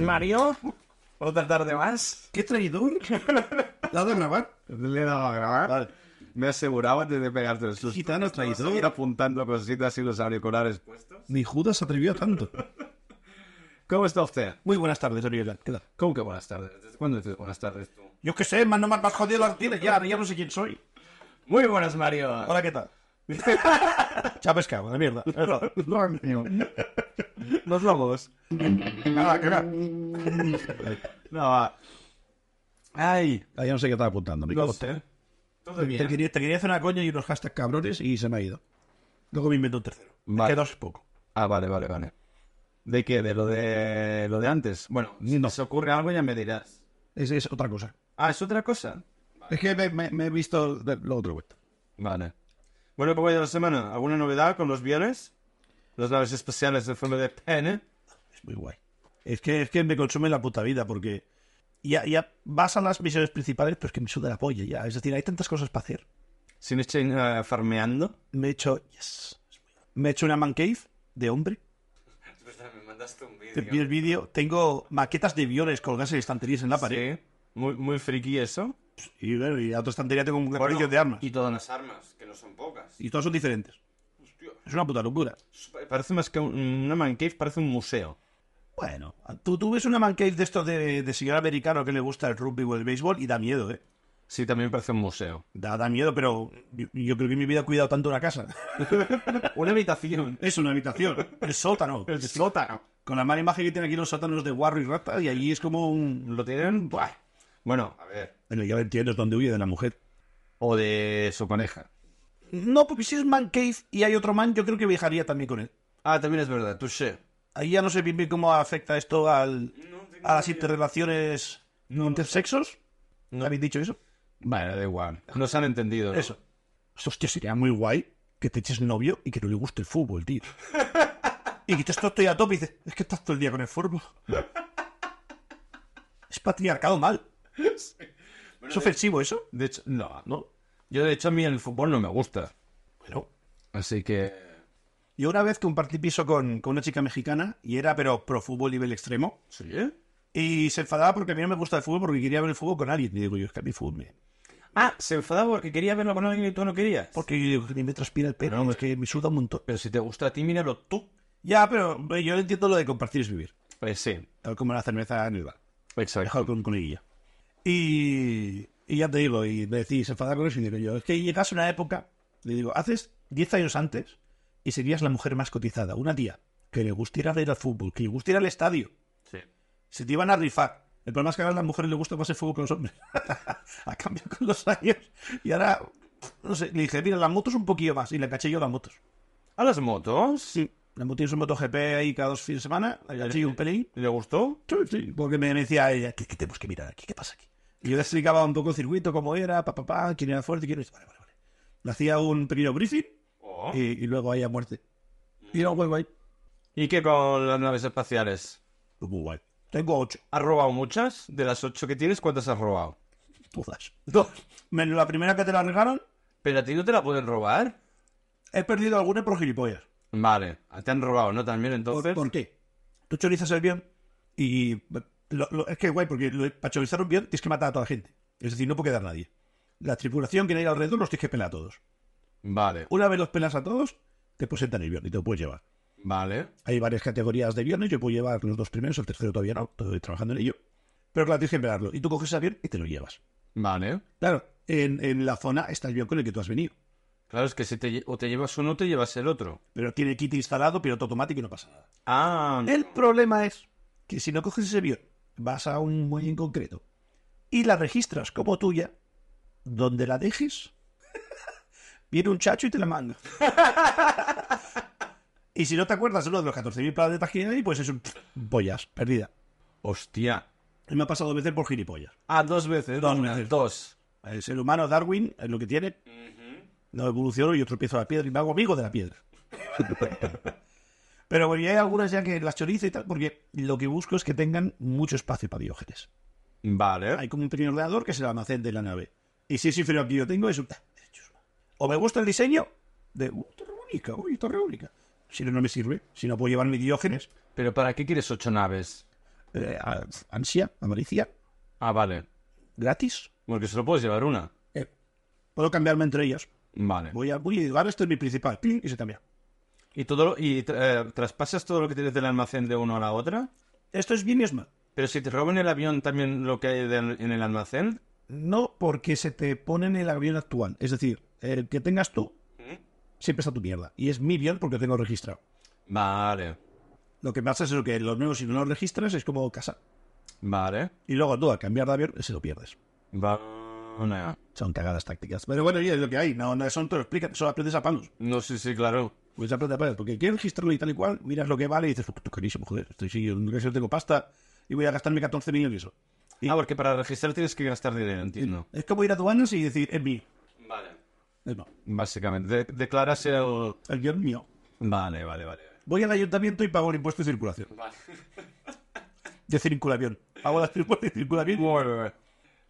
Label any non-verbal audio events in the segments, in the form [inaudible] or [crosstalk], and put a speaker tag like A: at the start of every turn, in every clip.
A: Mario. ¿Puedo tratar de más?
B: ¡Qué [laughs] traidor! ¿Dado a grabar?
A: Le he dado a grabar.
B: Vale.
A: Me aseguraba antes de pegarte el susto.
B: Gitano traidor.
A: Ir apuntando cositas y los auriculares puestos.
B: Ni Judas se atrevió a tanto.
A: ¿Cómo está usted?
B: Muy buenas tardes, Oriol. ¿Qué tal?
A: ¿Cómo que buenas tardes? ¿Desde cuándo dices buenas tardes tú?
B: Yo qué sé, más no me has jodido las tienes ya, ya no sé quién soy.
A: Muy buenas, Mario.
B: Hola, ¿qué [laughs] tal? Chávez pescado, de mierda.
A: Los logos. Ah,
B: Nada, que va.
A: [laughs] No, va. Ay,
B: Ah, ya no sé qué estaba apuntando. me
A: no
B: cago en-
A: sé. Todo
B: Te
A: bien.
B: quería, te quería hacer una coña y unos hashtags cabrones y se me ha ido. Luego me invento un tercero.
A: Vale.
B: Que dos es poco.
A: Ah, vale, vale, vale. ¿De qué? ¿De lo de, lo de antes? Bueno, si
B: No.
A: se ocurre algo ya me dirás.
B: Es, es otra cosa.
A: Ah, ¿es otra cosa?
B: Es que me, me- me he visto de- lo otro, güey.
A: Vale. Bueno, poco de la semana. ¿Alguna novedad con los viernes? Las naves especiales de forma de pene.
B: Es muy guay. Es que, es que me consume la puta vida porque ya, ya vas a las misiones principales, pero es que me suda la polla ya. Es decir, hay tantas cosas para hacer.
A: Sin estar eh, farmeando.
B: Me he hecho. yes. Me he hecho una man cave de hombre.
A: Es verdad, Pues me mandaste un
B: Te envío el vídeo. Tengo maquetas de aviones colgadas en estanterías en la pared.
A: Sí. Muy, muy friki eso.
B: Y, bueno, y a otra estantería tengo un repertorio de armas. Y,
A: todas las armas, que no son pocas.
B: todas son diferentes. Es una puta locura.
A: Parece más que un- una man cave, parece un museo.
B: Bueno, tú, tú ves una man cave de estos de, de señor americano que le gusta el rugby o el béisbol y da miedo, ¿eh?
A: Sí, también parece un museo.
B: Da, da miedo, pero yo, yo creo que en mi vida he cuidado tanto una casa. [laughs]
A: Una habitación.
B: Es una habitación. El sótano.
A: El sótano.
B: Con la mala imagen que tienen aquí los sótanos de guarro y rata, y allí es como un...
A: Lo tienen. Buah. Bueno, a ver.
B: Bueno, ya entiendes dónde huye de la mujer.
A: O de su pareja.
B: No, porque si es man cave y hay otro man, yo creo que viajaría también con él.
A: Ah, también es verdad, touché.
B: Ahí ya no sé bien, bien cómo afecta esto al, a las interrelaciones intersexos.
A: No.
B: ¿Habéis dicho eso?
A: Bueno, da igual. Nos han entendido. ¿no?
B: Eso. Hostia, sería muy guay que te eches novio y que no le guste el
A: [laughs]
B: fútbol, tío. y que te estás todo el día a tope y dices, es que estás todo el día con el
A: [laughs]
B: fútbol. es patriarcado mal. ¿Es ofensivo eso?
A: De hecho, no, no. Yo, de hecho, a mí el fútbol no me gusta.
B: Bueno.
A: Así que.
B: Yo una vez compartí piso con, con una chica mexicana y era, pero pro fútbol nivel extremo.
A: ¿Sí? eh?
B: Y se enfadaba porque a mí no me gusta el fútbol porque quería ver el fútbol con alguien. Y digo yo, es que a mí fútbol me...
A: Ah, se enfadaba porque quería verlo con alguien y tú no querías.
B: Porque yo digo, que me transpira el pelo, es que me suda un montón.
A: Pero si te gusta a ti, míralo tú.
B: Ya, pero hombre, yo entiendo lo de compartir es vivir.
A: Pues sí, pues
B: Tal como la cerveza en el bar.
A: exacto.
B: Dejado con coniguilla. Y, y ya te digo, y me decís, se enfada con eso y digo yo, es que llegas a una época, le digo, haces 10 años antes y serías la mujer más cotizada, una tía que le gustiera ir al fútbol, que le gustiera el estadio,
A: Sí.
B: se te iban a rifar. El problema es que ahora a las mujeres les gusta más el fútbol que a los [laughs] hombres. ha cambiado con los años. Y ahora, no sé, le dije, mira, las motos un poquillo más. Y le caché yo las motos.
A: ¿A las motos?
B: Sí. Las motos un MotoGP ahí cada dos fines de semana. Le caché yo un pelín.
A: ¿Le gustó?
B: Sí, sí, porque me decía ella, ¿qué, qué tenemos que mirar aquí? ¿Qué pasa aquí? Y yo le explicaba un poco el circuito, cómo era, papá, pa, pa, quién era fuerte, quién era... Vale, vale, vale. Le hacía un pequeño briefing
A: Oh.
B: y, y luego ahí a muerte. Y luego, guay, guay.
A: ¿Y qué con las naves espaciales?
B: Pues Muy guay. Tengo ocho,
A: ¿Has robado muchas? De las ocho que tienes, ¿cuántas has robado?
B: todas.
A: Dos.
B: Menos la primera que te la regaron,
A: ¿Pero a ti no te la pueden robar?
B: he perdido alguna por gilipollas.
A: Vale, te han robado, ¿no? También entonces.
B: ¿Por qué? Tú chorizas el bien y... lo- lo- es que es guay, porque lo- para chorizar un bien tienes que matar a toda la gente. Es decir, no puede quedar nadie. La tripulación que hay alrededor los tienes que pelar a todos.
A: Vale,
B: Una vez los pelas a todos, te presentan el bien y te lo puedes llevar.
A: vale.
B: Hay varias categorías de aviones. Yo puedo llevar los dos primeros, el tercero todavía no, estoy trabajando en ello. Pero claro, tienes que pelarlo. Y tú coges ese avión y te lo llevas.
A: Vale.
B: Claro, en, en la zona está el avión con el que tú has venido.
A: Claro, es que si te, lle- o te llevas uno o te llevas el otro.
B: Pero tiene kit instalado, piloto automático y no pasa nada.
A: Ah,
B: El problema es que si no coges ese avión, vas a un muelle en concreto y la registras como tuya, donde la dejes, [laughs] viene un chacho y te la manda. y si no te acuerdas de uno de los 14.000 planetas que hay, pues es un [laughs] pollas, perdida.
A: hostia.
B: Y me ha pasado dos veces por gilipollas.
A: Ah, dos veces.
B: Dos
A: Una,
B: veces.
A: Dos.
B: El ser humano, Darwin, es lo que tiene. No evoluciono, yo tropiezo a la piedra y me hago amigo de la piedra. Pero bueno, y hay algunas ya que las chorizo y tal, porque lo que busco es que tengan mucho espacio para Diógenes.
A: Vale.
B: Hay como un pequeño ordenador que es el almacén de la nave. Y si es inferior al que yo tengo, es un... O me gusta el diseño de... Uh, torre única, uy, torre única. Si no, no me sirve. Si no puedo llevar mi Diógenes.
A: Pero ¿para qué quieres ocho naves?
B: eh, a- ansia, avaricia,
A: Ah, vale.
B: gratis.
A: Bueno, que solo puedes llevar una.
B: Eh, puedo cambiarme entre ellas.
A: Vale.
B: Voy a, voy a llevar, esto es mi principal, ¡ping! y se cambia.
A: ¿Y, todo lo- y eh, traspasas todo lo que tienes del almacén de uno a la otra?
B: Esto es bien y es mal.
A: Pero si te roban el avión también lo que hay del- en el almacén.
B: No porque se te pone en el avión actual. Es decir, el que tengas tú siempre está tu mierda. Y es mi avión porque lo tengo registrado.
A: Vale.
B: Lo que pasa es eso, que los nuevos, si no los registras, es como casa.
A: Vale.
B: Y luego tú, al cambiar de avión, se lo pierdes.
A: Vale.
B: Son cagadas tácticas. Pero bueno, ya es lo que hay. No, no, eso no te lo explican. Solo aprendes a palos.
A: No sé si, claro.
B: Pues aprendes a palos. Porque quieres registrarlo y tal y cual, miras lo que vale y dices, tú carísimo, joder, estoy sí, yo nunca sé, tengo pasta y voy a gastarme 14 millones en eso. Y-
A: Ah, porque para registrar tienes que gastar dinero, entiendo.
B: Es como ir a aduanas y decir, es mío.
A: Vale.
B: Es no,
A: Básicamente, de- declaras el...
B: el guión mío.
A: Vale, vale, vale.
B: Voy al ayuntamiento y pago el impuesto de circulación.
A: Vale.
B: De circulación. Pago las impuestos de circulación.
A: Muy bien.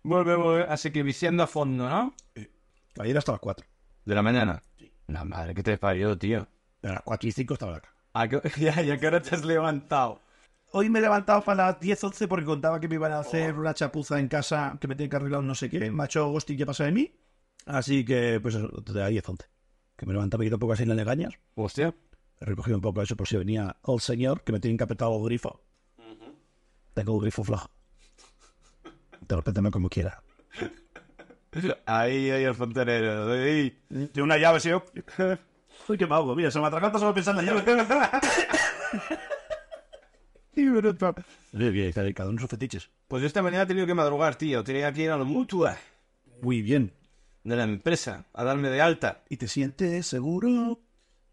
A: Muy bien, muy bien. Así que viciando a fondo, ¿no?
B: Ayer hasta las 4.
A: De la mañana. La madre que te parió, tío.
B: A las 4 y 5 estaba acá.
A: ¿A qué- [laughs] ya, ya que ahora te has levantado.
B: Hoy me he levantado para las 10, 11 porque contaba que me iban a hacer una chapuza en casa que me tienen que arreglar un no sé qué. Macho Ghosting ya pasa de mí. Así que, pues eso, de las 10, 11. Que me levantaba y tampoco así en las legañas.
A: Hostia.
B: Recogí un poco eso por si venía el señor que me tienen que apretar el grifo. Tengo el grifo flojo. De repente me como quiera.
A: Ahí, ahí el fontanero. Ahí.
B: De una llave, sí. Uy, qué mago. Mira, se me atraganta solo pensando en la llave. Y bueno, pa- Oye, que cada- Cada uno sus fetiches.
A: Pues yo esta mañana he tenido que madrugar, tío. Tenía que ir a la mutua
B: Muy bien.
A: de la empresa a darme de alta.
B: ¿Y te sientes seguro?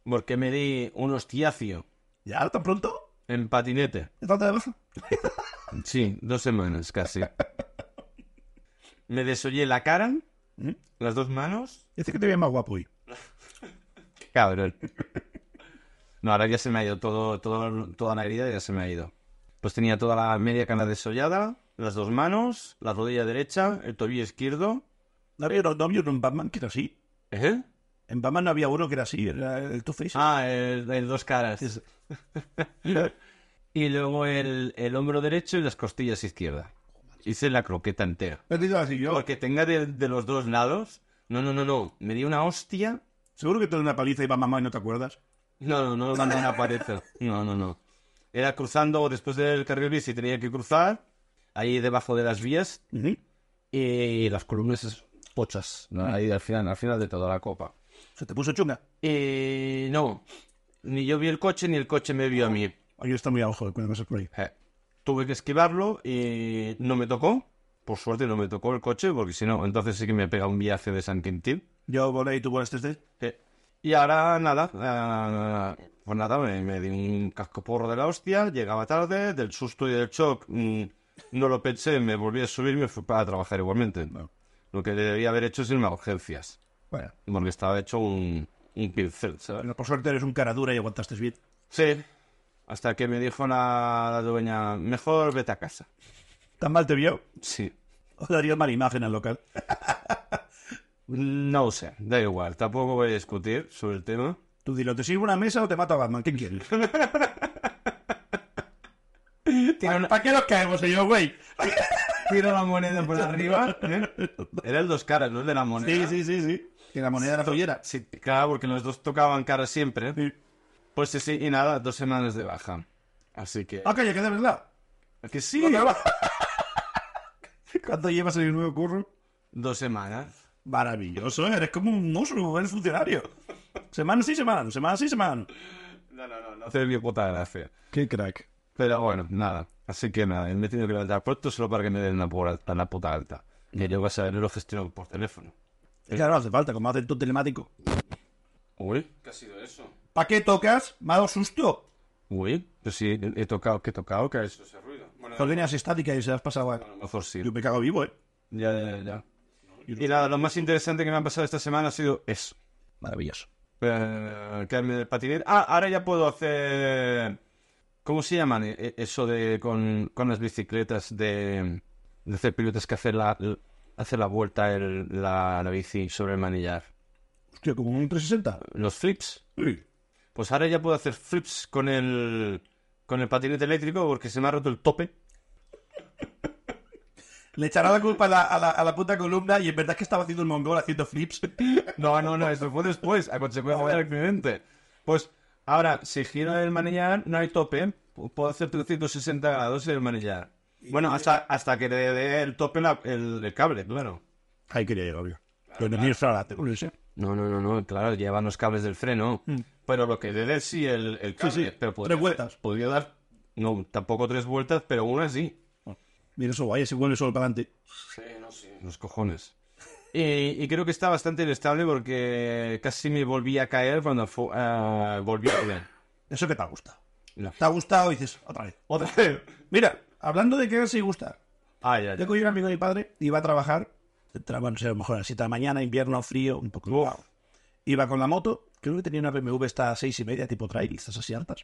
A: Porque me di un hostiacio
B: ¿Ya tan pronto?
A: en patinete.
B: ¿De tanta de baja?
A: Sí, dos semanas [laughs] casi. me desollé la cara,
B: ¿Mm?
A: las dos manos.
B: Dice Este que te veía más guapo hoy.
A: Cabrón. [laughs] No, ahora ya se me ha ido todo, todo, toda la herida, ya se me ha ido. Pues tenía toda la media cana desollada, las dos manos, la rodilla derecha, el tobillo izquierdo.
B: No había, no, no había uno en Batman que era así.
A: ¿Eh?
B: En Batman no había uno que era así, era el Two-Face. [laughs]
A: Ah, el, el dos caras. y luego el, el hombro derecho y las costillas izquierda. Hice la croqueta entera.
B: Me he dicho así yo.
A: Porque tenga de, de los dos lados. No, no, no, no. Me di una hostia.
B: Seguro que te doy una paliza y va mamá y no te acuerdas.
A: No, no, no no, no, no aparece. No, no, no. Era cruzando después del carril bici, tenía que cruzar ahí debajo de las vías y Eh, las columnas pochas. ¿no? Ahí al final, al final de toda la copa.
B: Se te puso chunga.
A: Y Eh, no, ni yo vi el coche ni el coche me vio a mí.
B: Hoy está muy a ojo cuando pasas por ahí.
A: Eh, Tuve que esquivarlo y no me tocó. Por suerte no me tocó el coche, porque si no, entonces sí que me pega un viaje de San Quintín.
B: Yo volé y tú volaste este.
A: Eh, Y ahora nada, ah, pues nada, me, me di un casco porro de la hostia, llegaba tarde, del susto y del shock, mm, no lo pensé, me volví a subir y me fui para trabajar igualmente.
B: No.
A: Lo que debía haber hecho es irme a urgencias,
B: Bueno,
A: porque estaba hecho un, un pincel, ¿sabes?
B: pero por suerte eres un cara dura y aguantaste bien.
A: Sí, hasta que me dijo la, la dueña, mejor vete a casa.
B: Tan mal te vio.
A: Sí.
B: Os daría mala imagen al local.
A: No sé, da igual, tampoco voy a discutir sobre el tema.
B: Tú dilo, ¿te sirvo una mesa o te mato a Batman? ¿Quién quieres?
A: Tiene una-
B: [laughs] ¿Para qué nos caemos, señor güey?
A: Tiro la moneda por arriba. ¿eh? Era el dos caras, ¿no? El de la moneda.
B: Sí, sí, sí, sí. Que la moneda era follera.
A: Sí, claro, porque los dos tocaban caras siempre. ¿eh? Pues sí, sí, y nada, dos semanas de baja. Así que.
B: Ah, calla, que de verdad.
A: ¿Que sí?
B: [laughs] ¿Cuánto llevas en el nuevo curro?
A: Dos semanas.
B: Maravilloso, eres como un monstruo, eres funcionario. Semana sí, semana no, semana sí, semana no.
A: No, no, no, no. Hacer mi puta gracia.
B: Qué crack.
A: Pero bueno, nada. Así que nada, me he tenido que levantar pronto solo para que me den la, por alta, la puta alta. Que yo voy a saber lo gestiono por teléfono.
B: Claro, no hace falta, como hace tú telemático.
A: Uy. ¿Qué ha sido eso?
B: ¿Para qué tocas? Me ha dado susto.
A: Uy, pues sí, he he totado, que he tocado, que ha hecho ese ruido. Bueno,
B: Tú tenías estática y se las pasado a...
A: a lo mejor sí.
B: Yo me cago vivo, ¿eh?
A: Ya, ya, ya. Y nada, lo más interesante que me ha pasado esta semana ha sido eso.
B: Maravilloso.
A: Eh, quedarme en el patinete. Ah, ahora ya puedo hacer. ¿Cómo se llaman eh, eh, eso de con, con las bicicletas de, de hacer pilotes que hacer la, hacer la vuelta el- la, la bici sobre el manillar?
B: Hostia, como un 360.
A: Los flips.
B: Sí.
A: Pues ahora ya puedo hacer flips con el con el patinete eléctrico porque se me ha roto el tope
B: Le echará la culpa a la, a la- a la puta columna y en verdad es que estaba haciendo el mongol haciendo flips.
A: No, no, no, eso fue después, a consecuencia del accidente. Pues ahora, si giro el manillar, no hay tope. Pu- Puedo hacer 360 grados en el manillar. Bueno, hasta, hasta que le dé el tope la- el, el cable, claro.
B: Ahí quería llegar, obvio. Los nervios son la tecnología.
A: No, no, no, no, claro, llevan los cables del freno. Pero lo que le dé sí el, el cable.
B: Mm. sí,
A: pero
B: tres vueltas.
A: Podría dar, no, tampoco tres vueltas, pero una sí.
B: Mira eso, guay, se vuelve solo para adelante.
A: Los cojones. Y, y creo que está bastante inestable porque casi me volví a caer cuando fu- ah, volví a caer.
B: [coughs] Eso que te ha gustado.
A: No.
B: Te ha gustado y dices, otra vez.
A: Otra vez.
B: Mira, hablando de que se gusta.
A: Ay, ay, ay.
B: Yo cogí un amigo de mi padre, iba a trabajar, tra- bueno, no sé, a lo mejor a las 7 de la mañana, invierno, frío, un poco.
A: Uf.
B: Iba con la moto, creo que tenía una BMW esta a 6 y media, tipo trail, estas así altas.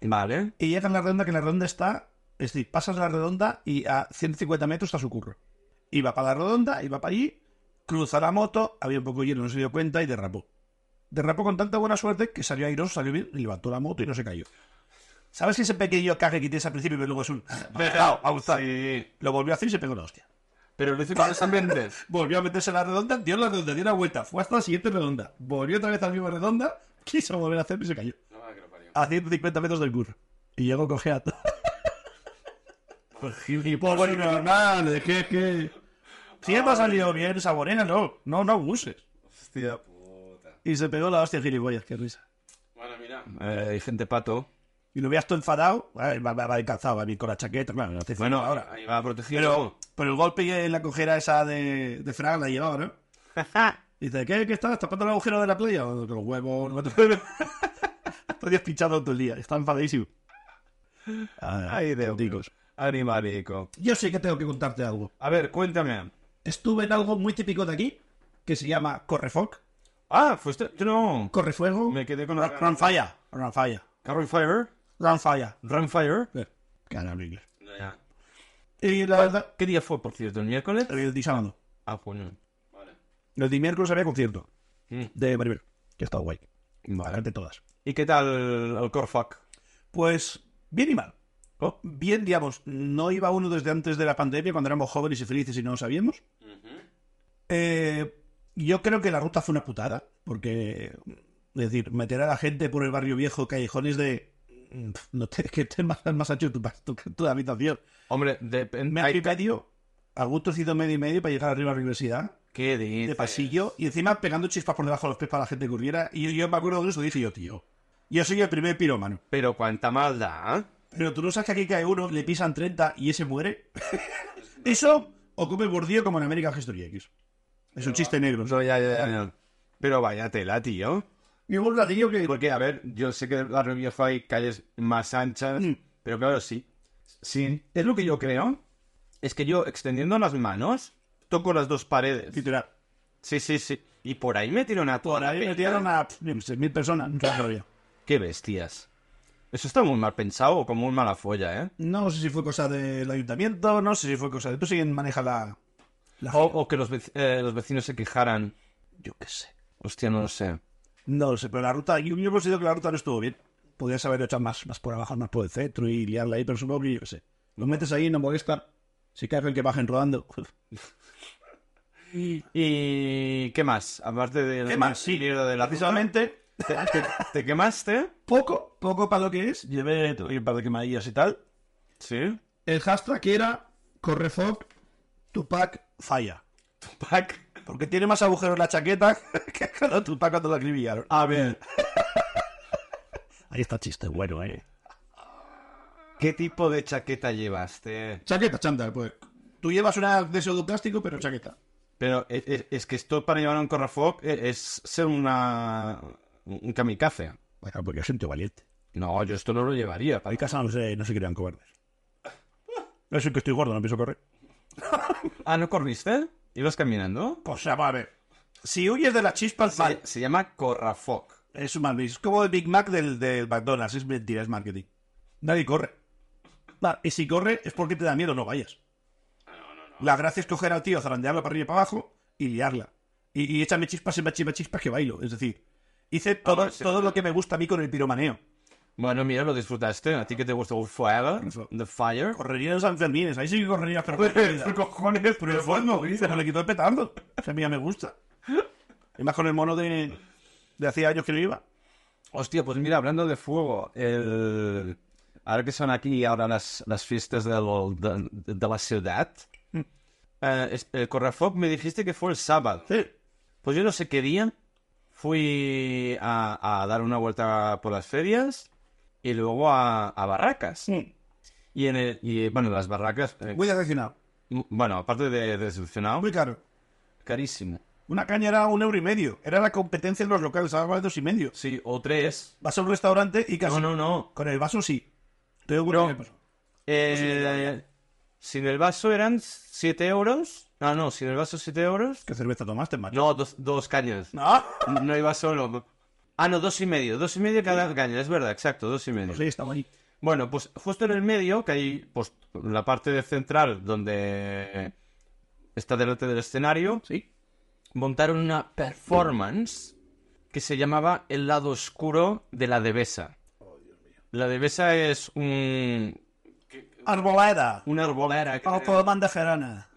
A: Vale.
B: Y llega a la redonda, que la redonda está, es decir, pasas la redonda y a 150 metros está su curro. Iba para la redonda, iba para allí, cruza la moto, había un poco de hielo, no se dio cuenta y derrapó. Derrapó con tanta buena suerte que salió airoso, salió bien, y levantó la moto y no se cayó. ¿Sabes ese pequeño caje que tienes al principio y luego es un...
A: Sí.
B: Lo volvió a hacer y se pegó la hostia.
A: Pero lo hice con los ambientes.
B: Volvió a meterse en la redonda, dio la redonda, dio una vuelta, fue hasta la siguiente redonda, volvió otra vez a la misma redonda, quiso volver a hacer y se cayó. A 150 metros del curro. Y llegó
A: [laughs]
B: Pues, cojeando. y pobre normal, es que, es
A: [laughs]
B: que... Siempre ha salido bien, saborena, no, no, no abuses.
A: Hostia puta.
B: Y se pegó la hostia gilipollas, qué risa.
A: Bueno, mira. Eh, hay gente pato.
B: Y lo veías todo enfadado, va, va, va bien calzado, va bien con la chaqueta, claro, no hace falta
A: Bueno,
B: ahora.
A: ahora. Ahí va protegido.
B: Pero el golpe en la cojera esa de, de Fraga la llevaba, ¿no? Dice, ¿qué, ¿qué estás? ¿Tapando el agujero de la playa? Con los huevos, no me [laughs] Todavía pinchado todo el día, está enfadísimo.
A: Ay, Dios mío.
B: tonticos.
A: Animalico.
B: Yo sí que tengo que contarte algo.
A: A ver, cuéntame.
B: Estuve en algo muy típico de aquí, que se llama Correfoc.
A: Ah, fuiste. Yo no.
B: Correfuego.
A: Me quedé con
B: Run-
A: la.
B: Runfire. Runfire.
A: Carry Fire.
B: Runfire.
A: Run Fire.
B: Que ahora hablo inglés. Y la verdad,
A: ¿Qué día fue, por cierto? ¿El miércoles?
B: el de sábado.
A: Ah, junio.
B: El de miércoles había concierto
A: Mm.
B: de Maribel. Que está guay. Adelante todas.
A: ¿Y qué tal el Corfac?
B: Pues bien y mal. Bien, digamos, no iba uno desde antes de la pandemia, cuando éramos jóvenes y felices y no lo sabíamos. Eh, yo creo que la ruta fue una putada, porque, es decir, meter a la gente por el barrio viejo, callejones de... mm, pf, No te, [laughs] que te más, más ancho tu, tu, tu habitación.
A: Hombre, depende.
B: Me y medio, algún trocito medio y medio para llegar arriba a la universidad,
A: ¿Qué dices?
B: de pasillo, y encima pegando chispas por debajo de los pies para la gente que hubiera. Y yo, yo me acuerdo de eso, dije yo, tío, yo soy el primer piromano.
A: Pero cuánta maldad.
B: Pero tú no sabes que aquí cae uno, le pisan 30 y ese muere. [laughs] Eso ocupa el bordillo como en American History X. Es un chiste negro.
A: No, ya, ya, ya, ya. Pero vaya tela, tío.
B: Y un platillo que. pues,
A: Porque, a ver, yo sé que en Barrio Viejo hay calles más anchas,
B: Mm.
A: pero claro, sí. Sí, es lo que yo creo. Es que yo, extendiendo las manos, toco las dos paredes.
B: Titular.
A: Sí, sí, sí. Y por ahí me tiro una
B: Por ahí metieron a pf, 6.000 personas. No, sé todavía.
A: Qué bestias. Eso está muy mal pensado o como un mala folla, ¿eh?
B: No sé si fue cosa del ayuntamiento, no sé si fue cosa de. Tú siguen maneja la. la
A: O, o que los, vec- eh, los vecinos se quejaran.
B: Yo qué sé.
A: Hostia, no lo sé.
B: No lo sé, pero la ruta. Yo, yo considero que la ruta no estuvo bien. Podrías haber hecho más, más por abajo, más por el centro y liarla ahí, pero supongo que yo qué sé. Los metes ahí, no molesta. Si cae el que bajen rodando. [laughs]
A: ¿Y qué más? Aparte de la
B: ¿Qué más? Sí.
A: mierda de la
B: Precisamente.
A: ¿Te, te- te quemaste?
B: Poco, poco para lo que es. Llevé un par de quemadillas y tal.
A: Sí.
B: El hashtag era Correfoc Tupac falla.
A: Tupac.
B: Porque tiene más agujeros la chaqueta [laughs] que cuando Tupac cuando lo acribillaron.
A: A
B: [laughs]
A: ver.
B: Ahí está el chiste bueno, eh.
A: ¿Qué tipo de chaqueta llevaste?
B: Chaqueta, chándal, pues. Tú llevas una de plástico, pero chaqueta.
A: Pero es, es- es que esto para llevar un correfoc e- es ser una un kamikaze.
B: Bueno, porque es gente valiente.
A: No, yo esto no lo llevaría.
B: A mi casa no se, no se crean [laughs] cobardes. No sé que estoy gordo, no pienso correr.
A: Ah, ¿no corriste? ¿Ibas caminando?
B: O sea, va Pues, a ver. Si huyes de las chispas, vale.
A: Se, se llama correfoc.
B: Es un mal Es como el Big Mac del, del McDonald's. Es mentira, es marketing. Nadie corre. Va, y si corre es porque te da miedo, no vayas. La gracia es coger al tío, zarandearlo para arriba y para abajo y liarla. Y, y échame chispas, échame chispas, chispas que bailo. Es decir, hice todo,
A: bueno, sí.
B: todo lo que me gusta a mí con el piromaneo.
A: Bueno, mira, lo disfrutaste. A ti que te gustó Forever, The Fire.
B: Correría en San Fermín, ahí sí que correría, pero con vida.
A: cojones,
B: [laughs] Pero el fondo, se me le quitó el petardo. Esa mía me gusta. Y más con el mono de, de hacía años que no iba.
A: Hostia, pues mira, hablando de fuego, el... ahora que son aquí ahora las, las fiestas del- de, de la ciudad,
B: Mm.
A: eh, es- el Correfoc me dijiste que fue el sábado.
B: Sí.
A: Pues yo no sé qué día fui a, a dar una vuelta por las ferias y luego a, a Barracas. Y, en el, y bueno, las Barracas, eh,
B: Muy decepcionado.
A: bueno, aparte de decepcionado,
B: Muy caro.
A: carísimo.
B: Una caña era un euro y medio. Era la competencia en los locales, ahora vale dos y medio.
A: Sí, o tres.
B: Vas a un restaurante y casi.
A: No, no, no.
B: Con el vaso sí. Te digo
A: No.
B: que me pasó.
A: Eh, sin el vaso eran 7 euros. Ah, no, sin el vaso 7 euros.
B: ¿Qué cerveza tomaste, macho?
A: No, dos, dos cañas.
B: No.
A: No iba solo. Ah, no, dos y medio. Dos y medio cada caña, es verdad, exacto, dos y medio.
B: Sí, estaba ahí.
A: Bueno, pues justo en el medio, que hay pues, la parte de central donde está delante del escenario,
B: Sí.
A: montaron una performance que se llamaba El lado oscuro de la Devesa. La Devesa es un,
B: Arboleda.
A: una arbolera.
B: Oh,
A: que-
B: Autobahn de Gerona.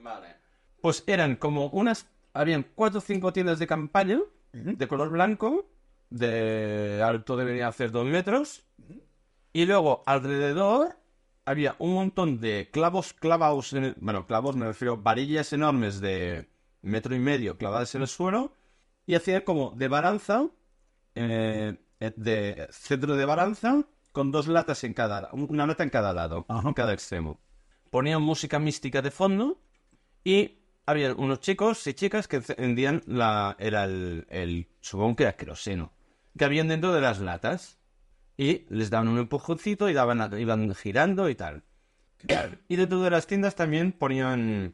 A: Pues eran como unas. Habían cuatro o cinco tiendas de campaña de color blanco, de alto debería hacer dos metros. Y luego alrededor había un montón de clavos clavados. en el- bueno, clavos me refiero varillas enormes de metro y medio clavadas en el suelo. Y hacía como de balanza, eh, eh, de centro de balanza, con dos latas en cada. Una lata en cada lado, en cada extremo. Ponían música mística de fondo. Y había unos chicos y chicas que encendían la, era el, el- supongo que era queroseno, que habían dentro de las latas. Y les daban un empujoncito y daban, a- iban girando y tal. Y dentro de las tiendas también ponían,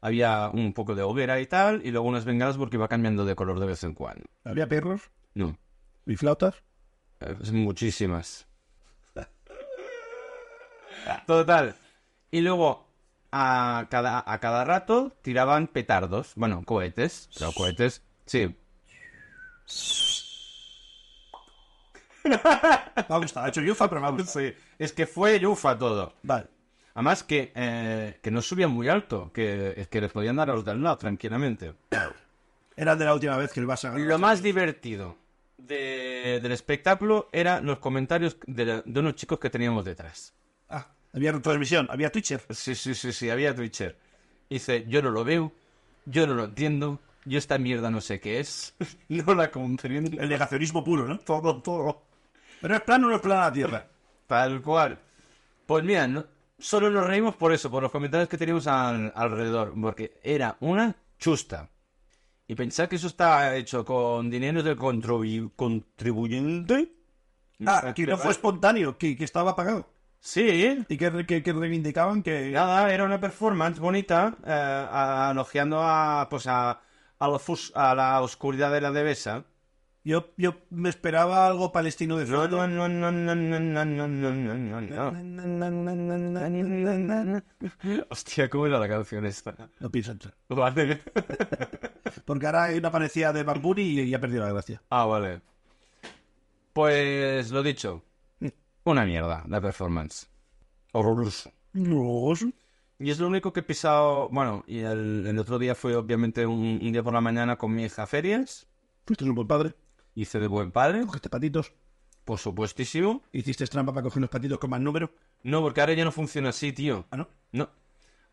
A: había un poco de hoguera y tal, y luego unas bengalas porque iba cambiando de color de vez en cuando.
B: Había perros
A: No,
B: y flautas.
A: eh, muchísimas. [laughs] Total. Y luego, a cada, a cada rato, tiraban petardos. Bueno, cohetes. Pero cohetes, sí.
B: Me ha gustado. Ha hecho yufa, pero me ha gustado.
A: Sí, es que fue yufa todo.
B: Vale.
A: Además que, eh, que no subían muy alto, que, es que les podían dar a los de al lado tranquilamente.
B: Era de la última vez que el Barça ganó.
A: Lo más divertido de- del espectáculo eran los comentarios de, la- de unos chicos que teníamos detrás.
B: Ah, había transmisión, había Twitcher.
A: Sí, sí, sí, sí, había Twitcher. Dice, yo no lo veo, yo no lo entiendo, yo esta mierda no sé qué es, [laughs] no la comprendo.
B: El negacionismo puro, ¿no? Todo, todo. Pero es plano o no es plana la Tierra.
A: Tal cual. Pues mira, no- solo nos reímos por eso, por los comentarios que teníamos al- alrededor, porque era una chusta. Y pensar que eso está hecho con dinero del contribu- contribuyente.
B: Ah, que no fue espontáneo, que, que estaba pagado.
A: Sí,
B: Y que, que, que reivindicaban que...
A: nada, era una performance bonita, eh, elogiando a, pues a, a la fus- a la oscuridad de la devesa.
B: Yo, yo me esperaba algo palestino de
A: No,
B: fondo.
A: no, no, no, no, no, no, no, no, no, no.
B: [laughs]
A: Hostia, ¿cómo era la canción esta?
B: No pienso entrar.
A: Vale.
B: Porque ahora hay una parecida de Bamburi y ya ha perdido la gracia.
A: [laughs] Ah, vale. Pues lo dicho. Una mierda, la performance. Horroroso.
B: No.
A: Y es lo único que he pisado. Bueno, y el, el otro día fue obviamente un, un día por la mañana con mi hija a ferias.
B: Fuiste un buen padre.
A: Hice de buen padre,
B: Cogiste patitos.
A: por supuestísimo.
B: Hiciste trampa para coger los patitos con más número.
A: No, porque ahora ya no funciona así, tío.
B: Ah, ¿no?
A: No.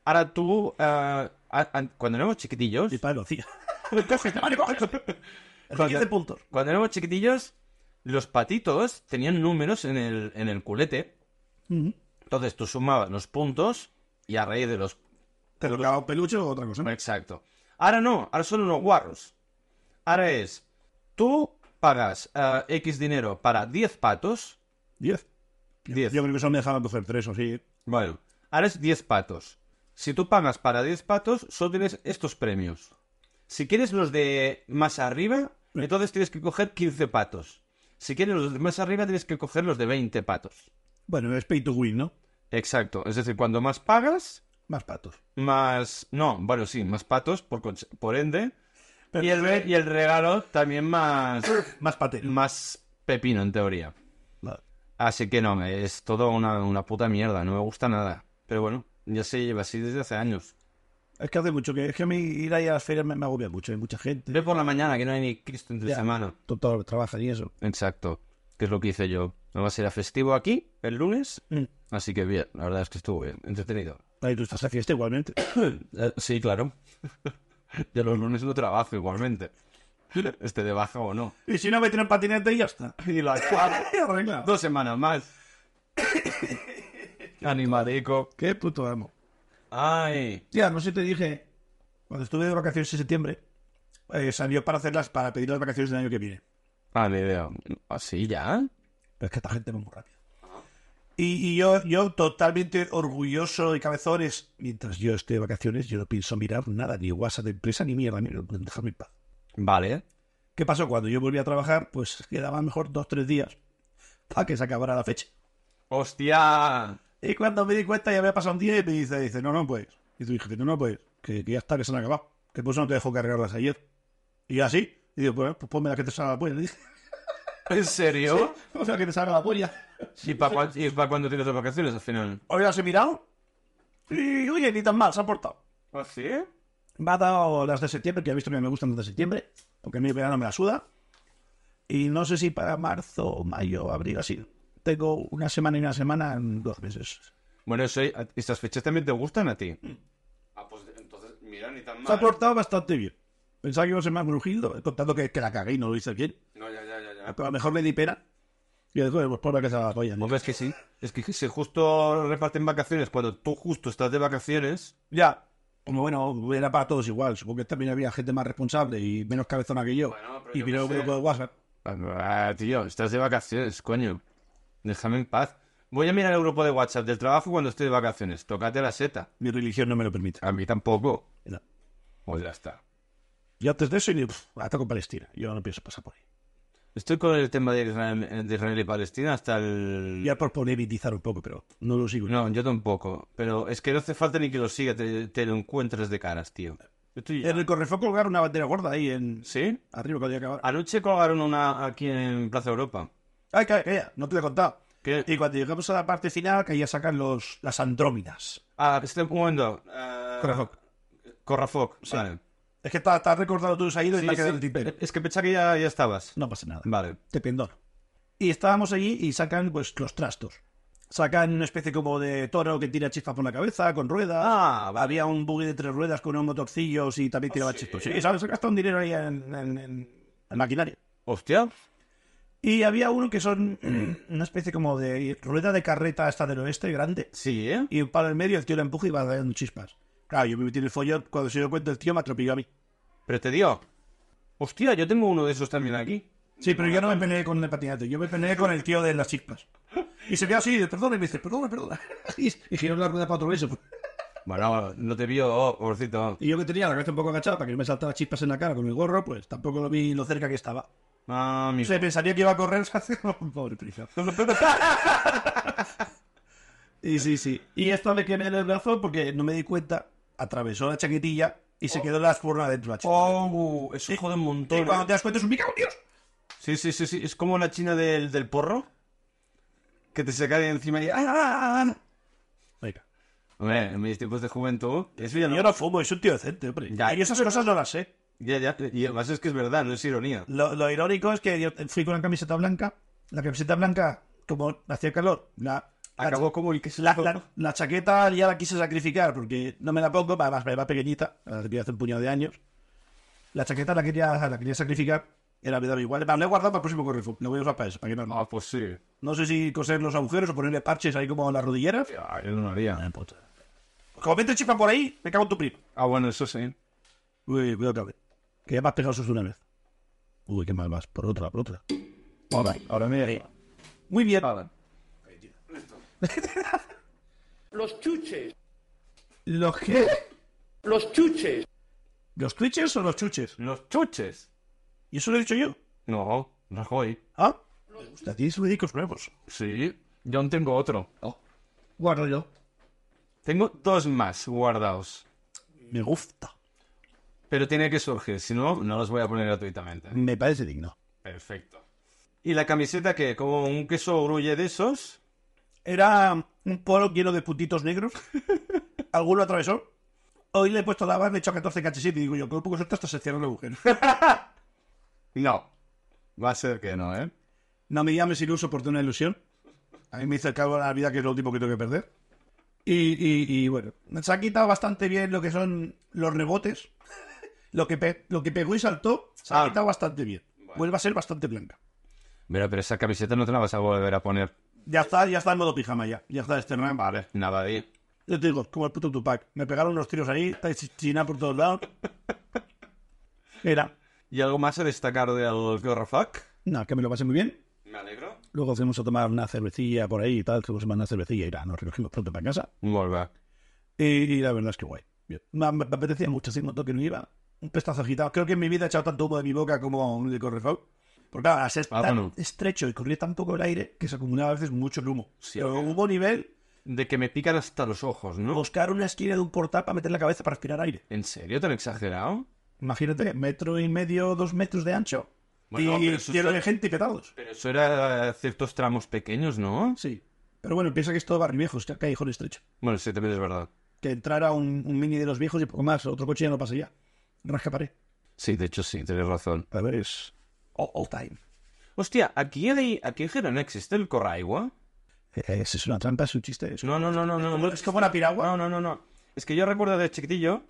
A: Ahora tú, eh, a- a- cuando éramos chiquitillos,
B: Mi padre lo [laughs] hacía. ¡Cógete, Mario, cógete! Así que 15 puntos.
A: cuando éramos chiquitillos, los patitos tenían números en el, en el culete.
B: Ujú.
A: Entonces tú sumabas los puntos y a raíz de los
B: Te lo clavaba un peluche o otra cosa.
A: Exacto. Ahora no, ahora son unos guarros. Ahora es, tú pagas eh, X dinero para 10 patos.
B: 10.
A: 10.
B: Yo creo que solo me dejaban coger 3 o sí.
A: Bueno, ahora es 10 patos. Si tú pagas para 10 patos, solo tienes estos premios. Si quieres los de más arriba, entonces tienes que coger 15 patos. Si quieres los de más arriba, tienes que coger los de 20 patos.
B: Bueno, es pay to win, ¿no?
A: Exacto. Es decir, cuando más pagas,
B: Más patos.
A: más... No, bueno, sí, más patos, por, conse- por ende.
B: Pero-
A: y, el re- y el regalo también más...
B: Más pate.
A: más pepino en teoría. Así que no, es todo una, una puta mierda, no me gusta nada. Pero bueno, ya se lleva así desde hace años.
B: Es que hace mucho que. Es que a mí ir ahí a las ferias me, me agobia mucho. Hay mucha gente.
A: Ve por la mañana que no hay ni Cristo entre
B: Ya.
A: semana.
B: to- Todos trabajan y eso.
A: Exacto, que es lo que hice yo. No va a ser a festivo aquí el lunes,
B: Mm.
A: así que bien, la verdad es que estuvo bien,
B: [laughs]
A: entretenido.
B: Ahí tú estás a fiesta igualmente.
A: Eh, Sí, claro. [laughs] Ya los lunes no trabajo igualmente. [laughs] Este de baja o no.
B: Y si no, vete en el patinete y ya está.
A: [laughs] Y las cuatro.
B: Y arreglado.
A: Dos semanas [coughs] más. Animadico.
B: Qué puto amo.
A: Ay.
B: Ya, no sé si te dije. Cuando estuve de vacaciones en septiembre, eh, salió para hacerlas, para pedir las vacaciones del año que viene.
A: Ah, ni idea. ¿Así ya?
B: Pero es que esta gente va muy rápido. Y, y yo, yo totalmente orgulloso y cabezones. Mientras yo esté de vacaciones, yo no pienso mirar nada, ni WhatsApp de empresa, ni mierda. mira, Déjame en paz.
A: Vale.
B: ¿Qué pasó? Cuando yo volví a trabajar, pues quedaban mejor dos, tres días para que se acabara la fecha.
A: ¡Hostia!
B: Y cuando me di cuenta ya había pasado un día y me dice, dice, no, no puedes. Y tu dije, no, no puedes, que, que ya está, que se han acabado. Que por eso no te dejo cargarlas ayer. Y yo así, y digo, pues, pues ponme la que te salga la polla. Le dije, [laughs]
A: ¿En serio?
B: o sea, que te salga la polla.
A: ¿Y para cuándo tienes las vacaciones al final?
B: Hoy las he mirado y, oye, ni tan mal, se ha portado.
A: ¿Ah, sí?
B: Me ha dado las de septiembre, que ya he visto que me gustan las de septiembre, porque a mí el verano me la suda. Y no sé si para marzo, mayo, abril, así. Tengo una semana y una semana en dos meses.
A: Bueno, eso, ah, estas fechas también te gustan a ti. Ah, pues entonces, mira, ni tan
B: Se ha portado bastante bien. Pensaba que iba a ser más brujido, contando que, que la cagué y no lo hice bien.
A: No, ya, ya, ya.
B: Pero a lo mejor le di pena. Y después, pues por la que se la polla. ¿no?
A: Pues ves que sí. Es que si justo reparten vacaciones cuando tú justo estás de vacaciones.
B: Ya. Como bueno, era para todos igual. Supongo que también había gente más responsable y menos cabezona que yo.
A: Bueno, pero
B: y
A: yo
B: miró un
A: qué
B: grupo de WhatsApp.
A: Ah, tío, estás de vacaciones, coño. Déjame en paz. Voy a mirar el grupo de WhatsApp del trabajo cuando estoy de vacaciones. Tócate la seta.
B: Mi religión no me lo permite.
A: A mí tampoco.
B: No.
A: Pues ya está.
B: Yo antes de eso, y digo, "Pf, ataco Palestina. Yo no pienso pasar por ahí.
A: Estoy con el tema de Israel, de Israel y Palestina hasta el...
B: Ya por politizar un poco, pero no lo sigo.
A: No, yo tampoco. Pero es que no hace falta ni que lo siga. Te, te lo encuentras de caras, tío. Yo estoy ya-
B: En el correfó colgar una bandera gorda ahí en...
A: ¿Sí?
B: arriba cuando ya acabar.
A: Anoche colgaron una aquí en Plaza Europa.
B: Ay, calla, calla, no te lo he contado.
A: ¿Qué?
B: Y cuando llegamos a la parte final, que ahí ya sacan los, las andróminas.
A: Ah, este un momento. Eh,
B: Correfoc.
A: Corrafoc, vale.
B: Es que estás está recordado tú, se ha ido y
A: Sí,
B: me ha quedado
A: sí. Eh,
B: el tintero.
A: Es que pensaba que ya, ya estabas.
B: No pasa nada.
A: Vale.
B: Te pendono. Y estábamos allí y sacan pues los trastos. Sacan una especie como de toro que tira chispas por la cabeza, con ruedas.
A: Ah, vale.
B: Había un buggy de tres ruedas con unos motorcillos y también tiraba
A: Ah, sí?
B: chispas. Sí, ¿sabes? Se gastó un dinero ahí en, en- en- en maquinaria.
A: Hostia.
B: Y había uno que son [clears throat] una especie como de rueda de carreta hasta del oeste, grande.
A: Sí, ¿eh?
B: Y un palo en medio, el tío la empuja y va dando chispas. Claro, yo me metí en el follón. Cuando se dio cuenta, el tío me atropelló a mí.
A: Pero te dio. Hostia, yo tengo uno de esos también aquí.
B: Sí, pero yo no me peleé con el patinete, yo me peleé con el tío de las chispas. Y se ve así, de perdona, y me dice, perdona, perdona. [laughs] Y, y giró la rueda para otro lado y se fue.
A: Bueno, no te vio, oh, pobrecito.
B: Y yo que tenía la cabeza un poco agachada para que no me saltara chispas en la cara con el gorro, pues tampoco lo vi lo cerca que estaba.
A: Ah, mi...
B: O sea, pensaría que iba a correr, [laughs] se hace pobre prisa. [laughs] Y sí, sí. Y esto me quemé en el brazo porque no me di cuenta, atravesó la chaquetilla y se quedó la espurna dentro de la chaquetilla.
A: Oh, eso jode un
B: y
A: montón.
B: cuando te das cuenta es un pica, Dios.
A: Sí, sí, sí, sí. Es como la china del, del porro. Que te se cae de encima y... ¡Ah, ah, ah, ah!
B: Venga.
A: Hombre, en mis tiempos de juventud... Eso ya
B: Yo
A: no...
B: no fumo, es un tío decente, hombre.
A: Ya.
B: Y esas cosas no las sé.
A: Ya, ya. Y además es que es verdad, no es ironía.
B: Lo, lo irónico es que yo fui con una camiseta blanca. La camiseta blanca, como hacía calor, la, la,
A: Acabó como el que se
B: la- la- la chaqueta ya la quise sacrificar porque no me la pongo, además me va pequeñita, la tenía hace un puñado de años. La chaqueta la quería, la quería sacrificar, era me daba igual. La he guardado para el próximo correfú, la voy a usar para eso, para que no, no.
A: Ah, pues sí.
B: No sé si coser los agujeros o ponerle parches ahí como en las rodilleras.
A: Ah, yo no lo haría.
B: Como mete chispa por ahí, me cago en tu primo.
A: Ah, bueno, eso sí.
B: Uy, cuidado otra vez. Que ya me has pegado sus de una vez. Uy, qué mal vas. Por otra, por otra. Ahora, ahora me Muy bien.
A: Ah, Vale.
C: Los chuches,
B: ¿Los qué?
C: [laughs] los chuches.
B: ¿Los twitches o los chuches?
A: Los chuches.
B: ¿Y eso lo he dicho yo?
A: No, Rajoy.
B: ¿Ah? Me gusta, tienes médicos nuevos.
A: Sí, yo aún tengo otro.
B: Guardo yo.
A: Tengo dos más guardados.
B: Me gusta.
A: Pero tiene que surgir, si no, no los voy a poner gratuitamente.
B: Me parece digno.
A: Perfecto. ¿Y la camiseta que ¿Como un queso grulle de esos?
B: Era un polo lleno de puntitos negros. [laughs] Alguno atravesó. Hoy le he puesto la barra, le he hecho 14 cachesitos y digo yo, con un poco de suerte hasta se cierra el agujero.
A: No. Va a ser que no, ¿eh?
B: No me llames iluso por una ilusión. A mí me hizo el cabo de la vida que es lo último que tengo que perder. Y, y- y bueno, se ha quitado bastante bien lo que son los rebotes. lo, que pe- lo que pegó y saltó, se ha
A: Ah.
B: quitado bastante bien. Vuelve a ser bastante blanca.
A: Mira, pero esa camiseta no te la vas a volver a poner.
B: Ya está, ya está en modo pijama ya. Ya está este RAM. Vale.
A: Nada de ir.
B: Yo te digo, como el puto Tupac. Me pegaron unos tiros ahí, está china por todos lados. Era.
A: ¿Y algo más a destacar del Gorrafak?
B: No, que me lo pasé muy bien.
A: Me alegro.
B: Luego fuimos a tomar una cervecilla por ahí y tal, fuimos a tomar una cervecilla y nada, nos recogimos pronto para casa.
A: Volver.
B: Y, y la verdad es que guay. Bien. Me, me apetecía mucho, así un montón que no iba. Un pestazo agitado. Creo que en mi vida he echado tanto humo de mi boca como un de Correfau. Porque claro, al ser
A: Ah,
B: tan
A: bueno.
B: estrecho y corría tan poco el aire que se acumulaba a veces mucho el humo.
A: Sí,
B: Pero
A: claro.
B: hubo nivel,
A: De que me pican hasta los ojos, ¿no?
B: buscar una esquina de un portal para meter la cabeza para respirar aire.
A: ¿En serio tan exagerado?
B: Imagínate, metro y medio, dos metros de ancho.
A: Bueno,
B: y
A: pero eso
B: lleno
A: está-
B: de gente y petados.
A: Pero eso era eh, ciertos tramos pequeños, ¿no?
B: Sí. Pero bueno, piensa que es todo barrio viejo, es callejón estrecho.
A: Bueno, sí, también es verdad.
B: Que entrara un, un mini de los viejos y poco más, otro coche ya no pasa ya. Rasca pared.
A: Sí, de hecho sí, tienes razón.
B: A ver, es all, all time.
A: Hostia, ¿aquí, hay, aquí en Gerona existe el Corraigua?
B: Eh, si es una trampa, es un chiste. Es,
A: No, no, no, no, no.
B: como- es como una piragua.
A: No, no, no, no. Es que yo recuerdo de chiquitillo,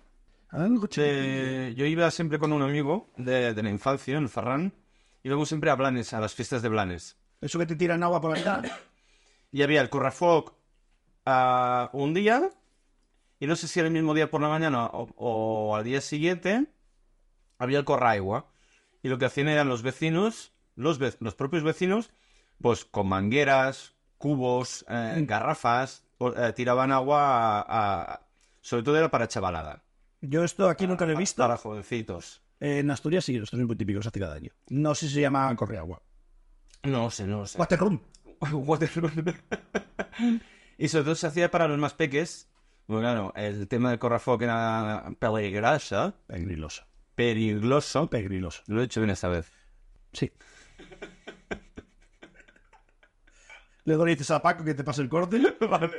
B: Algo chiste.
A: de- yo iba siempre con un amigo de, de la infancia, en Ferran, íbamos siempre a Blanes, a las fiestas de Blanes.
B: Eso que te tiran agua por la mitad.
A: Y había el Corrafoc ah, un día, y no sé si era el mismo día por la mañana o, o al día siguiente, había el Corraigua. Y lo que hacían eran los vecinos, los, ve- los propios vecinos, pues con mangueras, cubos, eh,
B: Mm.
A: garrafas, o- eh, tiraban agua a- a- Sobre todo era para chavalada.
B: Yo esto aquí nunca lo he visto.
A: Para jovencitos.
B: Eh, en Asturias sí, esto es muy típico, se hace cada año. No sé si se llama correagua.
A: No sé,
B: Pues
A: no sé.
B: Waterroom.
A: Waterloo. [laughs] y sobre todo se hacía para los más peques. Bueno, claro, el tema del corrafoc era peligroso.
B: Pegriloso.
A: Peligroso.
B: Pegriloso.
A: Lo he hecho bien esta vez.
B: Sí. Luego le dices a Paco que te pase el corte. Vale. [laughs]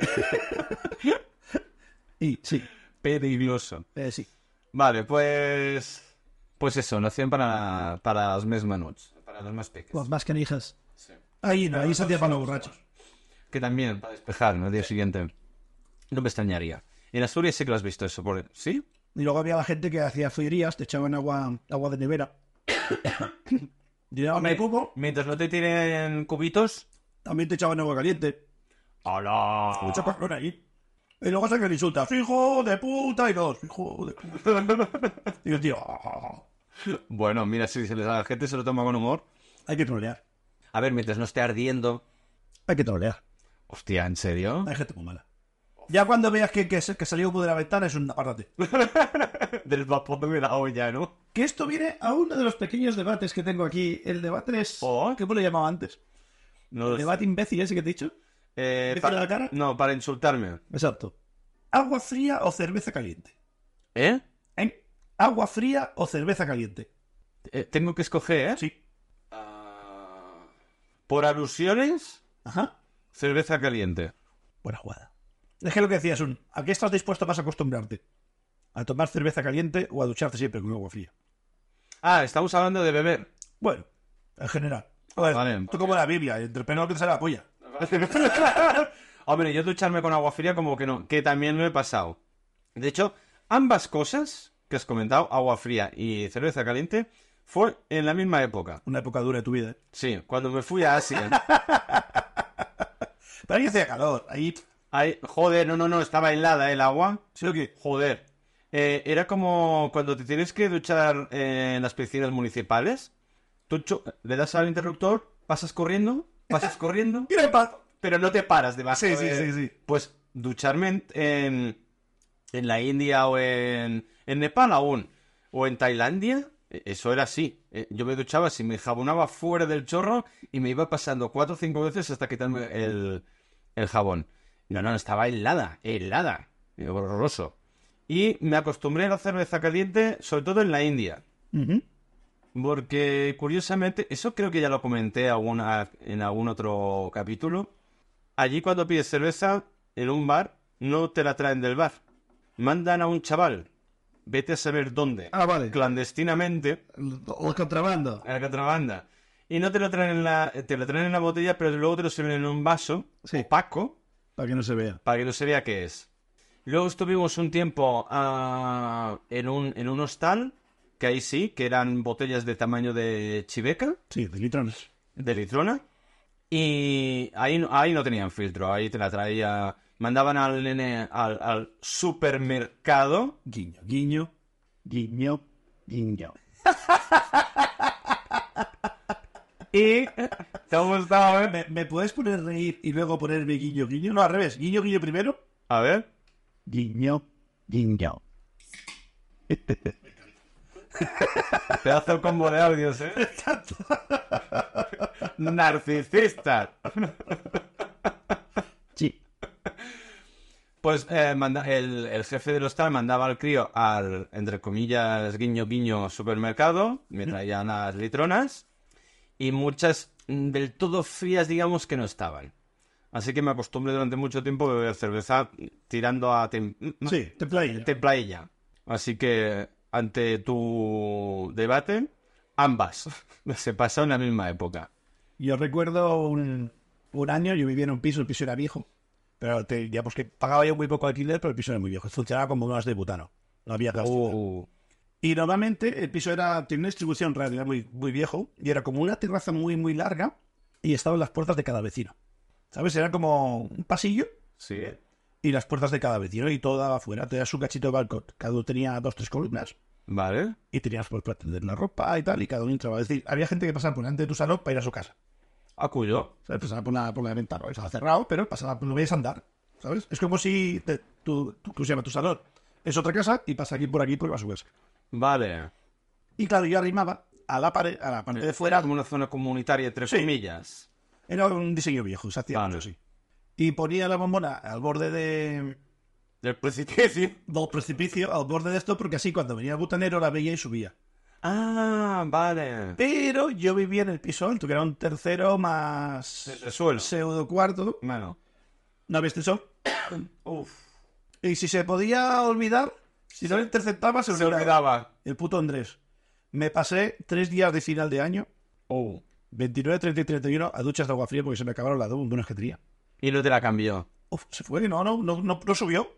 B: y sí,
A: Peligroso.
B: eh, sí.
A: Vale, pues... Pues eso, lo hacían para, para los más menuts. Para los más peques.
B: Con más canijas.
A: Sí.
B: Ahí no, ahí se hacía para los borrachos.
A: Que también, para despejar, ¿no? al día siguiente. No me extrañaría. En Asturias sí que lo has visto eso, por... ¿sí?
B: Y luego había la gente que hacía frías, te echaban agua, agua de nevera. Llevaban el cubo,
A: Eh, Mientras no te tiren cubitos...
B: también te echaban agua caliente.
A: ¡Hola!
B: Mucha pasión ahí. Y luego se que le insultas, hijo de puta, y dos, hijo de puta. [laughs] Y el tío, "Ah,
A: Bueno, mira, si se les- a la gente se lo toma con humor.
B: hay que trolear,
A: A ver, mientras no esté ardiendo.
B: hay que trolear.
A: Hostia, ¿en serio?
B: Hay gente muy mala. Ya cuando veas que, que, se- que salió humo de la ventana es un apártate.
A: [laughs] Del vapor de la olla, ¿no?
B: Que esto viene a uno de los pequeños debates que tengo aquí. El debate es...
A: Oh.
B: ¿Qué me lo llamaba antes?
A: No
B: El
A: lo sé.
B: debate imbécil ese que te he dicho.
A: Eh,
B: ¿Te
A: pa-
B: tira la cara?
A: No, para insultarme.
B: Exacto. ¿Agua fría o cerveza caliente?
A: ¿Eh?
B: ¿Eh? ¿Agua fría o cerveza caliente?
A: Eh, Tengo que escoger, ¿eh?
B: Sí.
A: Ah. Por alusiones,
B: Ajá.
A: cerveza caliente.
B: Buena jugada. Es que lo que decías, un, ¿a qué estás dispuesto más a acostumbrarte? ¿A tomar cerveza caliente o a ducharte siempre con agua fría?
A: Ah, estamos hablando de
B: [laughs]
A: beber.
B: Bueno, en general. Joder,
A: Vale.
B: tú como la Biblia, entre penal que te sale la polla.
A: Hombre, yo ducharme con agua fría como que no, que también lo he pasado. De hecho, ambas cosas que has comentado, agua fría y cerveza caliente, fue en la misma época.
B: Una época dura de tu vida. ¿eh?
A: Sí, cuando me fui a Asia.
B: Pero ahí hacía calor, ahí...
A: Ay, joder, no, no, no, estaba helada el agua.
B: Sí, o qué?
A: Joder. Eh, era como cuando te tienes que duchar eh, en las piscinas municipales. Tú cho- le das al interruptor, pasas corriendo, pasas corriendo,
B: Mira en paz.
A: pero no te paras debajo.
B: Sí, sí,
A: de-
B: sí, sí.
A: Pues ducharme en, en, en la India o en, en Nepal aún, o en Tailandia, eh, eso era así. Eh, yo me duchaba, si me jabonaba fuera del chorro y me iba pasando cuatro o cinco veces hasta quitarme el, el jabón. No, no, estaba helada, helada, eh, horroroso. Y me acostumbré a la cerveza caliente, sobre todo en la India.
B: Ujú.
A: Porque curiosamente, eso creo que ya lo comenté alguna, en algún otro capítulo. Allí cuando pides cerveza en un bar, no te la traen del bar. Mandan a un chaval, vete a saber dónde,
D: Ah, vale.
A: clandestinamente,
D: Los contrabandos.
A: a la contrabanda. Y no te la traen en la, te la traen en la botella, pero luego te lo sirven en un vaso
D: Sí.
A: opaco
D: Para que no se vea.
A: para que no se vea qué es. Luego estuvimos un tiempo ah, en, un, en un hostal, que ahí sí, que eran botellas de tamaño de chiveca,
B: Sí, de litrones.
A: de litrona, y ahí, no- ahí no tenían filtro, ahí te la traía, mandaban al nene al, al supermercado,
B: Guiño, guiño, guiño, guiño.
A: y... ¿Te ha gustado, eh?
B: ¿Me, me puedes poner reír y luego ponerme guiño, guiño? No, al revés. Guiño, guiño primero.
A: A ver,
B: Guiño, guiño.
A: pedazo de combo de audios, ¿eh? Narcisista.
B: Sí.
A: Pues eh, manda- el, el jefe del hostal mandaba al crío al, entre comillas, guiño guiño supermercado, me traían las litronas y muchas mm, del todo frías, digamos, que no estaban. Así que me acostumbré durante mucho tiempo a beber cerveza tirando a tem-
B: Sí, templadilla.
A: templadilla. Así que, ante tu debate, ambas [laughs] se pasaron en la misma época.
B: Yo recuerdo un, un año, yo vivía en un piso, el piso era viejo. Pero te, ya pues que pagaba yo muy poco alquiler, pero el piso era muy viejo. Funcionaba como unas de butano. No había gas.
A: Uh,
B: Y normalmente el piso era, tenía una distribución radio, era muy, muy viejo, y era como una terraza muy, muy larga, y estaban las puertas de cada vecino. ¿Sabes? Era como un pasillo
A: sí.
B: y las puertas de cada vecino, y todo daba afuera, tenía su cachito de balcón. Cada uno tenía dos, tres columnas,
A: Vale.
B: y tenías pues, para tender la ropa y tal, y cada uno entraba. Es decir, había gente que pasaba por delante de tu salón para ir a su casa.
A: A cuyo.
B: ¿Sabes? Pasaba por la, por la ventana, estaba cerrado, pero pasaba, lo veías andar, ¿sabes? Es como si te- tu, tu, ¿cómo se llama? tu salón es otra casa y pasa aquí por aquí porque va a su casa.
A: Vale.
B: Y claro, yo arrimaba a la pared, a la parte de fuera,
A: fuera como una zona comunitaria, entre
B: Sí.
A: comillas.
B: Era un diseño viejo, se hacía
A: Vale.
B: mucho así. Y ponía la bombona al borde de,
A: Del precipicio.
B: del precipicio, al borde de esto, porque así cuando venía el butanero la veía y subía.
A: Ah, vale.
B: Pero yo vivía en el piso alto, que era un tercero más
A: El suelo.
B: pseudo cuarto,
A: Bueno.
B: no había sol.
A: Uf.
B: Y si se podía olvidar, si no lo interceptaba, se
A: Se
B: olvidaba.
A: olvidaba.
B: El puto Andrés. Me pasé tres días de final de año,
A: Oh.
B: 29, 30 y 31, a duchas de agua fría porque se me acabaron las dos bombonas que tenía.
A: Y no te la cambió.
B: Uf, se fue, no, no, no, no, no subió.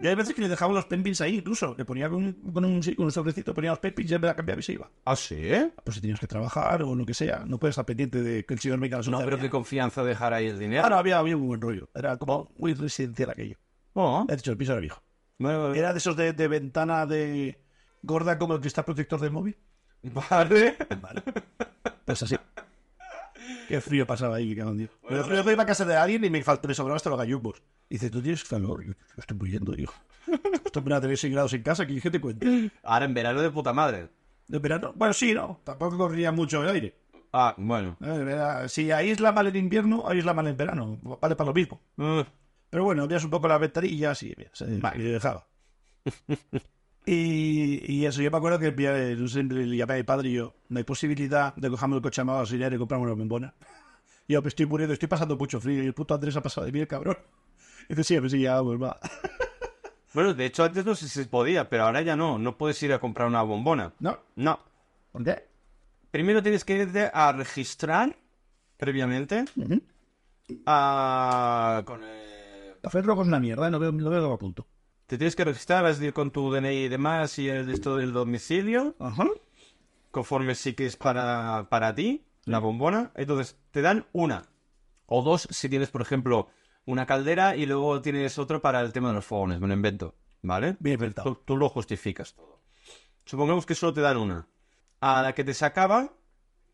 B: Y hay veces que le dejaba los penpins ahí, incluso. Le ponía con, con un, con un sobrecito, ponía los penpins, ya me la cambiaba y se iba.
A: ¿Ah, sí?
B: Pues si tenías que trabajar o lo que sea, no puedes estar pendiente de que el señor venga a las
A: No,
B: once de
A: pero
B: la
A: qué
B: mañana.
A: confianza dejar ahí el dinero.
B: Ah, no, había, había un buen rollo. Era como muy residencial aquello.
A: Oh.
B: He dicho, el piso era viejo.
A: Vale, vale.
B: Era de esos de, de ventana de gorda como el que está protector del móvil.
A: [laughs] Vale.
B: Vale. Pues así. Qué frío pasaba ahí, que cabrón, Dios. Pero creo que iba a casa de alguien y me, faltó, me sobraban hasta los gallumbos. Y dice, tú tienes calor. Yo, yo estoy muriendo, hijo. Esto me va a tener 6 grados en casa, ¿qué qué te cuento?
A: Ahora en verano de puta madre.
B: De verano, bueno, sí, no. Tampoco corría mucho el aire.
A: Ah, bueno.
B: Eh, era- Si aísla mal en invierno, aísla mal en verano. Vale para lo mismo.
A: Mm.
B: Pero bueno, abrías un poco las ventanillas y mira, se y dejaba. [laughs] y, y eso, yo me acuerdo que el día- yo siempre le llamé a mi padre y yo, no hay posibilidad de cojamos el coche a auxiliar y compramos una bombona. Y [laughs] yo, pues estoy muriendo, estoy pasando mucho frío y el puto Andrés ha pasado de mí, el cabrón. [laughs] Y dice, sí, pues sí, ya, pues va. [laughs]
A: Bueno, de hecho antes no sé si se podía, pero ahora ya no. No puedes ir a comprar una bombona.
B: ¿No?
A: No.
B: ¿Por qué?
A: Primero tienes que irte a registrar previamente
B: Ujú.
A: a... con el-
B: Café rojo es una mierda, ¿eh? no veo, no veo a punto.
A: Te tienes que registrar, has de ir con tu DNI y demás y el de esto del domicilio,
B: Ajá.
A: conforme sí que es para, para ti, la bombona. Entonces, te dan una o dos si tienes, por ejemplo, una caldera y luego tienes otro para el tema de los fogones, me lo invento, ¿vale?
B: Bien inventado.
A: Tú, tú lo justificas todo. Supongamos que solo te dan una. A la que te sacaba,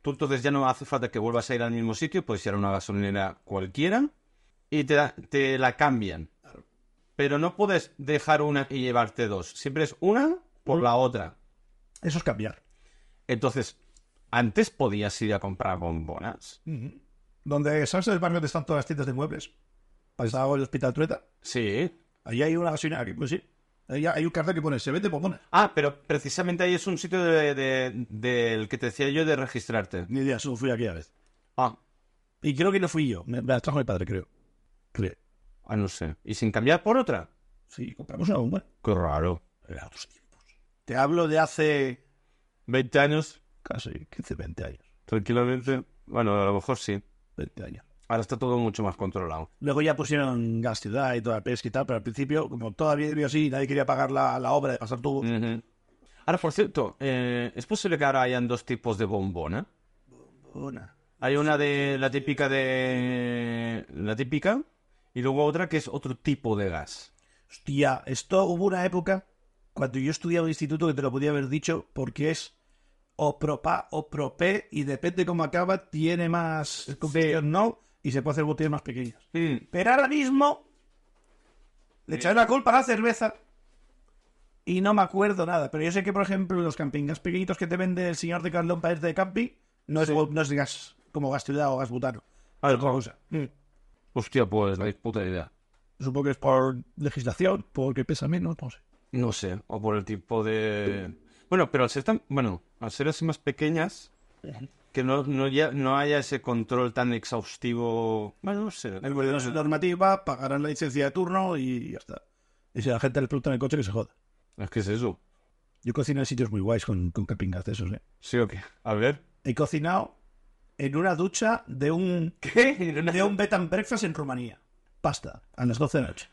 A: tú entonces ya no hace falta que vuelvas a ir al mismo sitio, puedes ir a una gasolinera cualquiera y te, da- te la cambian. Pero no puedes dejar una y llevarte dos. Siempre es una por la otra.
B: Eso es cambiar.
A: Entonces, antes podías ir a comprar bombonas.
B: Donde, ¿sabes el barrio donde están Pues todas las tiendas de muebles? Pasaba el hospital Trueta.
A: Sí.
B: Allí hay una gasolina, aquí, pues sí. Ahí Hay un cartel que pone, se vende pomona.
A: Ah, pero precisamente ahí es un sitio de- de- del que te decía yo de registrarte.
B: Ni idea, solo fui aquella vez.
A: Ah,
B: Y creo que no fui yo. Me, me la trajo mi padre, creo. Creo.
A: ah, no sé. ¿Y sin cambiar por otra?
B: Sí, compramos una bomba.
A: Qué raro.
B: Era otros tiempos. Te hablo de hace
A: 20 años,
B: casi 15, 20 años.
A: tranquilamente. Bueno, a lo mejor sí.
B: 20 años.
A: Ahora está todo mucho más controlado.
B: Luego ya pusieron gas ciudad y toda la pesca y tal, pero al principio, como todavía era así, nadie quería pagar la, la obra de pasar tubo.
A: Ujú. Ahora, por cierto, eh, ¿es posible que ahora hayan dos tipos de bombona?
B: Una.
A: Hay una de la típica de... La típica. Y luego otra que es otro tipo de gas.
B: Hostia, esto hubo una época cuando yo estudiaba en el instituto que te lo podía haber dicho porque es o propa o propé y depende cómo acaba tiene más combustión no y se puede hacer botellas más pequeñas. Pero ahora mismo le echaré la culpa a la cerveza y no me acuerdo nada. Pero yo sé que, por ejemplo, los campingas pequeñitos que te vende el señor de Carlón para irte de camping no, es, no es gas como gas ciudad o gas butano.
A: A ver,
B: Otra cosa.
A: Hostia, pues, la puta idea.
B: Supongo que es por legislación, porque pesa menos, no sé.
A: No sé, o por el tipo de... Bueno, pero al ser tan... Bueno, al ser así más pequeñas, que no, no, ya- no haya ese control tan exhaustivo... Bueno, no sé.
B: El gobierno su normativa, pagarán la licencia de turno y ya está. Y si a la gente le pregunta en el coche, que se joda.
A: Es que es eso.
B: Yo cocino en sitios muy guays con, con camping gas de esos, ¿eh?
A: Sí o qué. A ver.
B: He cocinado en una ducha de un, de un bed and breakfast en Rumanía. Pasta, a las 12 de la noche.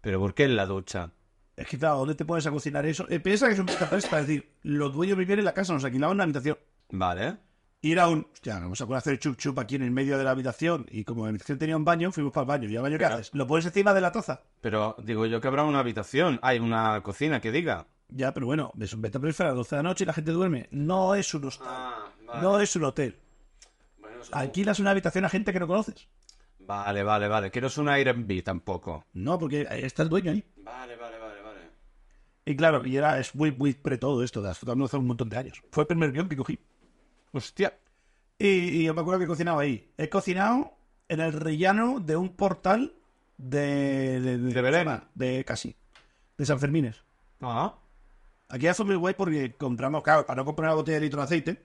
A: Pero ¿por qué en la ducha?
B: Es que claro, ¿dónde te pones a cocinar eso? Eh, piensa que es un bed and breakfast, para decir, los dueños vivían en la casa, nos alquilaban una habitación.
A: Vale.
B: Y era un, hostia, vamos a poner a hacer chup chup aquí en el medio de la habitación. Y como la habitación tenía un baño, fuimos para el baño. ¿Y al baño qué haces? ¿Lo pones encima de la taza?
A: Pero digo yo que habrá una habitación. Hay una cocina que diga.
B: Ya, pero bueno, es un beta a las 12 de la noche y la gente duerme. No es un hostal.
A: Ah,
B: No es un hotel. Alquilas una habitación a gente que no conoces.
A: Vale, vale, vale. Que no es un Airbnb tampoco.
B: No, porque está el dueño ahí.
A: Vale, vale, vale, vale.
B: Y claro, y era, es muy, muy pre todo esto, de las fotos hace un montón de años. Fue el primer guión que cogí.
A: Hostia.
B: Y, y yo me acuerdo que he cocinado ahí. He cocinado en el rellano de un portal de... De,
A: De Belén.
B: De casi. De San Fermines.
A: Ah.
B: Aquí ya fue muy guay porque eh, compramos, claro, para no comprar una botella de litro de aceite,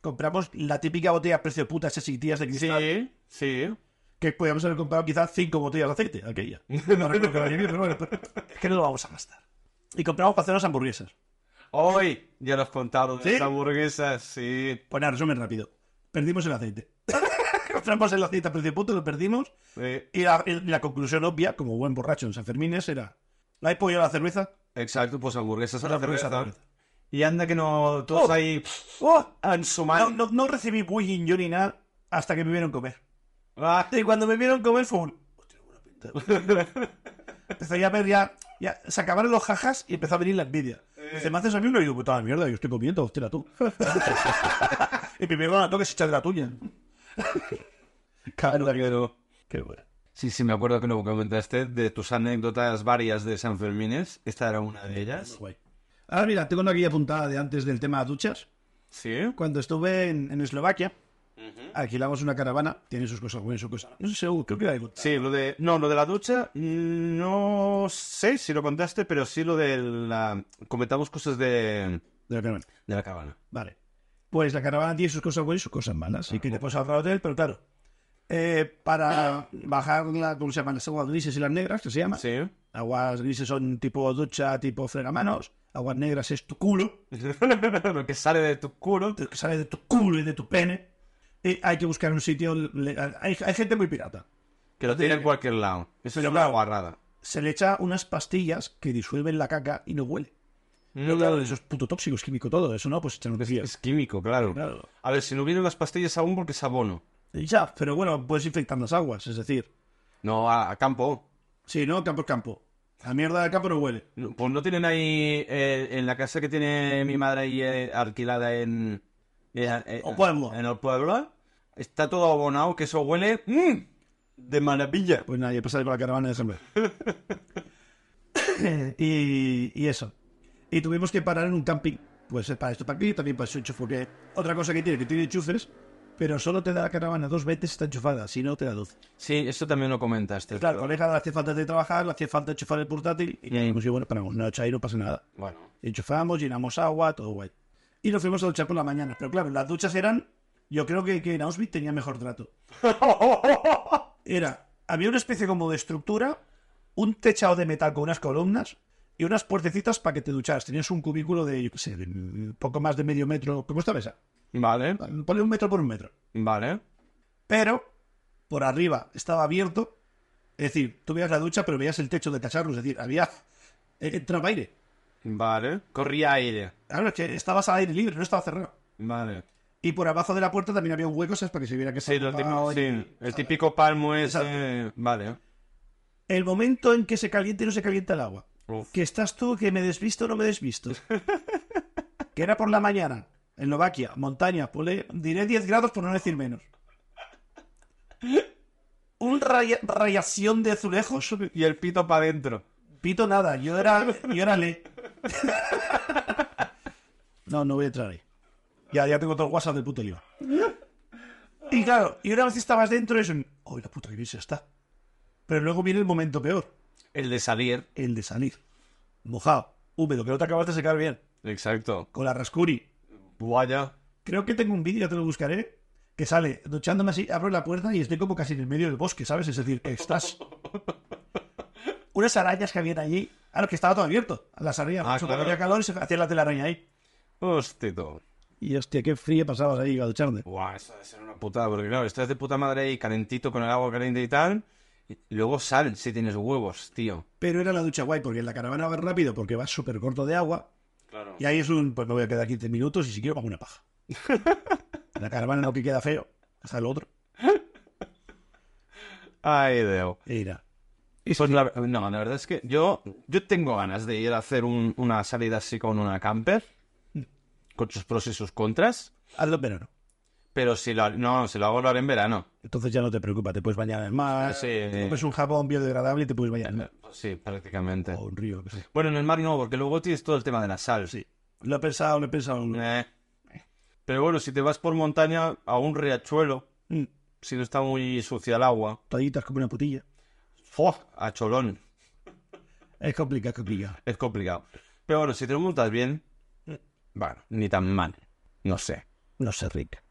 B: compramos la típica botella a precio de puta, esas chiquitillas de
A: Sí,
B: cristal.
A: sí.
B: que podíamos haber comprado quizás cinco botellas de aceite aquella. [laughs] No recuerdo que la llevé, pero bueno, pero es que no lo vamos a gastar. Y compramos para hacer las hamburguesas.
A: Hoy ya nos contaron de
B: ¿Sí?
A: las hamburguesas, sí.
B: Pues nada, resumen rápido. Perdimos el aceite. [laughs] compramos el aceite a precio de punto, lo perdimos.
A: Sí,
B: Y la, y la conclusión obvia, como buen borracho en San Fermines, era... ¿La hay pollo a la cerveza?
A: Exacto, pues hamburguesas a
B: La
A: la
B: cerveza,
A: cerveza.
B: cerveza.
A: Y anda que no todos
B: Oh.
A: ahí
B: ¡Oh!
A: en su
B: No,
A: mano.
B: no, no recibí bullying yo ni nada hasta que me vieron comer.
A: Ah,
B: Y cuando me vieron comer fue un... "Hostia, buena pinta". [laughs] Empezó ya a ver ya, ya... Se acabaron los jajas y empezó a venir la envidia. Dice, ¿me haces a mí uno? Y digo, puta la mierda, yo estoy comiendo, hostia, la tú. [laughs] y me pegó la toque se echa de la tuya. Claro, que no. Qué bueno.
A: Sí, sí, me acuerdo que lo comentaste de tus anécdotas varias de San Fermines. Esta era una de ellas.
B: Guay.
D: Ahora mira, tengo una guía apuntada de antes del tema duchas.
A: Sí.
B: Cuando estuve en, en Eslovaquia, alquilamos una caravana. Tiene sus cosas buenas, sus cosas... No sé, seguro, creo que la he contado.
A: Sí, lo de. No, lo de la ducha, mm, no sé si lo contaste, pero sí lo de la. Comentamos cosas de.
B: De la caravana.
A: de la cabana.
B: Vale. Pues la caravana tiene sus cosas buenas y sus cosas malas. Así que le puedes ahorrar hotel, pero claro. eh, para bajar la, ¿cómo se llaman? Las aguas grises y las negras, que se llama.
A: Sí.
B: Aguas grises son tipo ducha, tipo fregamanos. Aguas negras es tu culo,
A: [laughs] lo que sale de tu culo.
B: que sale de tu culo y de tu pene. Y hay que buscar un sitio. le- Hay, hay gente muy pirata.
A: Que lo tiene en cualquier lado. Eso es
B: Pero
A: una
B: claro.
A: guarrada.
B: Se le echa unas pastillas que disuelven la caca y no huele.
A: No,
B: Claro, eso es puto tóxico, es químico todo. Eso no, pues echan un
A: Es químico, claro.
B: Claro.
A: A ver, si no vienen las pastillas aún porque es abono.
B: Y Ya, pero bueno, puedes infectar las aguas. Es decir,
A: No, a, a campo.
B: si no, campo es campo. La mierda del campo no huele.
A: No, Pues no tienen ahí. eh, en la casa que tiene mi madre ahí eh, alquilada en. eh, eh,
B: O pueblo.
A: En el pueblo. Está todo abonado, que eso huele. mm, de maravilla.
B: Pues nadie pasaré con la caravana de Sembre. y, y eso. Y pues tuvimos que parar en un camping. Pues eh, para esto, para aquí, también para su enchufe. Porque otra cosa que tiene, que tiene enchufes, pero solo te da la caravana dos veces está enchufada, si no te da 12.
A: Sí, esto también lo comentaste.
B: Claro, colega, le hace falta de trabajar, le hace falta enchufar el portátil y
A: Y ahí-
B: dijimos, sí, bueno, paramos, no, ahí no pasa nada.
A: Bueno,
B: Enchufamos, llenamos agua, todo guay. Y nos fuimos a duchar por la mañana. Pero claro, las duchas eran. Yo creo que, que en Auschwitz tenía mejor trato. Era. Había una especie como de estructura, un techado de metal con unas columnas y unas puertecitas para que te ducharas. Tenías un cubículo de, yo qué sé, de poco más de medio metro. ¿Cómo estaba esa?
A: vale,
B: Ponle un metro por un metro.
A: vale.
B: Pero por arriba estaba abierto. Es decir, tú veías la ducha, pero veías el techo de cacharros. Es decir, había. eh, Entraba aire.
A: Vale. Corría aire.
B: Claro, es que estabas al aire libre, no estaba cerrado.
A: Vale.
B: Y por abajo de la puerta también había un hueco, ¿sabes? Para que se viera que
A: Sí,
B: se
A: los típicos-
B: ocupaba y-
A: sí, el típico palmo es... eh, Vale.
B: El momento en que se caliente no se calienta el agua.
A: Uf.
B: Que estás tú, que me desvisto no
A: [laughs]
B: me desvisto. que era por la mañana, en Novaquia, montaña, ponle- diré 10 grados por no decir menos. Un raya- rayación de azulejos.
A: Y el pito para adentro.
B: Pito nada, yo era, yo era le. No, no voy a entrar ahí. Ya, ya tengo todo el WhatsApp del puto lío. Y claro, y una vez estabas dentro es un... ¡Ay, la puta que bien se está! Pero luego viene el momento peor,
A: El de salir.
B: el de salir. Mojado, húmedo, que no te acabas de secar bien.
A: Exacto.
B: Con la rascuri.
A: Guaya.
B: Creo que tengo un vídeo, ya te lo buscaré, que sale duchándome así, abro la puerta y estoy como casi en el medio del bosque, ¿sabes? Es decir,
A: [laughs]
B: que estás... Unas arañas que habían allí. Ah, no, que estaba todo abierto. Las arañas.
A: Ah,
B: mucho cuando
A: claro.
B: había calor y se hacía la telaraña ahí.
A: Hostito.
B: Y hostia, qué frío pasabas ahí a ducharte.
A: Buah, eso debe ser una putada, porque claro, estás de puta madre ahí calentito con el agua caliente y tal. Y luego sal si tienes huevos, tío.
B: Pero era la ducha guay, porque en la caravana vas rápido, porque vas súper corto de agua.
A: Claro.
B: Y ahí es un, pues me voy a quedar 15 minutos y si quiero pago
A: [laughs]
B: una paja. En la caravana no que queda feo. Hasta el otro.
A: Ay, Deo.
B: Y era.
A: Pues la, no, la verdad es que yo, yo tengo ganas de ir a hacer un- una salida así con una camper, con sus pros y sus contras,
B: Hazlo en verano.
A: pero si lo, no, si lo hago lo haré en verano.
B: Entonces ya no te preocupa, te puedes bañar en el mar.
A: Sí.
B: te compras un jabón biodegradable y te puedes bañar en el mar.
A: Pues sí, prácticamente.
B: O un río, qué sé.
A: Bueno, en el mar no, porque luego tienes todo el tema de la sal.
B: Sí. Lo he pensado, lo he pensado.
A: Eh. Pero bueno, si te vas por montaña a un riachuelo,
B: Mm,
A: si no está muy sucia el agua,
B: Toallitas como una putilla.
A: ¡fua! a cholón.
B: Es complicado, es complicado.
A: Es complicado. Pero bueno, si te lo montas bien, bueno, ni tan mal. No sé.
B: No sé, Rick.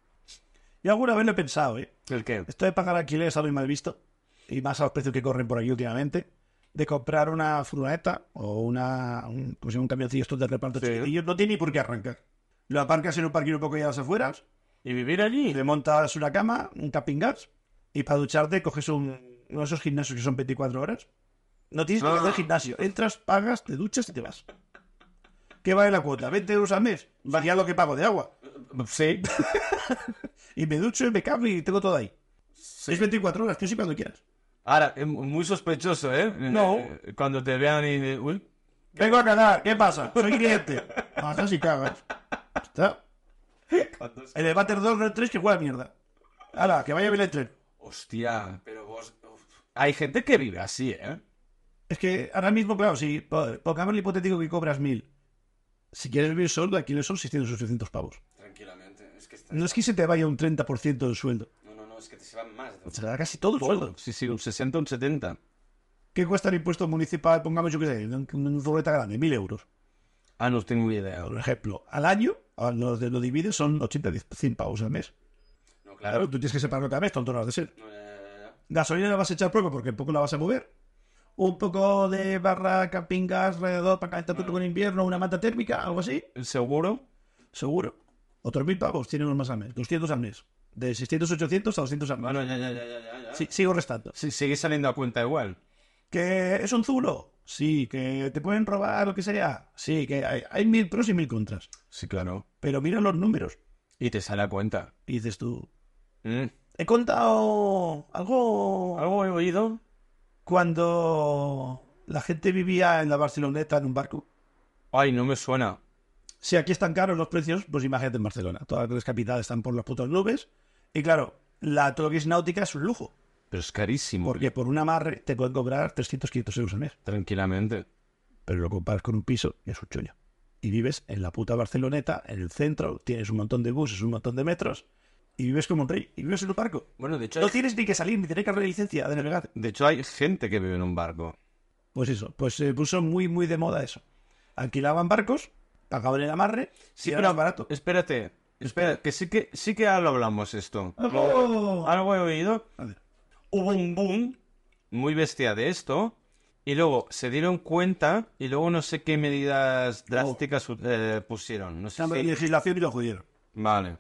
B: Yo alguna vez lo he pensado, ¿eh?
A: ¿El qué?
B: Esto de pagar alquiler es algo mal visto. Y más a los precios que corren por aquí últimamente. De comprar una furgoneta o una, un, ¿cómo se llama? un camioncillo estos de reparto
A: Sí.
B: chiquitillos. No tiene ni por qué arrancar. Lo aparcas en un parking un poco ya a las afueras.
A: ¿Y vivir allí?
B: Y le montas una cama, un camping gas. Y para ducharte coges un, uno de esos gimnasios que son 24 horas. No tienes que
A: Ah.
B: hacer gimnasio. Entras, pagas, te duchas y te vas. ¿Qué vale la cuota? ¿20 euros al mes? Varía lo que pago de agua.
A: Sí.
B: [laughs] Y me ducho y me cambio y tengo todo ahí. Es 24 horas, tú sí cuando quieras.
A: Ahora, es muy sospechoso, ¿eh?
B: No.
A: Eh, Cuando te vean y... eh, Uy.
B: Vengo a cagar, ¿qué pasa? [laughs] Soy cliente. Pasa si cagas. Está. En el Batter 2 Red 3 que juega mierda. Hala, que vaya bien el tren.
A: Hostia, pero vos... uf. Hay gente que vive así, ¿eh?
B: Es que ahora mismo, claro, si po- pongamos el hipotético que cobras 1000. Si quieres vivir solo, aquí le son 600 o 700 pavos.
A: Tranquilamente. Es que
B: No es que se te vaya un 30% del sueldo.
A: No, no, no, es que te se van más.
B: Se te da casi todo el sueldo.
A: Sí, sí, un 60, un 70.
B: ¿Qué cuesta el impuesto municipal? Pongamos, yo qué sé, un- una ruleta grande, 1000 euros.
A: Ah, no tengo idea.
B: Por ejemplo, al año, a- lo, lo divides, son 80, 10, 100 pavos al mes.
A: No,
B: Claro, tú tienes que separarlo cada mes, tonto no has de ser. Gasolina la vas a echar poco porque poco la vas a mover. Un poco de barra camping gas alrededor para calentar todo con invierno, una manta térmica, algo así,
A: ¿Seguro?
B: seguro. Otros mil pavos tenemos más al mes, 200 al mes. De 600, 800 a 200 al mes.
A: Bueno, ya, ya, ya, ya, ya. ya.
B: Sí, sigo restando.
A: Sí, sigue saliendo a cuenta igual.
B: ¿Que es un zulo? Sí. ¿Que te pueden robar lo que sea? Sí, que hay, hay mil pros y mil contras.
A: Sí, claro.
B: Pero mira los números.
A: Y te sale a cuenta.
B: Y dices tú,
A: Mm.
B: he contado algo...
A: ¿Algo he oído?
B: cuando la gente vivía en la Barceloneta en un barco.
A: Ay, no me suena.
B: Si aquí están caros los precios, pues imagínate en Barcelona. Todas las grandes capitales están por las putas nubes. Y claro, la, todo lo que es náutica es un lujo.
A: Pero es carísimo.
B: Porque por un amarre te pueden cobrar 300, 500 euros al mes.
A: Tranquilamente.
B: Pero lo comparas con un piso y es un chollo. Y vives en la puta Barceloneta, en el centro, tienes un montón de buses, un montón de metros. y vives como un rey y vives en un barco.
A: Bueno, de hecho,
B: No
A: hay,
B: tienes ni que salir ni tener carrera de licencia de navegar.
A: de hecho hay gente que vive en un barco.
B: Pues eso, pues se puso muy, muy de moda eso. Alquilaban barcos, pagaban el amarre, sí, era más barato.
A: Espérate, espera, que sí que sí que ahora lo hablamos esto.
B: Oh.
A: Algo he oído.
B: A ver.
A: Hubo un boom muy bestia de esto. Y luego se dieron cuenta y luego no sé qué medidas drásticas eh, pusieron. No sé
B: Estaban en
A: si...
B: legislación y lo jodieron.
A: Vale.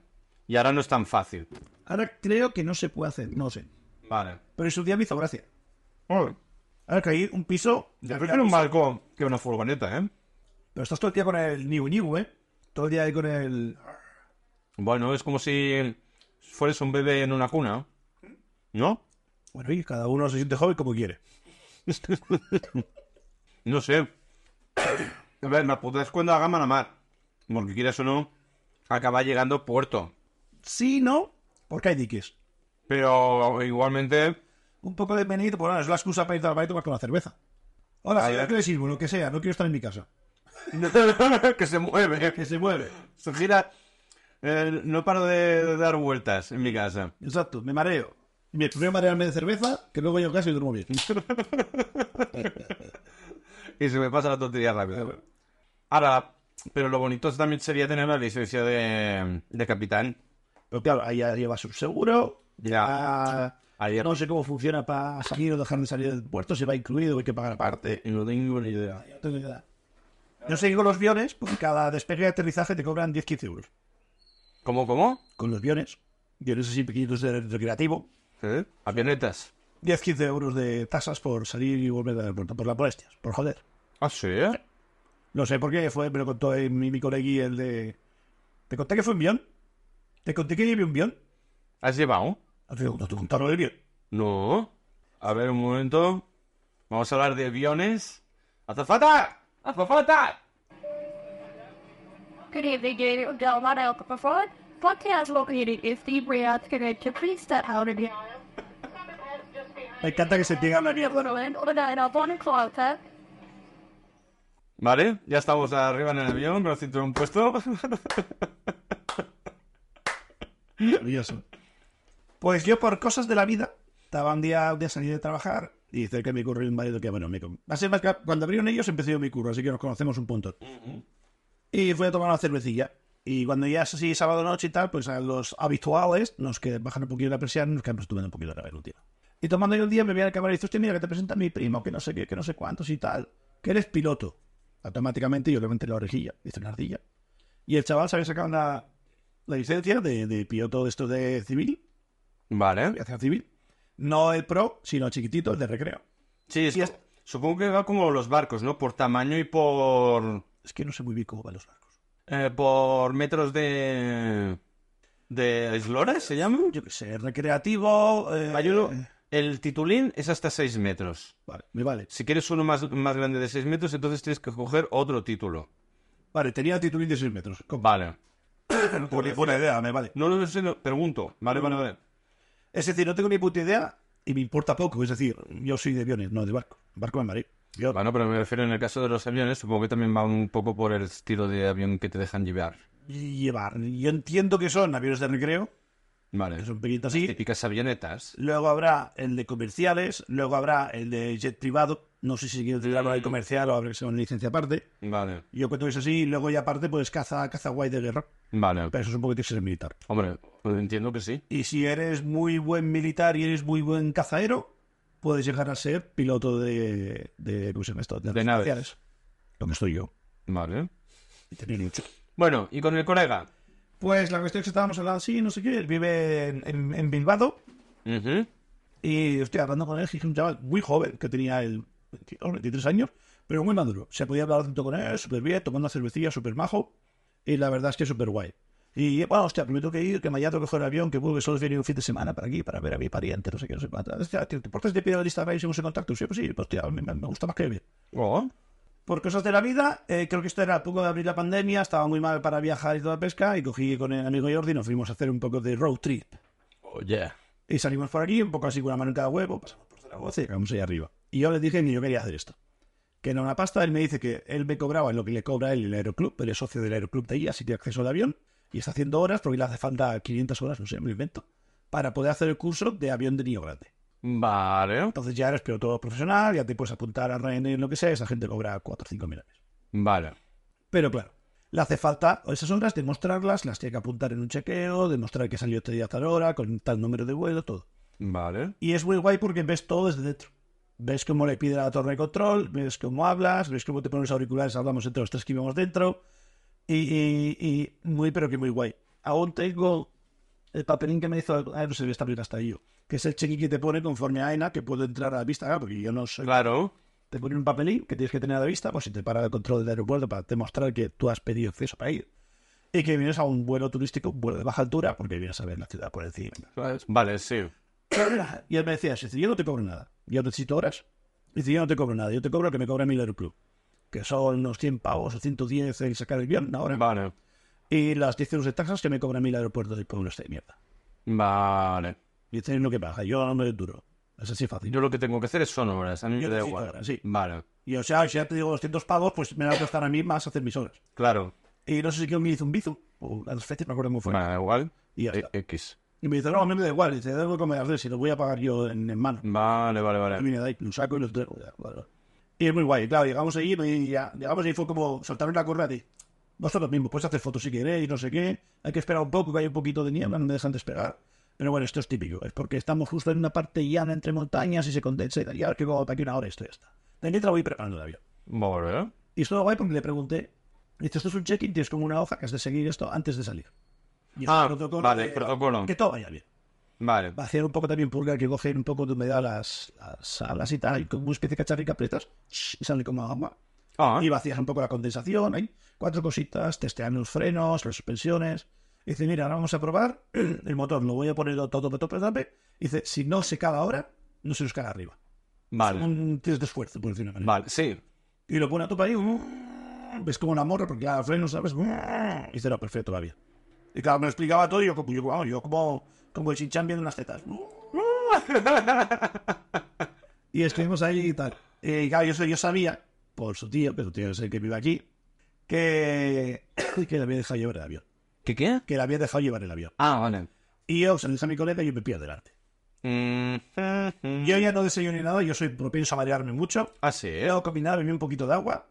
A: Y ahora no es tan fácil.
B: Ahora creo que no se puede hacer, no sé.
A: Vale.
B: Pero en su día me hizo gracia. Ahora que hay un piso.
A: Yo prefiero un barco que una furgoneta, ¿eh?
B: Pero estás todo el día con el New New, ¿eh? Todo el día ahí con el.
A: Bueno, es como si fueras un bebé en una cuna. ¿No?
B: Bueno, y cada uno se siente joven como quiere.
A: No sé. A ver, me apodrás cuando haga Manamar. Porque quieras o no, acaba llegando a puerto.
B: Sí, no, porque hay diques.
A: Pero igualmente, [laughs]
B: Un poco de menito, pues nada, es la excusa para ir al bar y tomar con la cerveza. Hola,
A: A
B: señora,
A: ver.
B: ¿qué le sirvo? Lo que sea, no quiero estar en mi casa.
A: que se mueve.
B: Que se mueve.
A: Se gira. Eh, no paro de, de dar vueltas en mi casa.
B: Exacto, me mareo. Y Me primero marearme de cerveza, que luego yo casi duermo bien.
A: Y se me pasa la tontería rápido. Ahora, pero lo bonito también sería tener la licencia de, de capitán.
B: Pero claro, ahí ya llevas un seguro.
A: Ya.
B: ah,
A: Ayer.
B: No sé cómo funciona para salir o dejar de salir del puerto, si va incluido, hay que pagar aparte.
A: No tengo ni idea.
B: No tengo ni idea. Yo sé que con los guiones, por cada despegue y aterrizaje te cobran 10-15 euros.
A: ¿Cómo, cómo?
B: Con los guiones, guiones así pequeñitos de recreativo,
A: ¿Eh? Avionetas.
B: 10-15 euros de tasas por salir y volver del puerto, por las molestias, por joder.
A: Ah, sí.
B: No sé por qué fue, me lo contó eh, mi, mi colegui el de. ¿Te conté que fue un guión? ¿Te conté que llevé un guión?
A: ¿Has llevado?
B: No te, no te contaron el guión.
A: No. A ver, un momento. Vamos a hablar de aviones. ¡Azafata! ¡Azafata!
E: Good evening, Jane Delmont Alka Performance. Podcast located in Steve Riyadh, connected to please step out of the aisle.
B: Me encanta que se diga una mierda. ¿no?
E: Berlin, on the night of one o'clock, huh?
A: Vale, ya estamos arriba en el avión con el cinturón puesto. [laughs]
B: Maravilloso. Pues yo, por cosas de la vida, estaba un día, un día salí de trabajar y cerca de mi curro hay un marido que, bueno, me con- va a ser más que- cuando abrieron ellos empecé yo mi curro, así que nos conocemos un punto. Y fui a tomar una cervecilla. Y cuando ya es así sábado noche y tal, pues a los habituales nos que bajan un poquito la presión, nos quedamos tomando un poquito la última. Y tomando yo el día me viene el camarero y dice, hostia, mira que te presenta mi primo, que no sé qué, que no sé cuántos y tal, que eres piloto. Automáticamente yo levanté la orejilla, hice una ardilla. Y el chaval se había sacado una, la licencia de, de piloto de esto de civil,
A: Vale.
B: aviación civil. No el pro, sino chiquitito, el de recreo.
A: Sí, es
B: Y
A: co-
B: es-
A: supongo que va como los barcos, ¿no? Por tamaño y por.
B: Es que no sé muy bien cómo van los barcos.
A: eh, por metros de. de eslora, se llama.
B: Yo qué sé, recreativo. eh,
A: Ayudo. El titulín es hasta 6 metros.
B: Vale, me vale.
A: Si quieres uno más, más grande de 6 metros, entonces tienes que coger otro título.
B: Vale, tenía titulín de 6 metros. Con-
A: Vale.
B: por- buena idea, me vale.
A: No lo sé, no- pregunto. Vale, vale, vale.
B: Es decir, no tengo ni puta idea y me importa poco. Es decir, yo soy de aviones, no de barco. Barco me mareo. Yo-
A: Bueno, pero me refiero en el caso de los aviones, supongo que también va un poco por el estilo de avión que te dejan llevar.
B: Llevar. Yo entiendo que son aviones de recreo,
A: Vale.
B: que son pequeñitos así.
A: Típicas avionetas.
B: Luego habrá el de comerciales, luego habrá el de jet privado. No sé si quiero tirarlo
A: Mm.
B: al comercial o habrá que ser una licencia aparte.
A: Vale.
B: Yo cuento que es así, y luego ya aparte, pues caza, caza guay de guerra.
A: Vale.
B: Pero eso es un poco que ser militar.
A: Hombre, pues entiendo que sí.
B: Y si eres muy buen militar y eres muy buen cazaero, puedes llegar a ser piloto de. de ¿Cómo se llama esto? De,
A: De
B: artes
A: naves.
B: marciales. Lo que estoy yo.
A: Vale.
B: Y tener mucho.
A: Bueno, y con el colega.
B: Pues la cuestión es que estábamos hablando así, no sé qué. Él vive en, en, en Bilbao.
A: Ujú.
B: Y estoy hablando con él, que es un chaval muy joven, que tenía el 22, 23 años, pero muy maduro. Se podía hablar tanto con él, súper bien, tomando una cervecilla, súper majo. Y la verdad es que súper guay. Y bueno, hostia, pero me tengo que ir, que mañana tengo que coger el avión, que puedo que solo viene un fin de semana para aquí, para ver a mi pariente, no sé qué, no sé cuánto. Hostia, ¿te te importa si te pido la lista para y seguimos en contacto? Sí, pues sí, pues, hostia, me, me gusta más que bien.
A: Oh.
B: Por cosas de la vida, eh, creo que esto era a poco de abrir la pandemia, estaba muy mal para viajar y toda la pesca, y cogí con el amigo Jordi y nos fuimos a hacer un poco de road trip.
A: Oye.
B: Y salimos por aquí, un poco así con una mano en cada huevo, pasamos por Zaragoza y llegamos ahí arriba. Y yo le dije que yo quería hacer esto. Que era una pasta, él me dice que él me cobraba lo que le cobra él en el aeroclub, él es socio del aeroclub de ahí, así tiene acceso al avión. y está haciendo horas, porque le hace falta 500 horas, no sé, me lo invento, para poder hacer el curso de avión de niño grande.
A: Vale,
B: Entonces ya eres piloto profesional, ya te puedes apuntar a Ryanair, lo que sea, esa gente cobra 4 o 5 mil euros.
A: vale.
B: Pero claro, le hace falta esas horas, demostrarlas, las tiene que apuntar en un chequeo, demostrar que salió este día a tal hora, con tal número de vuelo, todo.
A: Vale.
B: Y es muy guay porque ves todo desde dentro. Ves cómo le pide a la torre de control, ves cómo hablas, ves cómo te pones auriculares, hablamos entre los tres que íbamos dentro. Y, y- y muy, pero que muy guay. Aún tengo el papelín que me hizo, ah, no sé si esta película hasta yo, que es el cheque que te pone conforme a AENA, que puedo entrar a la vista, ah, porque yo no soy
A: Claro.
B: te ponen un papelín que tienes que tener a la vista, pues si te para el control del aeropuerto para demostrar que tú has pedido acceso para ir. Y que vienes a un vuelo turístico, un vuelo de baja altura, porque vienes a ver la ciudad por encima.
A: Vale, sí.
B: Y él me decía, si yo no te cobro nada, yo necesito horas. Y dice, yo no te cobro nada, yo te cobro lo que me cobra mi aeroclub, que son unos 100 pavos o 110 el sacar el avión, ahora.
A: Vale.
B: Y las 10 euros de taxas que me cobra mi aeropuerto del pueblo este de mierda.
A: Vale.
B: Y este es lo que paga, yo no me duro. Es así fácil.
A: Yo lo que tengo que hacer es son obras. A mí me
B: Yo
A: da
B: necesito
A: igual.
B: horas, sí.
A: Vale.
B: Y o sea, si ya te digo 200 pavos, pues me van a costar a mí más hacer mis horas.
A: Claro.
B: Y no sé si quiero me hizo un bizu, o las fechas, no me acuerdo cómo fue.
A: Me da igual.
B: Y ya
A: E-
B: está.
A: X.
B: Y me dice, no, a mí me da igual, dice, debo comer las dos y lo voy a pagar yo en, en mano.
A: Vale, vale,
B: Y
A: vale.
B: vine de ahí, lo saco y los traigo. ya, vale, vale. Y es muy guay, claro, llegamos ahí y ya, llegamos ahí fue como soltaron la correa de, vosotros mismos, puedes hacer fotos si queréis, no sé qué, hay que esperar un poco que hay un poquito de niebla, no me dejan de esperar. Pero bueno, esto es típico, es porque estamos justo en una parte llana entre montañas y se condensa y tal, y ahora que como para aquí una hora esto ya está. De letra voy preparando el avión.
A: Vale.
B: Y estuvo guay porque le pregunté, dice, esto es un check-in, tienes como una hoja que has de seguir esto antes de salir. Y es
A: Ah,
B: un protocolo
A: vale,
B: de-
A: protocolo.
B: Que todo vaya bien.
A: Vale.
B: Vaciar un poco también purga, que cogen un poco de humedad las, las alas y tal, y con una especie de cacharrica aprietas shh, y sale como agua.
A: Ah,
B: Y vacías un poco la condensación, hay cuatro cositas, testean los frenos, las suspensiones. Y dice, mira, ahora vamos a probar [clears throat] el motor, lo voy a poner a todo tope, tope, tope. Y dice, si no se caga ahora, no se nos caga arriba.
A: vale.
B: Un test de esfuerzo, por decirlo de una manera.
A: Vale, sí.
B: Y lo pone a tu ahí. uh, Ves como una morra, porque claro, freno, ¿sabes? uh, Y dice, no, perfecto, va bien. Y claro, me lo explicaba todo y yo, como- yo, como- yo como, como el chinchan viendo unas tetas. uh, Y estuvimos ahí y tal. Y claro, yo, soy- yo sabía, por su tío, que su tío es el que vive aquí, que, [coughs] que le había dejado llevar el avión.
A: ¿Qué qué?
B: Que le había dejado llevar el avión.
A: Ah, vale.
B: Y yo se lo dije a mi colega y yo me pillo delante.
A: Mm, mm, mm.
B: Yo ya no desayuné nada, yo soy propenso a marearme mucho.
A: Ah, sí. ¿eh?
B: Yo combinaba, bebí un poquito de agua.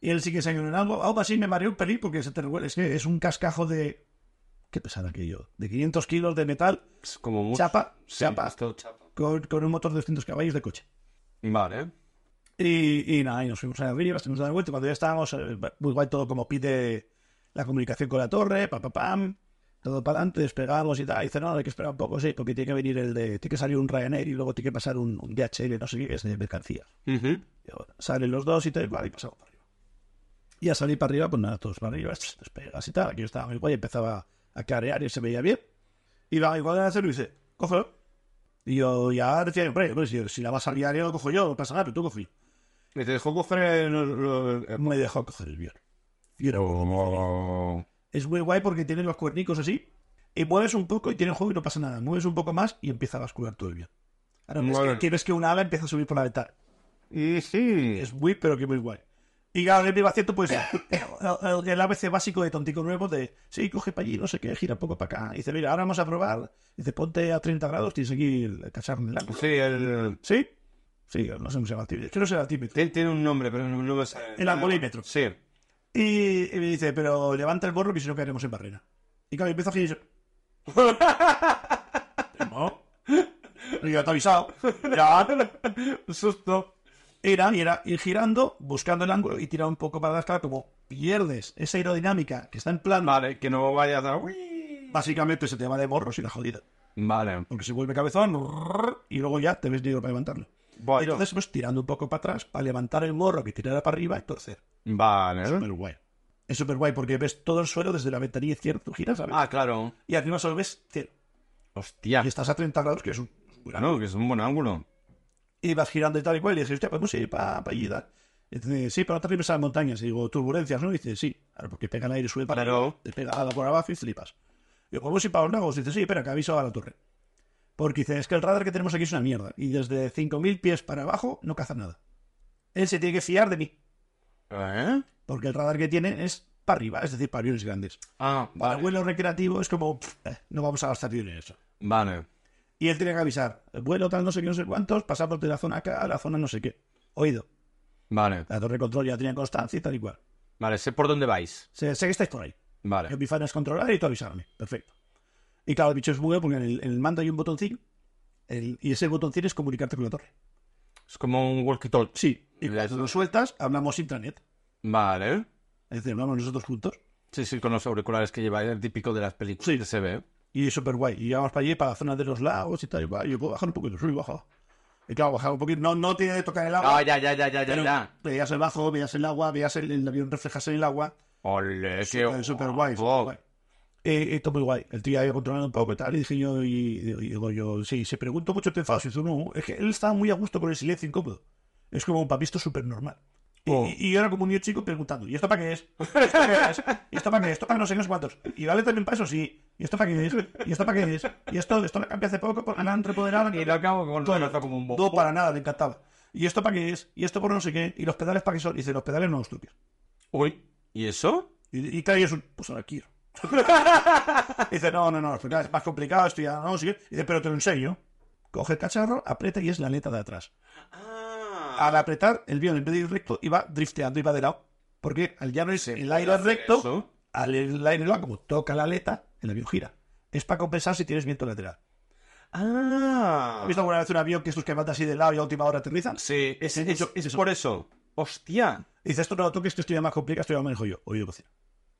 B: Y él sí que se ayunó en algo. Aún así me mareé un pelín porque se te revuelve. Es que es un cascajo de. ¿Qué pesar aquello? De 500 kilos de metal,
A: Es como mucho.
B: chapa,
A: Sí,
B: chapa,
A: es todo chapa.
B: con, con un motor de 200 caballos de coche.
A: Vale.
B: Y, y nada, y nos fuimos a arriba, estuvimos dando vuelta. Cuando ya estábamos, eh, muy guay todo como pide la comunicación con la torre, pa, pa, pam, todo para adelante, despegamos y tal. Y dice, no, hay que esperar un poco, sí, porque tiene que venir el de. Tiene que salir un Ryanair y luego tiene que pasar un, un DHL, no sé qué, que es de mercancías.
A: Ujú.
B: Y ahora salen los dos y te vale, y pasamos para arriba. Y al salir para arriba, pues nada, todos para arriba, tss, despegas y tal. Aquí yo estaba muy guay, empezaba a clarear y se veía bien. Y va igual a hacerlo y dice, cógelo. Y yo ya decía, hombre, hombre, si, si la vas a liar, yo lo cojo yo, no pasa nada, pero tú cogí.
A: Y te dejó coger el- lo- el-
B: Me dejó coger el avión. Y era como- Es muy guay porque tiene los cuernicos así. Y mueves un poco y tiene juego y no pasa nada. Mueves un poco más y empieza a bascular todo el avión. Ahora ves
A: Bueno.
B: que, que ves que una ala empieza a subir por la ventana.
A: Y sí.
B: Es muy, pero que muy guay. Y claro, en el primer asiento, pues, el, el ABC básico de tontico nuevo de, sí, coge para allí, no sé qué, gira un poco para acá. Y dice, mira, ahora vamos a probar. Dice, ponte a 30 grados, tienes aquí el cacharro en el ángulo.
A: Sí, el.
B: ¿Sí? Sí, no sé cómo se llama el tímido. Creo que se llama el tímido.
A: Tiene, tiene un nombre, pero no me sale.
B: El alcoholímetro.
A: Sí.
B: Y, y me dice, pero levanta el borro que si no caeremos en barrera. Y claro, empiezo a girar. [laughs] ¿No? Y yo te he avisado. Ya, susto. Era, y era ir girando, buscando el ángulo y tirar un poco para atrás. Claro, como pierdes esa aerodinámica que está en plan,
A: Vale, que no vaya a dar.
B: básicamente se te va de borros y la jodida.
A: Vale.
B: Porque se vuelve cabezón y luego ya te ves negro para levantarlo.
A: Bueno.
B: Entonces, pues tirando un poco para atrás para levantar el morro que tirara para arriba y torcer.
A: Vale. Ah,
B: Súper guay. Es súper guay porque ves todo el suelo desde la ventanilla izquierda, tú giras, ¿sabes?
A: Ah, claro.
B: Y arriba solo ves cero.
A: Hostia.
B: Y estás a 30 grados, que es un...
A: Bueno, que es un buen ángulo.
B: Y vas girando y tal y cual, y dices, hostia, pues podemos ir para allí y tal. Y dice, sí, pero no te arribes a las montañas. Y digo, turbulencias, ¿no? Y dice, sí. Claro, porque pega el aire, sube para
A: Claro.
B: arriba, te pega a la por abajo y flipas. Y digo, podemos ir para los lagos. Y dice, sí, espera, que aviso a la torre. Porque dice, es que el radar que tenemos aquí es una mierda. Y desde 5.000 pies para abajo no caza nada. Él se tiene que fiar de mí.
A: ¿Eh?
B: Porque el radar que tiene es para arriba, es decir, para aviones grandes.
A: Ah,
B: Para
A: vale.
B: vuelo recreativo es como, pff, eh, no vamos a gastar dinero en eso.
A: Vale.
B: Y él tiene que avisar, vuelo tal, no sé qué, no sé cuántos, pasamos de la zona acá a la zona no sé qué. Oído,
A: Vale.
B: la torre de control ya tenía constancia y tal y cual.
A: Vale, sé por dónde vais.
B: Sé, sé que estáis por ahí.
A: Vale.
B: Yo mi fan es controlar y tú avisarme. Perfecto. Y claro, el bicho es muy bueno porque en el, en el mando hay un botoncillo el- y ese botoncillo es comunicarte con la torre.
A: Es como un walkie-talkie.
B: Sí. Y
A: Las-
B: cuando lo sueltas, hablamos intranet.
A: Vale.
B: Es decir, hablamos nosotros juntos.
A: Sí, sí, con los auriculares que lleváis, el típico de las películas
B: Sí.
A: que se ve.
B: Y es súper guay. Y vamos para allí, para la zona de los lagos y tal. Y va, yo puedo bajar un poquito. Subí, baja. Y claro, bajar un poquito. No, no tiene que tocar el agua.
A: Ah, ya, ya, ya, ya,
B: Ah, pero Veías el bajo, veías el agua, veías el, el avión reflejarse en el agua.
A: Ole, qué
B: Súper, súper guay. súper guay. Eh, esto es muy guay. El tío había controlado un poco y tal. Y dije yo, y, y digo yo, sí, se preguntó mucho te enfadas. Y dice, no, es que él estaba muy a gusto con el silencio incómodo. Es como un papisto súper normal. Y,
A: Oh.
B: y- y yo era como un niño chico preguntando, ¿y esto para qué es? ¿Y esto para qué es? ¿Y esto para qué es? ¿Esto para no sé qué cuántos? ¿Y vale también para eso? Sí. ¿Y esto para qué es? ¿Y esto para qué es? ¿Y esto, esto lo cambié hace poco por la entrepoderada? que-
A: Y lo acabo con
B: Todo,
A: como un
B: todo para nada, le encantaba. ¿Y esto para qué es? ¿Y esto por no sé qué? ¿Y los pedales para qué son? Y dice, los pedales no los toques.
A: Uy, ¿y eso?
B: Y, y claro, yo es un. Pues
A: [laughs]
B: ahora quiero. dice, no, no, no, es más complicado, esto ya no, sí. Dice, pero te lo enseño. Coge el cacharro, aprieta y es la aleta de atrás.
A: Ah.
B: Al apretar, el avión en vez de ir recto, iba drifteando, iba de lado. Porque al ya no es el aire recto,
A: eso.
B: al el aire va como toca la aleta, el avión gira. Es para compensar si tienes viento lateral.
A: Ah.
B: ¿Has visto alguna vez un avión que estos que van así de lado y a última hora aterrizan?
A: Sí, es,
B: Es-
A: es-
B: es-
A: es
B: eso.
A: por eso. Hostia.
B: Dice, esto no lo toques, que esto ya es más complicado, esto ya me manejo yo. Oído cocina.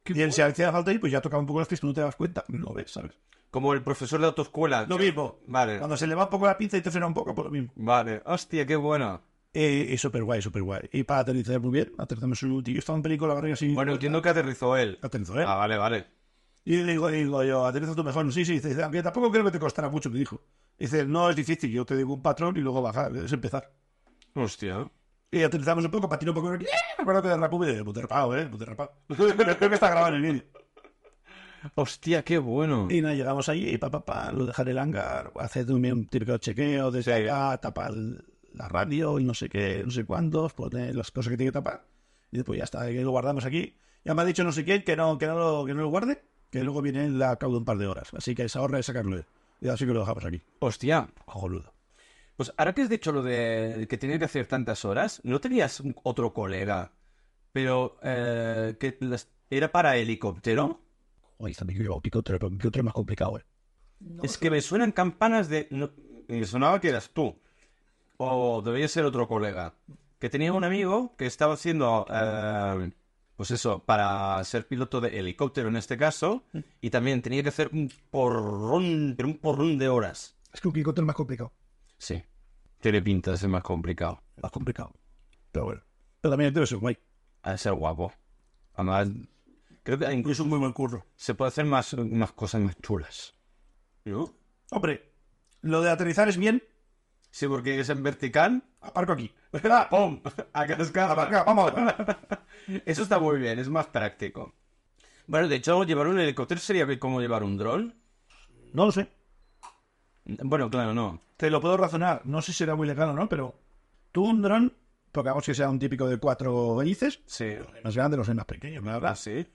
B: Y él, si hacía falta ir, pues ya tocaba un poco las pistas, no te das cuenta. No ves, ¿sabes?
A: Como el profesor de autoescuela.
B: Lo mismo.
A: Vale.
B: Cuando se le va un poco la pinza y te frena un poco, por lo mismo.
A: Vale. Hostia, qué bueno.
B: Eh, es súper guay, súper guay. Y para aterrizar muy bien, aterrizamos un tío. Estaba un pelín con la barriga así.
A: Bueno, entiendo que aterrizó él.
B: Aterrizó, ¿eh?
A: Ah, vale, vale.
B: Y le digo, le digo yo, aterriza tú mejor. Sí, sí, dice, aunque tampoco creo que te costará mucho, me dijo. Dice, no es difícil, yo te digo un patrón y luego bajar, es empezar.
A: Hostia.
B: Y aterrizamos un poco, patinó un poco. ¡eh! Recuerdo que derrapó, me dice, pues derrapado, ¿eh? Pues derrapado. [laughs] creo que está grabado en el vídeo.
A: Hostia, qué bueno.
B: Y nada, llegamos allí y pa, pa, pa, lo dejar el hangar, hacer un, un típico chequeo desde allá, tapar la radio y no sé qué, no sé cuántos, poner las cosas que tiene que tapar. Y después ya está, y lo guardamos aquí. Ya me ha dicho no sé quién que no, que no, lo, que no lo guarde, que luego viene él a cabo de un par de horas. Así que se ahorra de sacarlo él. Y así que lo dejamos aquí.
A: Hostia.
B: Cojonudo.
A: Pues ahora que has dicho lo de que tenía que hacer tantas horas, ¿no tenías un- otro colega? Pero eh, que las- era para helicóptero.
B: Oye, también que este lleva un picotero, pero un picotero más complicado, eh.
A: es que me suenan campanas de... no- me sonaba que eras tú. O debía ser otro colega. Que tenía un amigo que estaba haciendo... eh, pues eso, para ser piloto de helicóptero en este caso. Y también tenía que hacer un porrón, pero un porrón de horas.
D: Es que un picotero es más complicado.
A: Sí. Tiene pinta de ser más complicado.
B: Más complicado. Pero bueno. Pero también debe ser guay.
A: Ha de ser guapo. Además, creo que incluso
B: Es un muy buen curro.
A: se puede hacer más, más cosas más chulas. ¿No?
B: Hombre, lo de aterrizar es bien.
A: Sí, porque es en vertical. [laughs] Ah,
B: Aparco aquí. Espera,
A: ¡Pum! [laughs] A cascada.
B: aparca, vamos.
A: Eso está muy bien, es más práctico. Bueno, de hecho, llevar un helicóptero sería que como llevar un dron.
B: [laughs] No lo sé.
A: Bueno, claro, no.
B: Te lo puedo razonar. No sé si será muy legal o no, pero tú un dron, pongamos que sea un típico de cuatro hélices,
A: Sí. Ah,
B: más grande, los hay más pequeños, la verdad.
A: Así.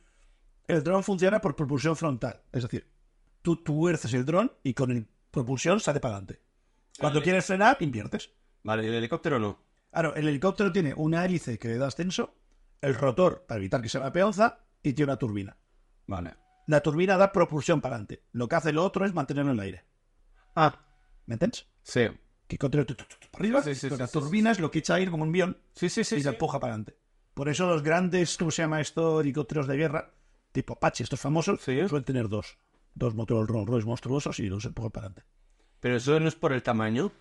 B: El dron funciona por propulsión frontal. Es decir, tú tuerces el dron y con el propulsión sale para adelante. Cuando quieres frenar, inviertes.
A: Vale, ¿y el helicóptero no.
B: Ahora, el helicóptero tiene una hélice que le da ascenso, el rotor para evitar que se la peonza y tiene una turbina.
A: Vale.
B: La turbina da propulsión para adelante. Lo que hace lo otro es mantenerlo en el aire.
A: Ah,
B: ¿Me entiendes?
A: sí.
B: Que contiene tu- tu- tu- tu- para arriba.
A: Sí, sí,
B: pero
A: sí,
B: la
A: sí, sí.
B: turbina es lo que echa aire como un guión
A: Sí, sí, sí.
B: y se empuja para adelante. Por eso los grandes, ¿cómo se llama esto? Helicópteros de guerra, tipo Apache, estos famosos,
A: Sí.
B: suelen tener dos. Dos motores Rolls Royce monstruosos y los empujan para adelante.
A: Pero eso no es por el tamaño.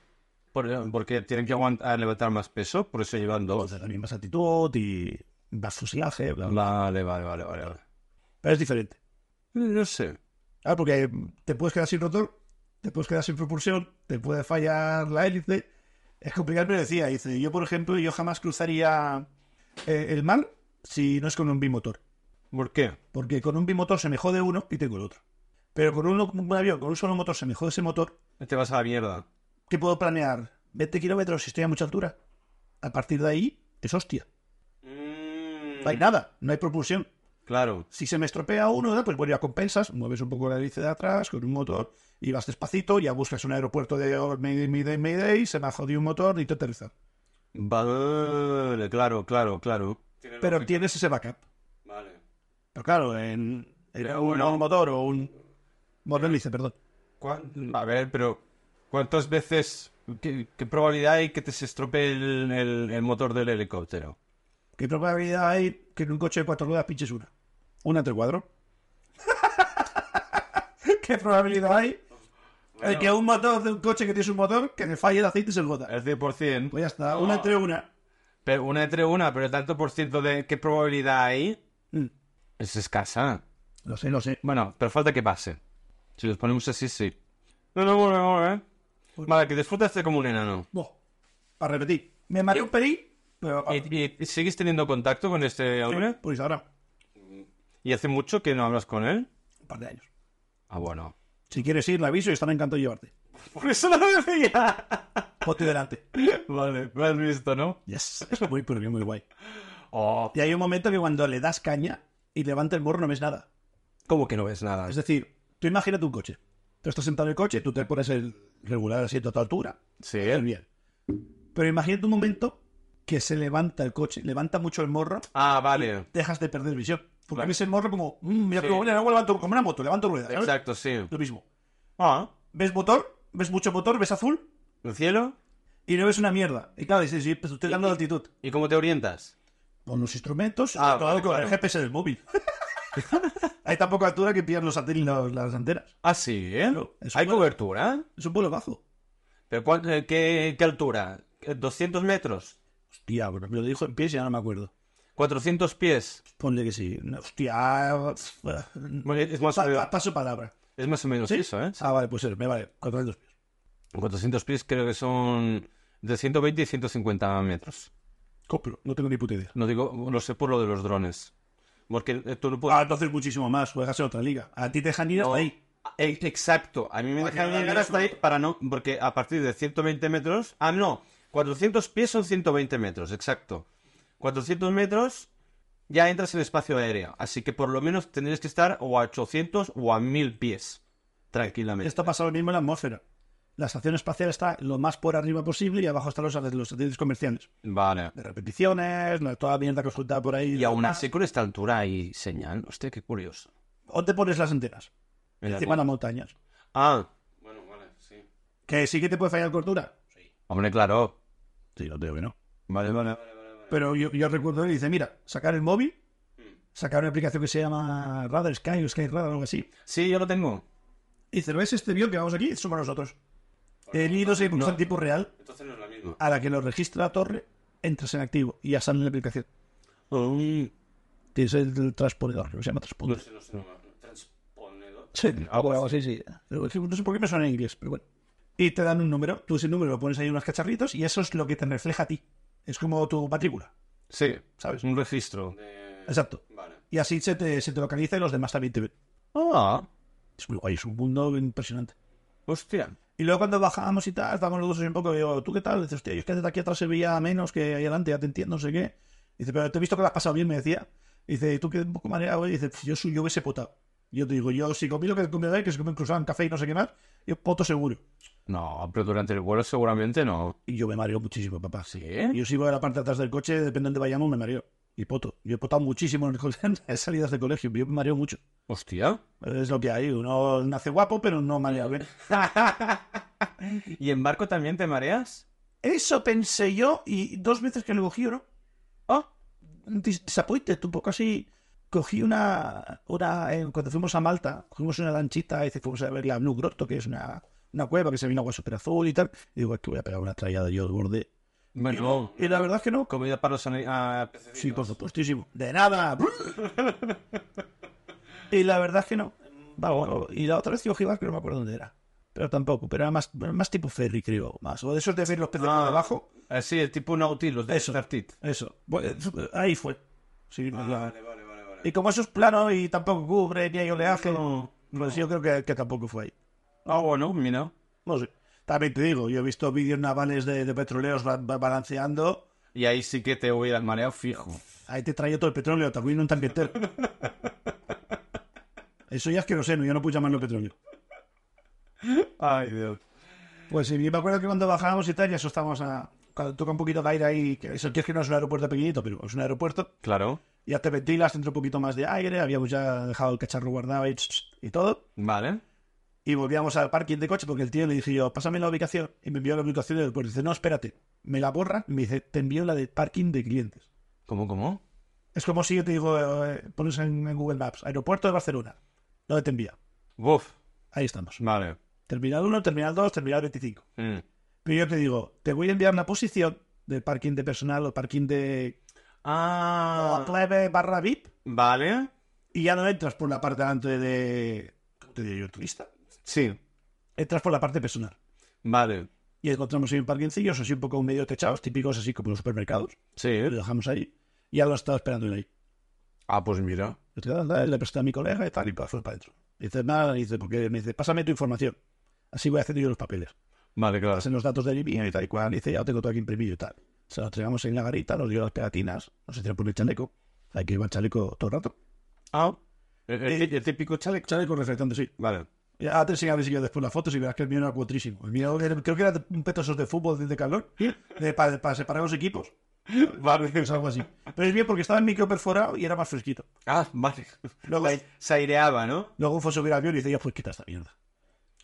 A: Por- porque tienen que aguantar, levantar más peso, por eso llevan dos.
B: Entonces, la misma actitud y más fusilaje, bla, bla.
A: Vale, vale, vale, vale. vale. Eh,
B: Pero es diferente.
A: No sé.
B: Ah, porque mm, te puedes quedar sin rotor, te puedes quedar sin propulsión, te puede fallar la hélice. Es complicado, pero decía, dice, yo por ejemplo, yo jamás cruzaría eh, el mar si no es con un bimotor.
A: ¿Por qué?
B: Porque con un bimotor se me jode uno y tengo el otro. Pero con un, un avión, con un solo motor, se me jode ese motor.
A: Te vas Este a la mierda.
B: ¿Qué puedo planear? 20 kilómetros si estoy a mucha altura. Mm. A partir de ahí, es hostia. No hay nada, no hay propulsión.
A: Claro.
B: Si se me estropea uno, ¿verdad? pues bueno, ya compensas, mueves un poco la hélice de atrás con un motor y vas despacito, ya buscas un aeropuerto de oh, Mayday, Mayday, Mayday, se me ha jodido un motor y te aterrizas.
A: Vale, claro, claro, claro.
B: Pero tienes ese backup.
A: Vale.
B: Pero claro, en, en un, un motor o un... Motor hélice, perdón.
A: ¿Cuán- A ver, pero ¿cuántas veces, qué, qué probabilidad hay que te se estropee el, el- el motor del helicóptero?
B: ¿Qué probabilidad hay que en un coche de cuatro ruedas pinches una? Una entre cuadro. [laughs] ¿Qué probabilidad hay de que un motor de un coche que tienes un motor que le falle el aceite y se gota?
A: El 100%.
B: Pues ya está, una entre una.
A: Pero una entre una, pero tanto por ciento de qué probabilidad hay
B: Mm.
A: es escasa.
B: Lo sé, lo sé.
A: Bueno, pero falta que pase. Si los ponemos así, sí. No, no, bueno, bueno, ¿eh? Vale, que disfrutas de como un enano.
B: Bo, a repetir. Me mareé un pelín, pero...
A: ¿Y, y- y sigues teniendo contacto con este hombre?
B: Pues ahora, un
A: ¿Y hace mucho que no hablas con él?
B: par de años.
A: Ah, bueno.
B: Si quieres ir, le aviso y estará encantado de llevarte.
A: Por eso no lo decía.
B: Ponte delante.
A: [laughs] Vale, lo has visto, ¿no?
B: Yes. Es muy, pero que muy guay.
A: Oh,
B: Y hay un momento que cuando le das caña y levanta el morro no ves nada.
A: ¿Cómo que no ves nada?
B: Es decir, tú imagínate un coche. Tú estás sentado en el coche, tú te pones el regular asiento a tu altura.
A: Sí,
B: Bien, bien. Pero imagínate un momento que se levanta el coche, levanta mucho el morro,
A: Ah, vale.
B: dejas de perder visión. Porque
A: Claro.
B: ves el morro como, "Mm, mira
A: Sí.
B: que bueno, ahora levanto como una moto, levanto ruedas. ¿sabes?
A: Exacto, sí.
B: Lo mismo.
A: Ah,
B: ¿Ves motor? ¿Ves mucho motor? ¿Ves azul?
A: ¿el cielo?
B: Y no ves una mierda. Y claro, dices, sí, pues estoy dando altitud.
A: ¿Y cómo te orientas?
B: Con los instrumentos,
A: Ah,
B: todo
A: vale,
B: con
A: claro.
B: el GPS del móvil. [laughs] Hay tan poca altura que pillan los satélites las- las antenas.
A: Ah, sí, ¿eh?
B: Claro, es
A: ¿Hay
B: bueno.
A: cobertura?
B: Es un vuelo bajo.
A: ¿Pero cuán- eh, qué, qué altura? ¿200 metros?
B: Hostia, bro, me lo dijo en pies y ya no me acuerdo.
A: ¿400 pies?
B: Ponle que sí. No, Hostia.
A: Bueno, es, más,
B: Pa- pa- paso palabra.
A: es más o menos
B: ¿Sí?
A: eso, ¿eh?
B: Ah, vale, pues eso, me vale. 400 pies.
A: 400 pies creo que son de 120 y 150 metros.
B: Compro, no tengo ni puta idea.
A: No digo, lo sé por lo de los drones. Porque eh, tú no puedes...
B: Ah, entonces muchísimo más, juegas en otra liga. A ti te dejan ir hasta ahí.
A: Eh, Exacto, a mí me dejan
B: no,
A: llegar
B: no,
A: hasta ahí para no, porque a partir de 120 metros, ah no, 400 pies son 120 metros, exacto. 400 metros ya entras en espacio aéreo, así que por lo menos tendrías que estar o a 800 o a 1000 pies, tranquilamente.
B: Esto pasa lo mismo en la atmósfera. La estación espacial está lo más por arriba posible y abajo están los, los satélites comerciales.
A: Vale.
B: De repeticiones, la- toda la mierda que os juntaba por ahí. Ah,
A: Y aún así con esta altura hay señal, hostia, qué curioso.
B: O te pones las antenas.
A: En la-
B: Encima de las montañas.
A: Ah,
B: Que sí que te puede fallar cortura.
A: hombre, claro.
B: Sí, no te digo que no.
A: Vale, vale.
B: Pero yo, yo recuerdo él y dice, mira, sacar el móvil, sacar una aplicación que se llama Radar Sky o Sky Radar o algo así.
A: Sí, yo lo tengo.
B: Y dice, ¿ves este avión que vamos aquí? Somos nosotros. El nido se puso en tiempo real,
A: Entonces no es la misma.
B: a la que lo registra la torre, entras en activo y ya sale la aplicación. Tienes el, el transpondedor, lo que se llama transpondedor. Sí, algo, algo así, sí. Pero, en fin, no sé por qué me suena en inglés, pero bueno. Y te dan un número, tú ese número lo pones ahí en unos cacharritos y eso es lo que te refleja a ti. Es como tu matrícula,
A: Sí,
B: ¿sabes?
A: un registro.
B: Exacto. Y así se te, se te localiza y los demás también te ven.
A: Ah,
B: Es muy guay, es un mundo impresionante.
A: hostia.
B: Y luego cuando bajamos y tal, estábamos los dos así un poco, digo, ¿tú qué tal? Dices, hostia, yo es que desde aquí atrás se veía menos que ahí adelante, ya te entiendo, no sé qué. Dice, pero te he visto que lo has pasado bien, me decía. Dice, ¿y tú qué poco manera, güey? Dice, "Pff, yo soy yo hubiese potado. Yo te digo, yo si comí lo que comí ahí, que se comen cruzado en café y no sé qué más, yo poto seguro.
A: No, pero durante el vuelo seguramente no.
B: Y yo me mareo muchísimo, papá.
A: ¿Sí?
B: Yo si voy a la parte de atrás del coche, depende de dónde vayamos, me mareo. Y poto. Yo he potado muchísimo en, el colegio, [laughs] en las salidas de colegio, yo me mareo mucho.
A: Hostia.
B: Es lo que hay, uno nace guapo, pero no marea bien.
A: [laughs] ¿Y en barco también te mareas?
B: Eso pensé yo y dos veces que lo cogí, ¿no? Ah, dis- disappointed un poco así. pues Cogí una, una eh, cuando fuimos a Malta, cogimos una lanchita y fuimos a ver la Blue Grotto, que es una, una cueva que se viene agua super azul y tal. Y digo, aquí voy a pegar una trallada yo al borde.
A: Bueno,
B: Y la verdad es que no.
A: comida para los ani- ah, pececitos.
B: Sí, por supuestísimo. De nada. y la verdad es que no. Va, bueno, y la otra vez que cogí barco, no me acuerdo dónde era. Pero tampoco, pero era más, más tipo ferry, creo. Más. O de esos de ver los peces por
A: Ah,
B: debajo.
A: eh, sí, el tipo Nautilus, de
B: Eso.
A: Startit.
B: Eso. Bueno, eh, ahí fue. Sí, la- Y como eso es plano y tampoco cubre ni hay oleaje, pues yo creo que, que tampoco fue ahí.
A: Ah, bueno, mira.
B: No sé. También te digo, yo he visto vídeos navales de, de petroleros ba- ba- balanceando.
A: Y ahí sí que te hubieras mareado fijo.
B: Ahí te traía todo el petróleo, te en un tanque entero. Eso ya es que no sé, no, yo no puedo llamarlo petróleo.
A: Ay, Dios.
B: Pues sí, yo me acuerdo que cuando bajábamos y tal, ya estábamos a. Cuando toca un poquito de aire ahí, que eso que es que no es un aeropuerto pequeñito, pero es un aeropuerto,
A: Claro.
B: ya te ventilas, entra un poquito más de aire, habíamos ya dejado el cacharro guardado y, y todo.
A: Vale.
B: Y volvíamos al parking de coche porque el tío le dije yo, pásame la ubicación. Y me envió la ubicación del aeropuerto. Dice, no, espérate. Me la borra y me dice, te envío la de parking de clientes.
A: ¿Cómo, cómo?
B: Es como si yo te digo, eh, pones en, en Google Maps, aeropuerto de Barcelona. ¿Dónde te envía?
A: Buf.
B: Ahí estamos.
A: Vale.
B: Terminal 1, terminal 2, terminal 25.
A: Mm.
B: Pero yo te digo, te voy a enviar una posición de parking de personal o parking de
A: Ah.
B: plebe barra VIP
A: Vale.
B: y ya no entras por la parte delante de... ¿Cómo te diría yo? ¿Turista?
A: Sí.
B: Entras por la parte personal.
A: Vale.
B: Y encontramos ahí un parkingcillos así un poco medio techados, típicos así como los supermercados. ¿eh?
A: Sí.
B: Lo dejamos ahí. Y ya lo estaba esperando él ahí.
A: Ah, pues mira.
B: Le dije, "Anda", Le presté a mi colega y tal, y pa- fue para adentro. Dice, nada, dice, porque me dice, pásame tu información. Así voy haciendo yo los papeles.
A: Vale, claro.
B: Hacen los datos del IBI y tal y cual. Dice, ya lo tengo todo aquí imprimido y tal. Se lo entregamos en la garita, nos dio las pegatinas, nos entró por el chaleco. Hay que llevar chaleco todo el rato.
A: Ah. El, el- el típico chaleco.
B: Chaleco reflectante, sí.
A: Vale.
B: Ya te enseñaré si yo después las fotos y verás que el mío era cuatrísimo. El mío era- creo que era de- un peto esos de fútbol de- de calor, de- para, para separar los equipos.
A: Vale.
B: Es algo así. Pero es bien porque estaba en micro perforado y era más fresquito.
A: Ah, vale. [laughs]
B: Luego,
A: Se- Se aireaba, ¿no?
B: luego fue a subir al avión y dice, ya pues quita esta mierda.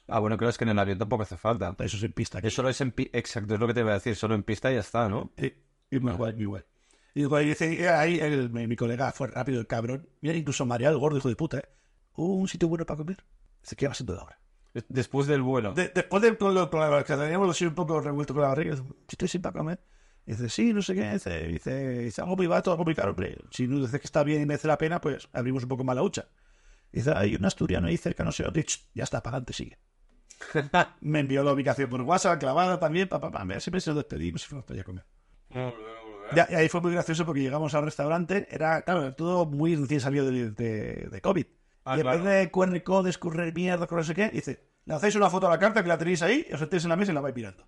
A: Ah, bueno, claro, es que en el avión tampoco hace falta.
B: Eso es en pista. aquí.
A: Es solo es en pi- Exacto, es lo que te iba a decir. Solo en pista y ya está, ¿no?
B: Sí, igual, igual, igual. Y cuando dice, eh, ahí el- mi, mi colega fue rápido, el cabrón. Mira, incluso mareado, el gordo, hijo de puta, ¿eh? Uh, un sitio bueno para comer. Se queda siendo de ahora.
A: Después del vuelo.
B: De- después de con lo, con la, que teníamos los un poco revuelto con la barriga, dice, estoy sin para comer. Y dice, sí, no sé qué. Dice, dice, dice, algo muy barato, algo muy caro. Hombre, si no dices que está bien y merece la pena, pues abrimos un poco más la hucha. Dice, hay un asturiano ahí cerca, no sé dónde. Ch, Ya está, para adelante, sigue. Me envió la ubicación por WhatsApp, clavada también, papá, papá. Siempre se nos despedimos y fuimos para allá a comer. Ya, y ahí fue muy gracioso porque llegamos al restaurante, era, claro, era todo muy recién salido de, de- de COVID.
A: Ah,
B: y en
A: claro.
B: vez de QR code, escurrir mierda, con no sé qué, dice, le hacéis una foto a la carta que la tenéis ahí, os sentéis en la mesa y la vais mirando.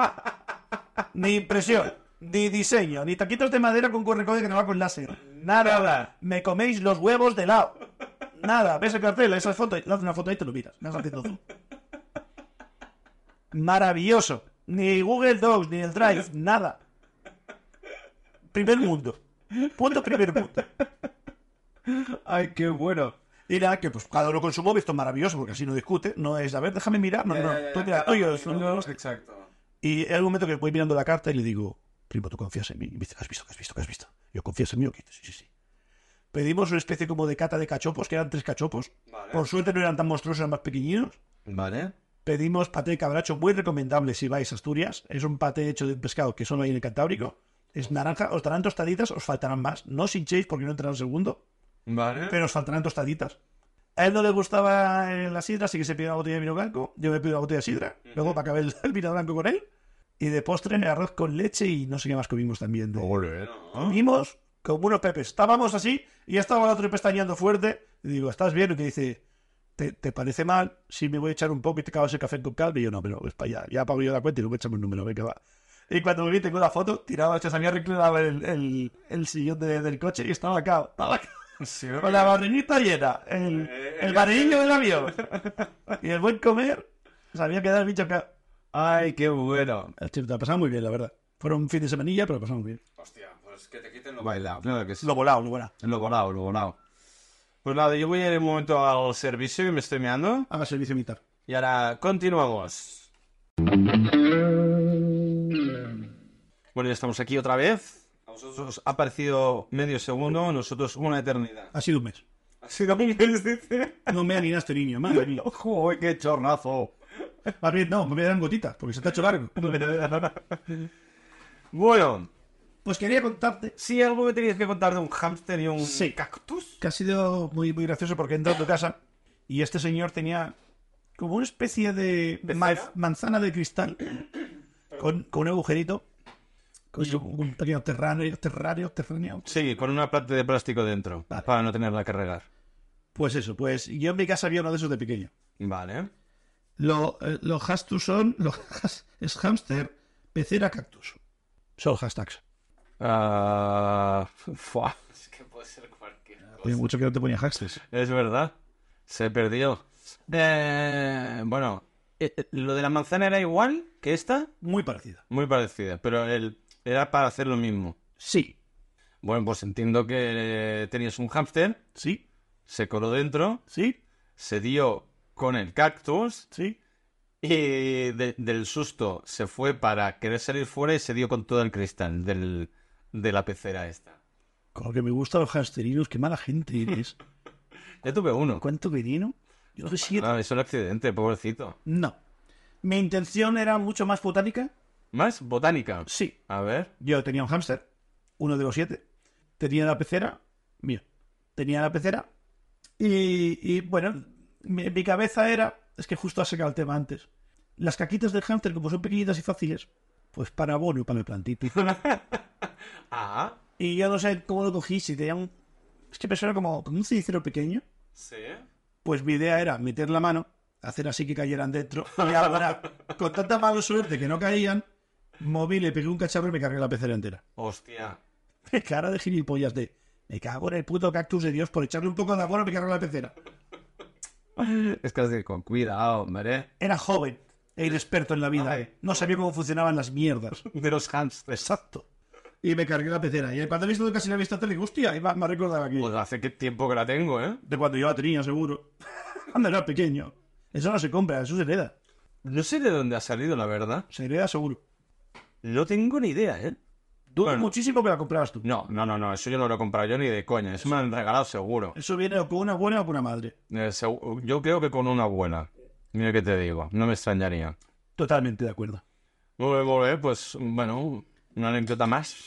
B: [laughs] ni impresión, ni diseño, ni taquitos de madera con QR code que no va con láser. Nada,
A: Nada.
B: me coméis los huevos de lado. Nada, ves el cartel, esa foto, le haces una foto ahí y te lo miras. Me has haciendo zoom. Maravilloso. Ni Google Docs, ni el Drive, nada. Primer mundo. Punto primer mundo.
A: Ay, qué bueno.
B: Y nada, que pues cada uno con su móvil, esto es maravilloso porque así no discute. No es, a ver, déjame mirar. No, no, tú mira el tuyo. es- no, no.
A: Exacto.
B: Y hay un momento que voy mirando la carta y le digo, primo, ¿tú confías en mí? Y me dice, ¿qué has visto? ¿Qué has visto? ¿Qué has visto? Yo, ¿confías en mí? o qué?". Sí, sí, sí. Pedimos una especie como de cata de cachopos, que eran tres cachopos. Por suerte no eran tan monstruosos, eran más pequeñinos.
A: Vale.
B: Pedimos paté de cabracho, muy recomendable si vais a Asturias. Es un paté hecho de un pescado que solo hay en el Cantábrico. Es naranja, os darán tostaditas, os faltarán más. No os hinchéis porque no entrará el segundo,
A: Vale.
B: pero os faltarán tostaditas. A él no le gustaba eh, la sidra, así que se pidió una botella de vino blanco. Yo me pido una botella de sidra, luego para acabar el, [laughs] el vino blanco con él. Y de postre, arroz con leche y no sé qué más comimos también.
A: Oh,
B: de- Ah.
A: [laughs]
B: Comimos como unos pepes. Estábamos así y estaba el otro pestañeando fuerte. Y digo, ¿estás bien? Y que dice, ¿te, te parece mal si me voy a echar un poco y te acabas el café con calma? Y yo, no, pero pues para allá. Ya pago yo la cuenta y luego echamos un número. Venga, va. Y cuando me vi, tengo la foto, tiraba, se había reclinado el, el, el sillón de- del coche y estaba acá. Estaba acá. Con la barriguita llena, el, el barrillo del avión y el buen comer, se había quedado el bicho acá.
A: Ay, qué bueno.
B: El chip, te ha pasado muy bien, la verdad. Fueron un fin de semanilla, pero lo pasamos bien.
A: Hostia, pues que te quiten lo bailado. Claro que sí.
B: Lo volado, lo volado.
A: Lo volado, lo volado. Pues nada, yo voy a ir un momento al servicio que me estoy meando.
B: Haga servicio militar.
A: Y ahora continuamos. Bueno, ya estamos aquí otra vez. A vosotros os ha parecido medio segundo, a nosotros una eternidad.
B: Ha sido un mes.
A: Ha sido un mes, dice.
B: No me ni este niño, madre [laughs] mía.
A: Joder, qué chornazo.
B: Más bien, no, me dan gotitas, porque se te ha hecho [laughs] largo.
A: Bueno,
B: Pues quería contarte
A: si algo que tenías que contar de un hámster y un
B: Sí.
A: cactus.
B: que ha sido muy, muy gracioso porque he entrado a tu casa y este señor tenía como una especie de ma- manzana de cristal con, con un agujerito. Con un pequeño terráneo, terráneo, terráneo.
A: Sí, con una plata de plástico dentro,
B: Vale.
A: para no tenerla que regar.
B: Pues eso, pues yo en mi casa había uno de esos de pequeño.
A: Vale.
D: Lo, eh, los
B: [laughs]
D: hashtags son. Los has- es hamster, pecera, cactus.
B: Son hashtags.
A: Ah, fua, es que puede ser cualquier cosa.
B: Oye, mucho que no te ponía hashtags.
A: Es verdad. Se perdió. Eh, bueno, eh, eh, lo de la manzana era igual que esta,
B: Muy parecida.
A: muy parecida, pero el, era para hacer lo mismo.
B: Sí.
A: Bueno, pues entiendo que eh, tenías un hámster,
B: Sí.
A: se coló dentro,
B: Sí.
A: se dio con el cactus
B: Sí.
A: y de- del susto se fue para querer salir fuera y se dio con todo el cristal del, de la pecera esta.
B: Con lo que me gustan los hasterinos, qué mala gente [laughs] eres.
A: Ya tuve uno.
B: ¿Cuánto veneno? Yo no sé.
A: Ah, es un accidente, pobrecito.
B: No. Mi intención era mucho más botánica.
A: ¿Más? Botánica.
B: Sí.
A: A ver.
B: Yo tenía un hámster, uno de los siete. Tenía la pecera, mira, tenía la pecera. Y, y, bueno, mi, mi cabeza era, es que justo has sacado el tema antes. Las caquitas del hámster, como son pequeñitas y fáciles, pues para abono y para el plantito.
A: Ah,
B: Y yo no sé cómo lo cogí, si tenía un. Es que pensaba como, como un cenicero pequeño.
A: sí.
B: Pues mi idea era meter la mano, hacer así que cayeran dentro. Y ahora, con tanta mala suerte que no caían, moví, le pegué un cacharro y me cargué la pecera entera.
A: Hostia.
B: cara de gilipollas de me cago en el puto cactus de Dios por echarle un poco de abono y me cargo en la pecera.
A: Es que así, con cuidado, hombre.
B: Era joven e inexperto en la vida. ¿eh?
A: Ay.
B: No sabía cómo funcionaban las mierdas.
A: De los hamsters.
B: Exacto. Y me cargué la pecera. Y cuando he visto casi la he visto hacer, digo, hostia, y me me ha recordado aquí.
A: Pues hace qué tiempo que la tengo, ¿eh?
B: De cuando yo la tenía, seguro. [laughs] Cuando era pequeño. Eso no se compra, eso se hereda.
A: No sé de dónde ha salido, la verdad.
B: Se hereda seguro.
A: No tengo ni idea, ¿eh?
B: Dudo
A: Bueno.
B: muchísimo que la comprabas tú.
A: No, no, no, no. Eso yo no lo he comprado yo ni de coña. Eso me lo han regalado seguro.
B: Eso viene o con una buena o con una madre.
A: Eh, segu- yo creo que con una buena. Mira que te digo. No me extrañaría.
B: Totalmente de acuerdo.
A: Muy bien, muy bien, Pues, bueno, una anécdota más.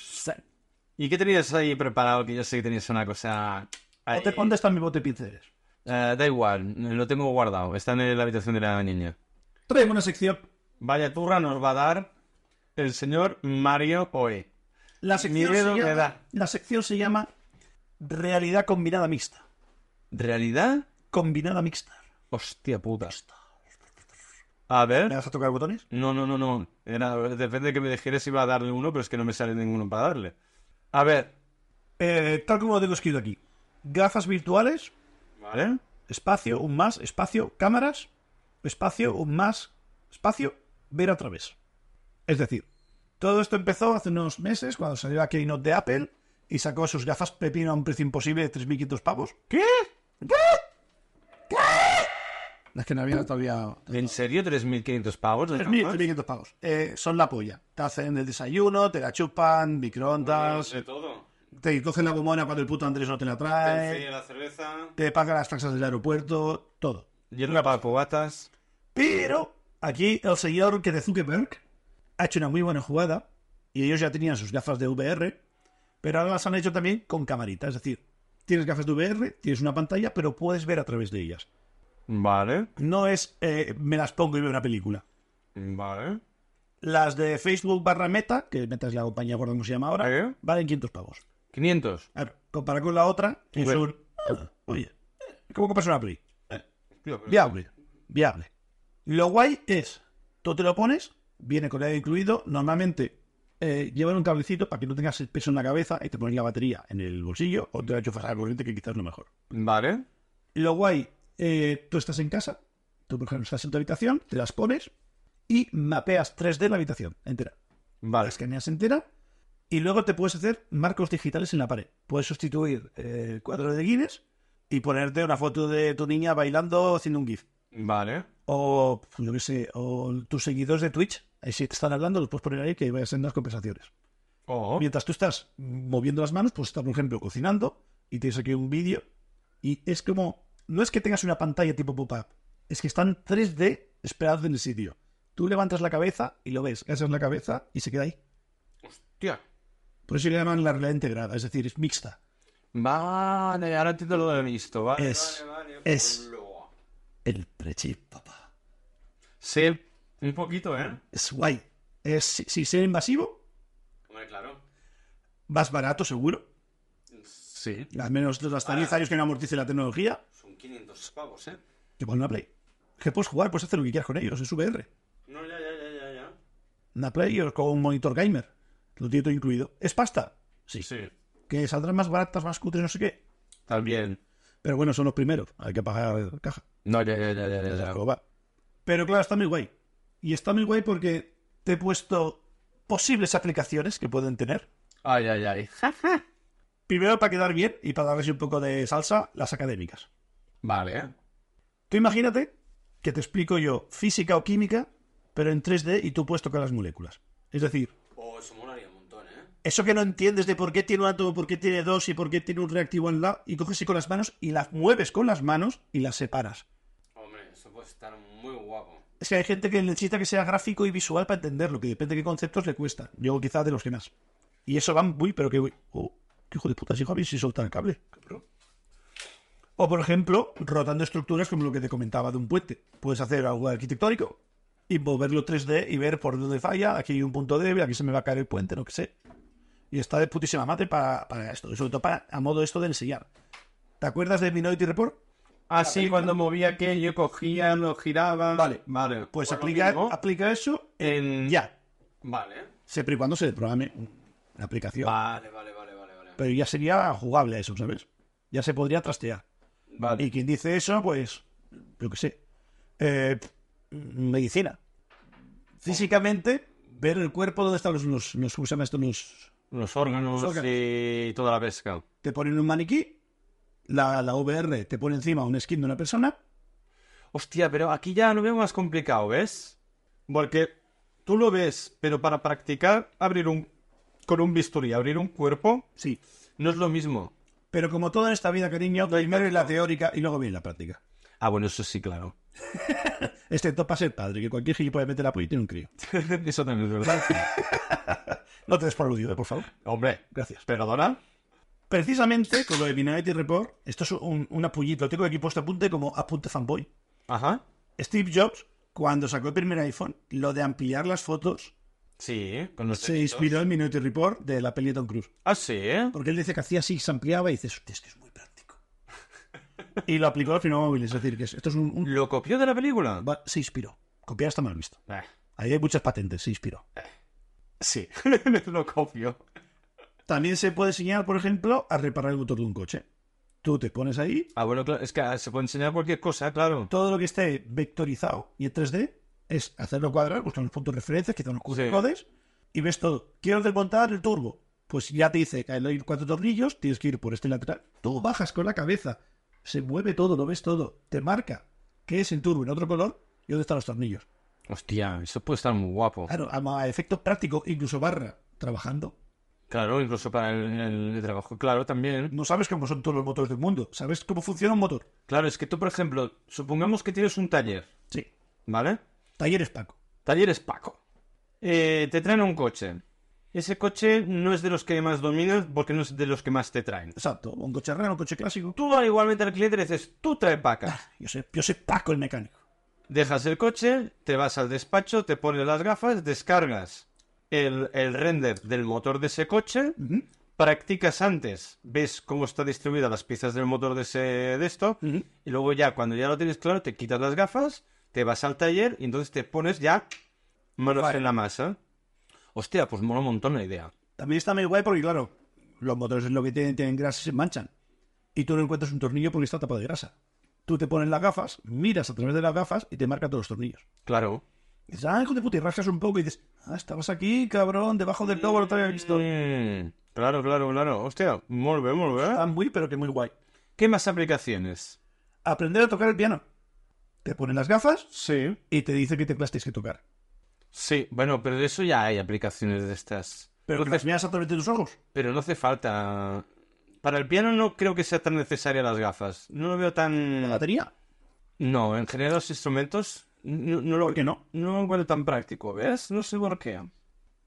A: ¿Y qué tenías ahí preparado? Que yo sé que tenías una cosa... ahí.
B: ¿Dónde- ¿Dónde está mi bote pizzeres?
A: Eh, da igual. Lo tengo guardado. Está en la habitación de la niña.
B: Traigo una sección.
A: Vaya turra nos va a dar el señor Mario Oe.
B: La
A: Ni
B: sección,
A: dedo
B: se
A: me
B: llama,
A: da.
B: la sección se llama Realidad combinada mixta.
A: ¿Realidad?
B: Combinada mixta.
A: Hostia puta. A
B: ¿Me
A: ver.
B: vas a tocar botones?
A: No, no, no, no. Era- depende de que me dijeras si iba a darle uno, pero es que no me sale ninguno para darle. A ver.
B: Eh, tal como lo tengo escrito aquí. Gafas virtuales,
A: ¿Vale?
B: espacio, un más, espacio, cámaras, espacio, un más, espacio, ver a través. Es decir, todo esto empezó hace unos meses cuando salió la Keynote de Apple y sacó sus gafas pepino a un precio imposible de 3.500 pavos. ¿Qué? ¿Qué? ¿Qué? Es que no había todavía
A: ¿En serio 3.500 pavos?
B: 3.500 pavos. Eh, son la polla. Te hacen el desayuno, te la chupan, microondas,
A: todo.
B: te cogen la bombona cuando el puto Andrés no te la trae,
A: la cerveza.
B: te pagan las taxas del aeropuerto, todo.
A: Yo no para cubatas.
B: Pero aquí el señor que de Zuckerberg ha hecho una muy buena jugada y ellos ya tenían sus gafas de VR, pero ahora las han hecho también con camarita. Es decir, tienes gafas de VR, tienes una pantalla, pero puedes ver a través de ellas.
A: Vale.
B: No es eh, me las pongo y veo una película.
A: Vale.
B: Las de Facebook barra Meta, que Meta es la compañía gorda como se llama ahora,
A: ¿Eh?
B: valen 500 pavos.
A: 500.
B: A ver, comparar con la otra, es
A: Bueno.
B: un... ah, Oye, ¿cómo compras una Play?
A: Tío, pero-
B: Viable, viable. Lo guay es, tú te lo pones, viene con el incluido, normalmente eh, llevan un cablecito para que no tengas el peso en la cabeza y te pones la batería en el bolsillo o te la enchufas a la corriente que quizás es lo mejor.
A: Vale.
B: Lo guay, eh, tú estás en casa, tú por ejemplo estás en tu habitación, te las pones y mapeas 3D la habitación entera. la
A: Vale.
B: escaneas entera y luego te puedes hacer marcos digitales en la pared. Puedes sustituir eh, el cuadro de Guinness y ponerte una foto de tu niña bailando haciendo un GIF.
A: Vale.
B: O, pues, yo qué sé, o tus seguidores de Twitch, ahí si te están hablando, los puedes poner ahí que vayas en las compensaciones.
A: Oh.
B: Mientras tú estás moviendo las manos, pues estás, por ejemplo, cocinando y tienes aquí un vídeo. Y es como, no es que tengas una pantalla tipo pop-up, es que están 3D esperados en el sitio. Tú levantas la cabeza y lo ves, gasas la cabeza y se queda ahí.
A: Hostia.
B: Por eso le llaman la realidad integrada, es decir, es mixta.
A: Vale, ahora entiendo lo de visto, vale.
B: Es-
A: vale, vale,
B: es.
A: culo.
B: El prechip, papá.
A: Sí, un poquito, ¿eh?
B: Es guay. Es, si, si ser invasivo,
A: Hombre, claro.
B: más barato, seguro.
A: Sí.
B: Al menos los hasta 10 años que no amortice la tecnología,
A: Son 500 pavos, ¿eh?
B: que pon una Play. Que puedes jugar, puedes hacer lo que quieras con ellos, es VR.
A: No, ya, ya, ya, ya, ya.
B: Una Play o con un monitor gamer. lo tiene todo incluido. Es pasta. Sí.
A: Sí,
B: Que saldrán más baratas, más cutres, no sé qué.
A: también.
B: Pero bueno, son los primeros. Hay que pagar caja.
A: No, ya, ya, ya, ya, ya, ya.
B: Pero va. Pero claro, está muy guay. Y está muy guay porque te he puesto posibles aplicaciones que pueden tener.
A: Ay, ay, ay.
B: Primero, para quedar bien y para darles un poco de salsa, las académicas.
A: Vale, ¿eh?
B: Tú imagínate que te explico yo física o química, pero en 3D y tú puedes tocar las moléculas. Es decir,
A: Oh, eso molaría un montón, ¿eh?
B: eso que no entiendes de por qué tiene un átomo, por qué tiene dos y por qué tiene un reactivo al lado, y coges y con las manos y las mueves con las manos y las separas.
A: Hombre, eso puede estar muy guapo.
B: Es que hay gente que necesita que sea gráfico y visual para entenderlo, que depende de qué conceptos le cuesta. Yo quizás de los que más. Y eso van muy, pero que... Oh, qué hijo de puta, si Javi, si soltar el cable. cabrón. O por ejemplo, rotando estructuras como lo que te comentaba de un puente. Puedes hacer algo arquitectónico y moverlo 3D y ver por dónde falla, aquí hay un punto débil, aquí se me va a caer el puente, no que sé. Y está de putísima madre para, para esto, y sobre todo para, a modo esto de enseñar. ¿Te acuerdas de Minority Report?
A: Así Ah, cuando movía aquello, cogía, lo giraba.
B: Vale.
A: vale.
B: Pues
A: Por lo
B: aplica,
A: mismo,
B: aplica eso
A: en.
B: ya.
A: Vale.
B: siempre y cuando se programe la aplicación.
A: Vale, vale, vale, vale. vale.
B: Pero ya sería jugable eso, ¿sabes? Ya se podría trastear.
A: Vale.
B: Y quien dice eso, pues, yo qué sé. Eh, medicina. Físicamente, ver el cuerpo donde están los, los, los- ¿cómo se llama esto? Los-
A: Los órganos,
B: Los órganos.
A: y toda la pesca.
B: te ponen un maniquí, la, la VR te pone encima un skin de una persona.
A: Hostia, pero aquí ya lo veo más complicado, ¿ves? Porque tú lo ves, pero para practicar abrir un... con un bisturí, abrir un cuerpo,
B: Sí.
A: no es lo mismo.
B: Pero como toda en esta vida, cariño, primero es la teórica y luego viene la práctica.
A: Ah, bueno, eso sí, claro. [laughs]
B: Excepto para ser padre, que cualquier gilipollas puede meter la pollita en un crío.
A: eso también es
B: [laughs]
A: verdad.
B: No te des por aludido, por favor.
A: Hombre,
B: Gracias.
A: perdona.
B: Precisamente con lo de Minority Report, esto es un, un apullito, lo tengo aquí puesto apunte como apunte fanboy.
A: Ajá.
B: Steve Jobs, cuando sacó el primer iPhone, lo de ampliar las fotos
A: Sí, con los
B: se inspiró en Minority Report de la peli de Tom Cruise.
A: Ah, sí, ¿eh?
B: Porque él decía que hacía así, se ampliaba y dices, "Hostia, es que es muy práctico. Y lo aplicó al primer móvil, es decir, que es- esto es un... un-
A: ¿Lo copió de la película?
B: va- se inspiró. Copiar está mal visto.
A: Eh,
B: Ahí hay muchas patentes, se inspiró.
A: sí, [laughs] lo copió.
B: También se puede enseñar, por ejemplo, a reparar el motor de un coche. Tú te pones ahí,
A: Ah, bueno, claro, es que se puede enseñar cualquier cosa, claro.
B: todo lo que esté vectorizado y en 3D es hacerlo cuadrar, buscar unos puntos de referencia, quitar unos
A: Sí.
B: codes y ves todo. Quiero desmontar el turbo. Pues ya te dice que hay ir cuatro tornillos, tienes que ir por este lateral. Tú bajas con la cabeza, se mueve todo, lo ves todo, te marca qué es el turbo en otro color y dónde están los tornillos.
A: Hostia, eso puede estar muy guapo.
B: Claro, a a efectos prácticos, incluso barra, trabajando.
A: Claro, incluso para el, el trabajo. Claro, también.
B: No sabes cómo son todos los motores del mundo, sabes cómo funciona un motor.
A: Claro, es que tú, por ejemplo, supongamos que tienes un taller,
B: Sí.
A: ¿vale?
B: Talleres Paco.
A: Taller es Paco. Eh, te traen un coche. Ese coche no es de los que más dominas porque no es de los que más te traen.
B: Exacto, un coche raro, un coche clásico.
A: Tú al igualmente al cliente le dices, tú trae
B: [laughs]
A: Paca.
B: Yo sé, yo sé Paco el mecánico.
A: Dejas el coche, te vas al despacho, te pones las gafas, descargas el, el render del motor de ese coche, practicas antes, ves cómo está distribuidas las piezas del motor de ese de esto, y luego ya cuando ya lo tienes claro, te quitas las gafas, te vas al taller y entonces te pones ya manos en la masa. Hostia, pues mola un montón la idea.
B: También está muy guay porque, claro, los motores es lo que tienen, tienen grasa y se manchan. Y tú no encuentras un tornillo porque está tapado de grasa. Tú te pones las gafas, miras a través de las gafas y te marca todos los tornillos.
A: Claro.
B: Y dices, ah, hijo de puta, y rascas un poco y dices, ah, estabas aquí, cabrón, debajo del todo lo te había visto.
A: Mm, claro, claro, claro. Hostia, muy bien, muy bien.
B: Está Ah, muy, pero que muy guay.
A: ¿Qué más aplicaciones?
B: Aprender a tocar el piano. Te ponen las gafas
A: Sí.
B: y te dice qué teclas tienes que tocar.
A: Sí, bueno, pero de eso ya hay aplicaciones de estas.
B: Pero que las miras a través de tus ojos.
A: Pero no hace falta. Para el piano no creo que sea tan necesaria las gafas. No lo veo
B: La
A: tan.
B: batería.
A: No, en general los instrumentos no, no lo
B: ¿Por qué no?
A: no lo encuentro tan práctico, ¿ves? No sé por qué.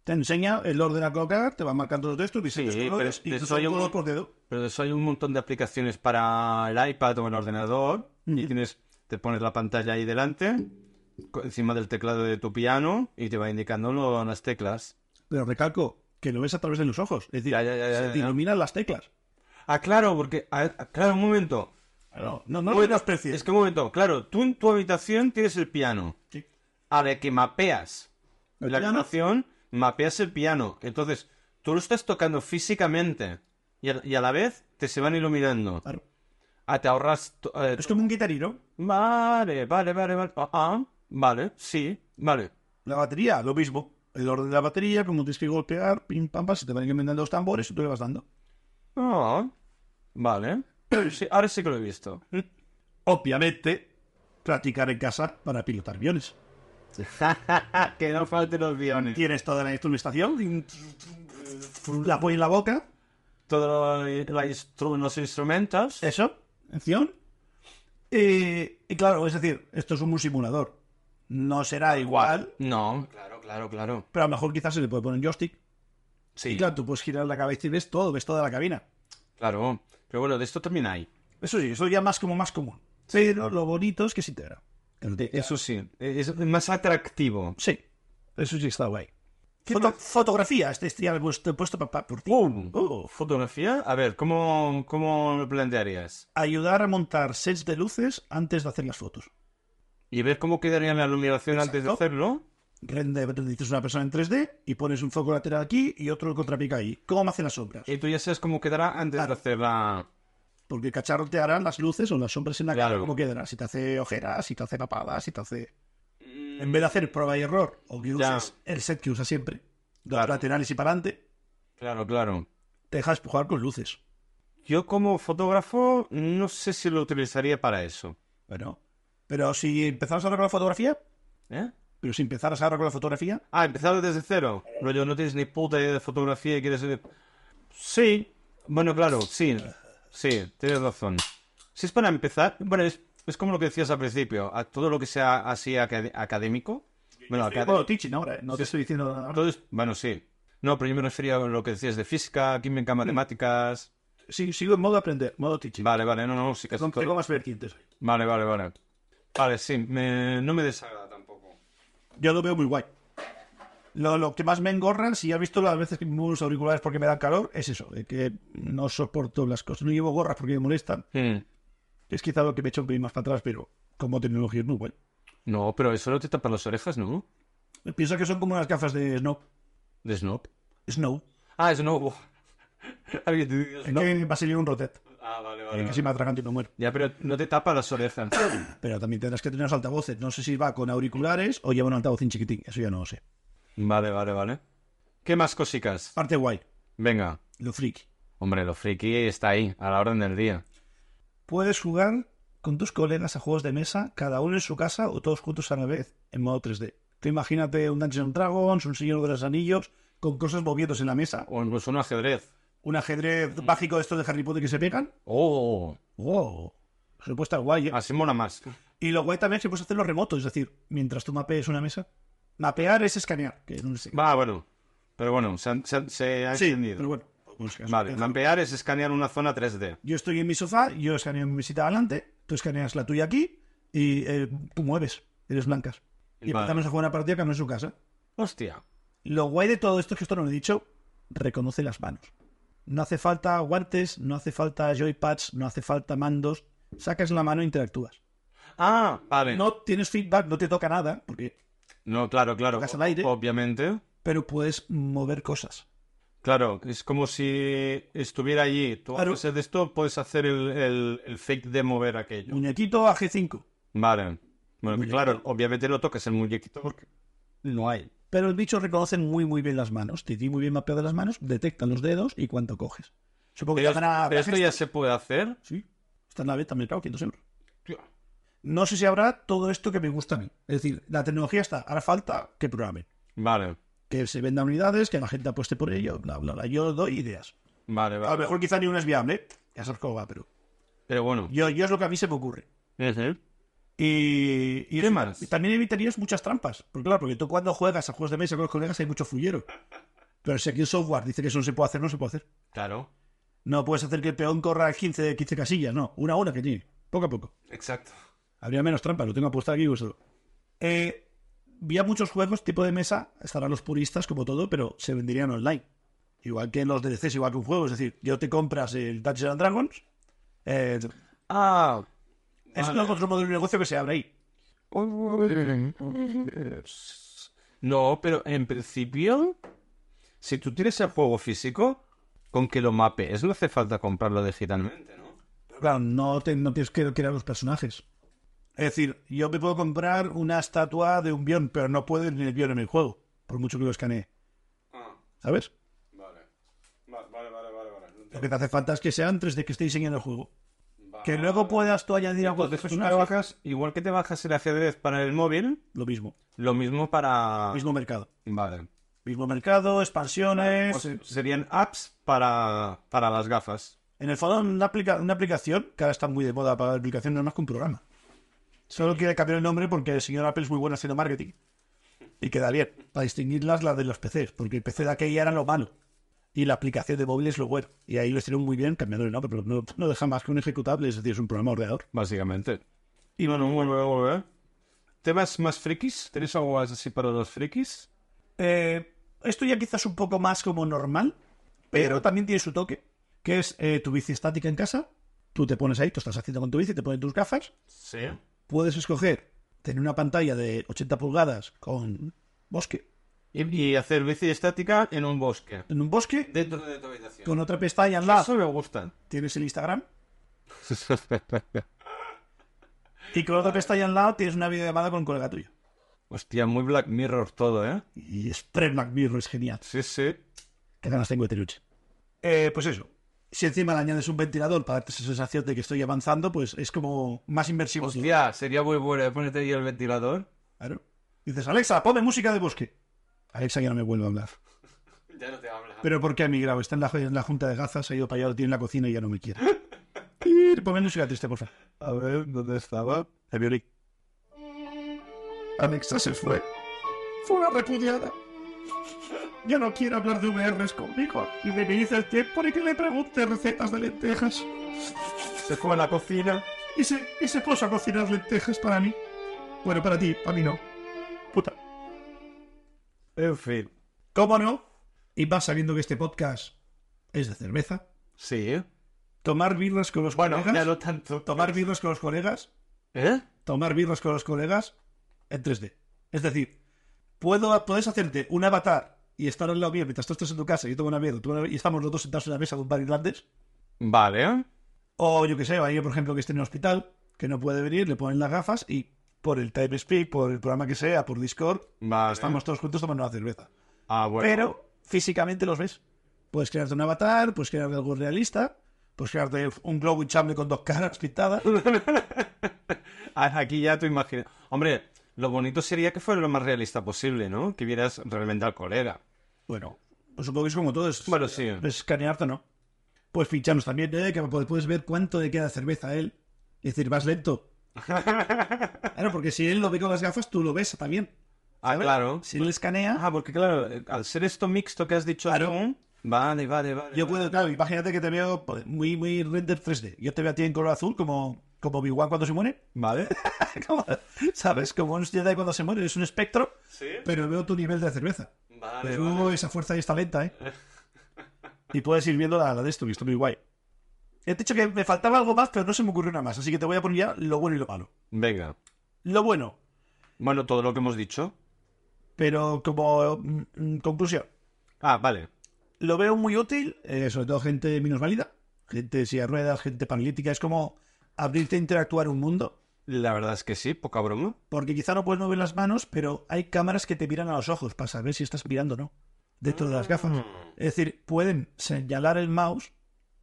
B: Te enseña el orden a colocar, te va marcando los textos, diseños,
A: Sí,
B: colores,
A: pero
B: y
A: eso hay un-
B: color por dedo.
A: Pero de eso hay un montón de aplicaciones para el iPad o el ordenador. Y tienes, te pones la pantalla ahí delante, co- encima del teclado de tu piano, y te va indicando lo- las teclas.
B: Pero recalco que lo ves a través de los ojos. Es decir,
A: Ya, ya, ya, ya,
B: se
A: ya.
B: te iluminan las teclas.
A: Ah, claro, porque. a ver, ah, claro, un momento.
B: No, no, no
A: Bueno,
B: menosprecies.
A: Es que un momento, claro, tú en tu habitación tienes el piano.
B: Sí.
A: A la que mapeas
B: ¿El
A: la
B: piano?
A: habitación, mapeas el piano. Entonces, tú lo estás tocando físicamente y a, y a la vez te se van iluminando.
B: Claro.
A: Ah, te ahorras... to- eh,
B: Es como un guitarrero.
A: Vale, vale, vale, vale. Ah, ah, vale, sí, vale.
B: La batería, lo mismo. El orden de la batería, como tienes que golpear, pim, pam, pam, se te van inventando los tambores y tú le vas dando.
A: Ah, vale. Sí, ahora sí que lo he visto.
B: Obviamente, practicar en casa para pilotar aviones.
A: Ah, que no falten los guiones.
B: Tienes toda la instrumentación, y un- la apoyo en la boca,
A: Todos los instrumentos.
B: eso, acción. Eh, y claro, es decir, esto es un simulador. No será igual,
A: No, claro, claro, claro.
B: pero a lo mejor quizás se le puede poner un joystick.
A: Sí,
B: Y claro, tú puedes girar la cabeza y ves todo, ves toda la cabina.
A: claro. Pero bueno, de esto también hay.
B: Eso sí, eso ya más como más común. Pero lo bonito es que se integra.
A: Eso sí, es más atractivo.
B: Sí, eso sí está guay.
A: ¿Qué
B: Foto-
A: tal?
B: fotografía, este este ya lo he puesto, he puesto pa- pa- por ti.
A: Oh, fotografía. A ver, ¿cómo, cómo lo plantearías?
B: Ayudar a montar sets de luces antes de hacer las fotos.
A: Y ver cómo quedaría la iluminación antes de
B: Exacto.
A: hacerlo.
B: Render, dices una persona en 3D y pones un foco lateral aquí y otro contrapica ahí. ¿Cómo me hacen las sombras?
A: Y tú ya sabes cómo quedará antes de
B: Claro.
A: hacer la...
B: Porque el cacharro te hará las luces o las sombras en la
A: Claro.
B: cara, ¿cómo quedará? Si te hace ojeras, si te hace papadas, si te hace... En vez de hacer prueba y error, o que
A: Ya.
B: uses el set que usa siempre, los
A: Claro.
B: laterales y para adelante,
A: Claro, claro.
B: te dejas jugar con luces.
A: Yo como fotógrafo no sé si lo utilizaría para eso.
B: Bueno, pero si empezamos ahora con la fotografía,
A: ¿Eh?
B: pero si empezaras ahora con la fotografía,
A: Ah, empezar desde cero. Rollo, no tienes ni puta idea de fotografía y quieres... Sí. Bueno, claro, sí. Sí, tienes razón. Si es para empezar... Bueno, es, es como lo que decías al principio. A todo lo que sea así acad- académico... Bueno, acad-
B: Bueno, teaching ahora, ¿eh? no te estoy diciendo nada.
A: todo es- Bueno, sí. No, pero yo me refería a lo que decías de física, química, matemáticas...
B: Sí, sigo en modo aprender, modo teaching.
A: Vale, vale, no, no, sí que es
B: Son-
A: todo-
B: Tengo más vertientes.
A: Vale, vale, vale. Vale, sí, me- no me desagrada tampoco.
B: Yo lo veo muy guay. Lo, lo que más me engorran, si has visto las veces que me pongo los auriculares porque me dan calor, es eso, de que no soporto las cosas. No llevo gorras porque me molestan. Es quizá lo que me echo un pelín más para atrás, pero como tecnología es muy bueno.
A: No, pero eso no te tapa las orejas, ¿no?
B: Pienso que son como unas gafas de Snow.
A: De Snoop.
B: Snow.
A: Ah, Snoop. [laughs] Había dicho
B: Es
A: Snoop.
B: que va a salir un rotet.
A: Ah, vale,
B: Eh, que
A: vale.
B: si me atraganto y no muero.
A: Ya, pero no te tapa las orejas.
B: Pero también tendrás que tener los altavoces. No sé si va con auriculares o lleva un altavoz en chiquitín. Eso ya no lo sé.
A: vale, vale, vale. ¿Qué más cositas?
B: Parte guay.
A: Venga.
B: Lo friki.
A: Hombre, lo friki está ahí, a la orden del día.
B: Puedes jugar con tus colegas a juegos de mesa, cada uno en su casa o todos juntos a la vez, en modo 3D. Tú imagínate un Dungeons and Dragons, un Señor de los Anillos, con cosas moviéndose en la mesa.
A: O incluso un ajedrez.
B: Un ajedrez mágico de estos de Harry Potter que se pegan.
A: Oh,
B: ¡Wow! Eso puede estar guay, ¿eh?
A: así mola más.
B: Y lo guay también es que puedes hacerlo remoto, es decir, mientras tú mapees una mesa. Mapear es escanear, que no sé.
A: Va, bueno. Pero bueno, se, han- se han- se ha
B: Sí,
A: entendido.
B: pero bueno. pues, en ese caso,
A: Vale,
B: déjalo.
A: lampear es escanear una zona 3D.
B: Yo estoy en mi sofá, yo escaneo mi visita adelante, tú escaneas la tuya aquí y eh, tú mueves, eres blancas. Y
A: Vale.
B: empezamos a jugar una partida que no es su casa.
A: Hostia.
B: Lo guay de todo esto es que esto no lo he dicho, reconoce las manos. No hace falta guantes, no hace falta joypads, no hace falta mandos. Sacas la mano e interactúas.
A: Ah, vale. No,
B: No tienes feedback, no te toca nada, porque,
A: claro, claro.
B: Tocas al aire.
A: Obviamente.
B: pero puedes mover cosas.
A: Claro, es como si estuviera allí. Tú
B: Claro.
A: haces de esto, puedes hacer el, el- el fake de mover aquello.
B: Muñequito a G5.
A: Vale. Bueno, claro, obviamente no tocas el muñequito porque no hay.
B: Pero los bichos reconocen muy muy bien las manos. Te di muy bien mapeado las manos, detectan los dedos y cuánto coges. Supongo que
A: Pero,
B: te habrá-
A: pero esto ya se puede hacer.
B: Sí. Está en la beta, me cago 500 euros. No sé si habrá todo esto que me gusta a mí. Es decir, la tecnología está. Ahora falta que programen.
A: Vale,
B: Que se vendan unidades, que la gente apueste por ello, bla, bla, bla. Yo doy ideas.
A: vale,
B: A lo
A: vale.
B: mejor quizá ni una es viable. ¿eh? Ya sabes cómo va, pero...
A: Pero bueno.
B: Yo, yo es lo que a mí se me ocurre.
A: Ujú.
B: Y, y
A: ¿Qué
B: eso,
A: más?
B: y también evitarías muchas trampas. Porque claro, porque tú cuando juegas a juegos de mesa con los colegas hay mucho fullero. Pero si aquí el software dice que eso no se puede hacer, no se puede hacer.
A: Claro.
B: No puedes hacer que el peón corra 15, 15 casillas, no. Una a una que tiene. Poco a poco.
A: Exacto.
B: Habría menos trampas, lo tengo apuestado aquí. Pues, eh, había muchos juegos tipo de mesa, estarán los puristas como todo, pero se venderían online. Igual que en los DLCs, igual que un juego. Es decir, yo te compras el Dungeons and Dragons. eh,
A: Ah.
B: es otro modelo de negocio que se abre ahí.
A: No, pero en principio si tú tienes el juego físico, con que lo mapees, no hace falta comprarlo digitalmente, ¿no?
B: Pero claro, no, te- no tienes que crear los personajes. Es decir, yo me puedo comprar una estatua de un Bion, pero no puedo ni el Bion en mi juego, por mucho que lo escanee.
A: Ah.
B: ¿Sabes?
A: Vale. Vale, vale, vale,
B: Lo que te hace falta es que sean 3D que esté diseñando el juego. Que luego puedas tú añadir algo
A: Pues
B: de
A: de esos bajas, igual que te bajas el ajedrez para el móvil,
B: Lo mismo.
A: lo mismo para...
B: Mismo mercado.
A: Pues Vale.
B: Mismo mercado, expansiones. eh,
A: Pues serían apps para, para las gafas.
B: En el fondo, una, aplica- una aplicación que ahora está muy de moda para la aplicación, no es más que un programa. Solo quiere cambiar el nombre porque el señor Apple es muy bueno haciendo marketing. Y queda bien, para distinguirlas las de los PCs, porque el PC de aquella era lo malo. Y la aplicación de móvil es lo bueno. Y ahí lo hicieron muy bien cambiando el nombre, pero no, no deja más que un ejecutable, es decir, es un programa ordenador.
A: Básicamente. Y bueno, vuelve, vuelve. ¿Temas más frikis? ¿Tenéis algo así para los frikis?
B: Eh, esto ya quizás un poco más como normal, pero también tiene su toque, que es eh, tu bici estática en casa. Tú te pones ahí, tú estás haciendo con tu bici, te pones tus gafas,
A: Sí.
B: puedes escoger tener una pantalla de 80 pulgadas con bosque,
A: Y, y hacer bici estática en un bosque.
B: en un bosque,
A: Dentro de tu habitación.
B: con otra pestaña al lado
A: Eso me [laughs] gusta.
B: tienes el Instagram y con otra pestaña al lado tienes una videollamada con un colega tuyo.
A: Hostia, muy Black Mirror todo, ¿eh?
B: Y es tres Black Mirror, es genial.
A: Sí, sí.
B: Qué ganas tengo de Teruche. Eh, pues eso. Si encima le añades un ventilador para darte esa sensación de que estoy avanzando, pues es como más inmersivo.
A: Hostia, sería muy bueno ¿eh? ponerte ahí el ventilador.
B: Claro. Dices, Alexa, ponme música de bosque. Alexa ya no me vuelve a hablar.
A: Ya no te habla.
B: Pero ¿por qué ha migrado? Está en la, en la junta de gazas, se ha ido para allá, lo tiene en la cocina y ya no me [laughs] quiere. Ponme música triste, por favor.
A: A ver, ¿dónde estaba?
B: El violín.
D: Alexa se fue. Fue una repudiada. Ya no quiere hablar de VRs conmigo. Y me dice el tiempo y que le pregunte recetas de lentejas.
A: Se fue a la cocina.
D: Y se, y se puso a cocinar lentejas para mí. Bueno, para ti, para mí no. Puta.
A: En fin.
B: ¿Cómo no? Y vas sabiendo que este podcast es de cerveza.
A: Sí.
B: Tomar birras con los colegas.
A: ya no tanto.
B: Tomar birras con los colegas.
A: ¿Eh?
B: Tomar birras con los colegas en 3D. Es decir, puedo, puedes hacerte un avatar y estar al lado mío mientras tú estás en tu casa y yo tomo una birra tú una- y estamos los dos sentados en la mesa de un bar irlandés.
A: Vale.
B: O yo que sé, alguien, por ejemplo, que esté en el hospital, que no puede venir, le ponen las gafas y por el Time Speak, por el programa que sea, por Discord,
A: Vale.
B: estamos todos juntos tomando una cerveza.
A: Ah, bueno.
B: pero físicamente los ves. Puedes crearte un avatar, puedes crearte algo realista, puedes crearte un globo hinchable con dos caras pintadas.
A: Ah, Aquí ya tú imaginas. Hombre, lo bonito sería que fuera lo más realista posible, ¿no? Que vieras realmente al colega.
B: Bueno, pues supongo que es como todo. Es,
A: Bueno, sí.
B: es escanearte, ¿no? Pues pincharnos también, ¿eh? que pu- puedes ver cuánto le queda de cerveza a él. Es decir, vas
A: [laughs]
B: lento. Claro, porque si él lo ve con las gafas, tú lo ves también.
A: Ah, claro.
B: Si él escanea,
A: Ah, porque claro, eh, al ser esto mixto que has dicho tú, Vale, vale, vale.
B: yo puedo, claro, imagínate que te veo pues, muy, muy render 3D. Yo te veo a ti en color azul, como, como Obi-Wan cuando se muere. [laughs]
A: Vale.
B: Como- ¿Sabes? Como un Jedi cuando se muere, es un espectro,
A: [laughs] Sí.
B: pero veo tu nivel de cerveza.
A: Vale,
B: Pues, uh, esa fuerza ahí está
A: [laughs]
B: lenta, ¿eh? Y puedes ir viendo la, la de esto, que está muy guay. He dicho que me faltaba algo más, pero no se me ocurrió nada más, así que te voy a poner ya lo bueno y lo malo.
A: Venga.
B: Lo bueno,
A: Bueno, todo lo que hemos dicho.
B: pero como mm, mm, conclusión,
A: Ah, vale.
B: lo veo muy útil, eh, sobre todo gente menos válida, gente de silla de ruedas, gente paralítica, es como abrirte a interactuar un mundo,
A: La verdad es que sí, poca broma.
B: porque quizá no puedes mover las manos, pero hay cámaras que te miran a los ojos para saber si estás mirando o no, dentro de las gafas.
A: Mm.
B: Es decir, pueden señalar el mouse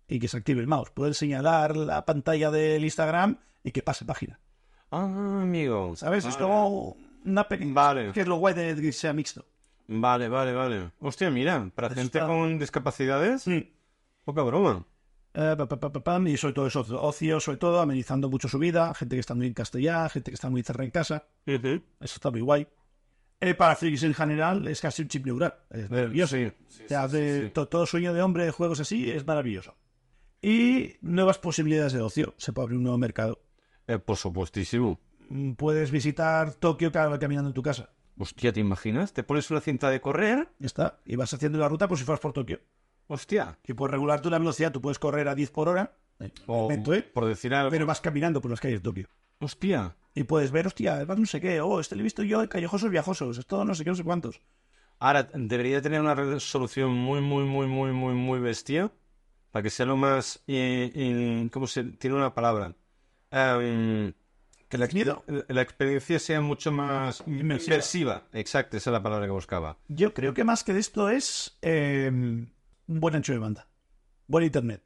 B: y que se active el mouse. Pueden señalar la pantalla del Instagram y que pase página.
A: Ah, amigo.
B: ¿Sabes? Es como una pequeña...
A: Vale.
B: Que es lo guay de que sea mixto.
A: Vale, vale, vale. Hostia, mira, para
B: Eso
A: gente
B: está-
A: con discapacidades,
B: Sí. Eh,
A: poca broma.
B: y sobre todo eso, ocio, sobre todo, amenizando mucho su vida, gente que está muy en Castellá, gente que está muy cerrada en casa, eso está muy guay. Eh, para frikis en general es casi un chip neural, es maravilloso.
A: sí, sí,
B: O sea,
A: sí,
B: de-
A: sí.
B: to- todo sueño de hombre de juegos así es maravilloso. Y nuevas posibilidades de ocio, se puede abrir un nuevo mercado.
A: Eh, por supuestísimo.
B: Mm, puedes visitar Tokio cada vez caminando en tu casa.
A: Hostia, ¿te imaginas? Te pones una cinta de correr.
B: Ya está. Y vas haciendo la ruta por si fueras por Tokio.
A: Hostia.
B: Y puedes regular tú la velocidad. Tú puedes correr a 10 por hora. eh,
A: O
B: lento, ¿eh?
A: por decir algo.
B: Pero vas caminando por las calles de Tokio.
A: Hostia.
B: Y puedes ver, hostia, vas no sé qué. Oh, este lo he visto yo en Callejosos Viajosos. Esto no sé qué, no sé cuántos.
A: Ahora, debería tener una resolución muy, muy, muy, muy, muy, muy bestia para que sea lo más... eh, eh, ¿Cómo se...? Tiene una palabra. Em, que la,
B: Miedo.
A: la experiencia sea mucho más
B: Inmersiva.
A: inmersiva. Exacto, esa es la palabra que buscaba.
B: Yo creo que más que de esto es eh, un buen ancho de banda. Buen internet.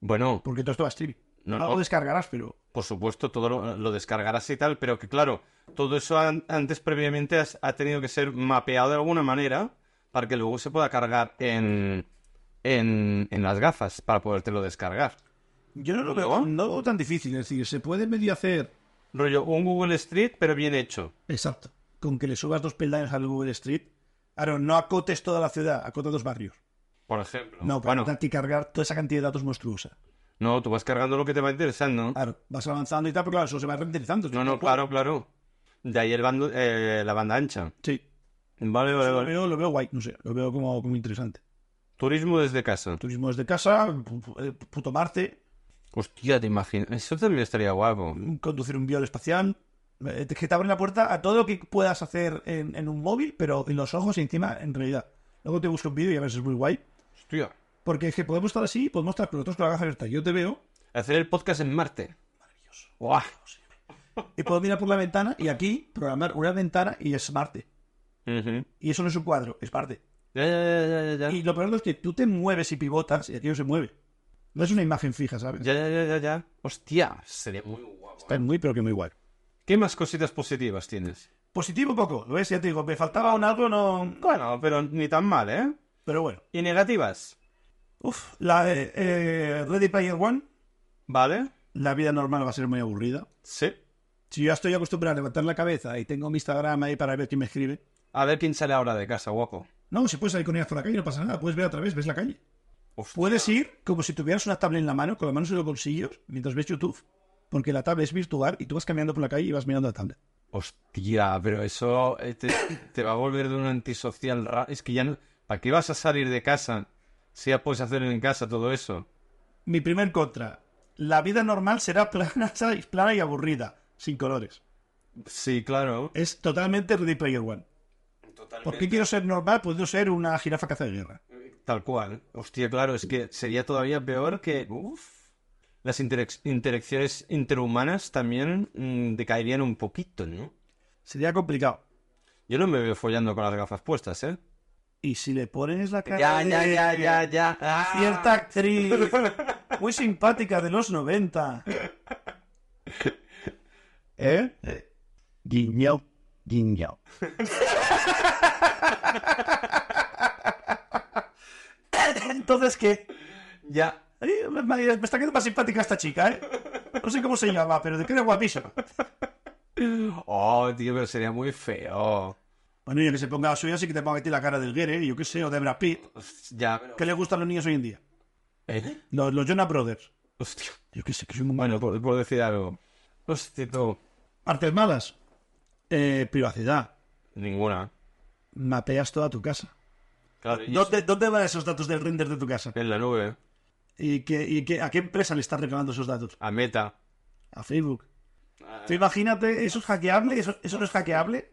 A: Bueno,
B: Porque todo esto va a streaming.
A: No,
B: Algo
A: no.
B: descargarás, pero.
A: por supuesto, todo lo, lo descargarás y tal, pero que claro, todo eso an- antes previamente has- ha tenido que ser mapeado de alguna manera para que luego se pueda cargar en, en, en las gafas para podértelo descargar.
B: Yo no lo veo, no lo veo tan difícil. Es decir, se puede medio hacer.
A: Rollo, un Google Street, pero bien hecho.
B: Exacto. Con que le subas dos peldaños al Google Street. Ahora, no acotes toda la ciudad, acota dos barrios.
A: Por ejemplo.
B: No, para
A: bueno,
B: intentar cargar toda esa cantidad de datos monstruosa.
A: no, tú vas cargando lo que te va interesando.
B: Claro, vas avanzando y tal, pero claro, eso se va renderizando.
A: No, no,
B: pues-
A: claro, claro. De ahí el bando- eh, la banda ancha.
B: Sí.
A: Vale, vale,
B: Lo
A: vale.
B: veo, lo veo guay, no sé, lo veo como, como interesante.
A: Turismo desde casa.
B: Turismo desde casa, pu- pu- eh, puto Marte,
A: Hostia, te imagino. Eso también estaría guapo.
B: conducir un viol espacial. eh, Que te abren la puerta a todo lo que puedas hacer en, en un móvil, pero en los ojos y encima, en realidad. Luego te busco un vídeo y a ver si es muy guay.
A: Hostia.
B: Porque es que podemos estar así, podemos estar con nosotros con la gafa abierta. Yo te veo
A: Hacer el podcast en Marte. Maravilloso. Guau.
B: y puedo mirar por la ventana y aquí programar una ventana y es Marte.
A: Ujú.
B: Y eso no es un cuadro, es Marte.
A: Ya, ya, ya, ya, ya, ya.
B: Y lo peor es que tú te mueves y pivotas y aquello se mueve. No es una imagen fija, ¿sabes?
A: Ya, ya, ya, ya, ya. Hostia, sería muy guapo.
B: Está muy, pero que muy guay.
A: ¿Qué más cositas positivas tienes?
B: Positivo poco, ¿lo ves? Ya te digo, me faltaba un algo, no...
A: Bueno, pero ni tan mal, ¿eh?
B: Pero bueno.
A: ¿Y negativas?
B: Uf, la de eh, Ready Player One,
A: ¿Vale?
B: la vida normal va a ser muy aburrida.
A: Sí.
B: Si yo ya estoy acostumbrado a levantar la cabeza y tengo mi Instagram ahí para ver quién me escribe.
A: A ver quién sale ahora de casa, guapo.
B: No, si puedes salir con ellas por la calle, no pasa nada. Puedes ver otra vez, ves la calle.
A: Hostia.
B: Puedes ir como si tuvieras una tablet en la mano, con la mano en los bolsillos, mientras ves YouTube. Porque la tablet es virtual y tú vas caminando por la calle y vas mirando la tablet.
A: Hostia, pero eso eh, te, te va a volver de un antisocial. ra- Es que ya no... ¿Para qué vas a salir de casa si ya puedes hacer en casa todo eso?
B: Mi primer contra. La vida normal será plana, [laughs] ¿sabes? plana y aburrida, sin colores.
A: Sí, claro.
B: Es totalmente Ready Player One. ¿Por qué quiero ser normal? Puedo ser una jirafa caza de guerra.
A: Tal cual. Hostia, claro, es que sería todavía peor que. Uf. Las interex- interacciones interhumanas también mm, decaerían un poquito, ¿no?
B: Sería complicado.
A: Yo no me veo follando con las gafas puestas, ¿eh?
B: Y si le pones la cara
A: Ya, ya,
B: de
A: ya, ya, ya. Ah.
B: cierta actriz muy simpática de los 90. ¿Eh?
D: Guiño, guiño.
B: Entonces, ¿qué?
A: Ya.
B: Ay, Me me está quedando más simpática esta chica, ¿eh? No sé cómo se llama, pero de que era guapísima.
A: Oh, tío, pero sería muy feo.
B: Bueno, yo que se ponga la suya, sí que te ponga a ti la cara del Guerre, yo qué sé, o de Brad Pitt.
A: Ya.
B: ¿Qué le gustan a los niños hoy en día?
A: ¿Eh?
B: Los, los Jonas Brothers.
A: Hostia.
B: Yo qué sé, que soy muy
A: Bueno, por, por decir algo. Hostia, tú.
B: Artes malas. Eh, privacidad.
A: Ninguna.
B: Mapeas toda tu casa.
A: Claro, y
B: ¿Dónde, ¿Dónde van esos datos del render de tu casa?
A: en la nube.
B: ¿Y, qué, y qué- a qué empresa le estás reclamando esos datos?
A: A meta.
B: A Facebook. Tú imagínate, ¿eso es hackeable? ¿Eso, eso no es hackeable?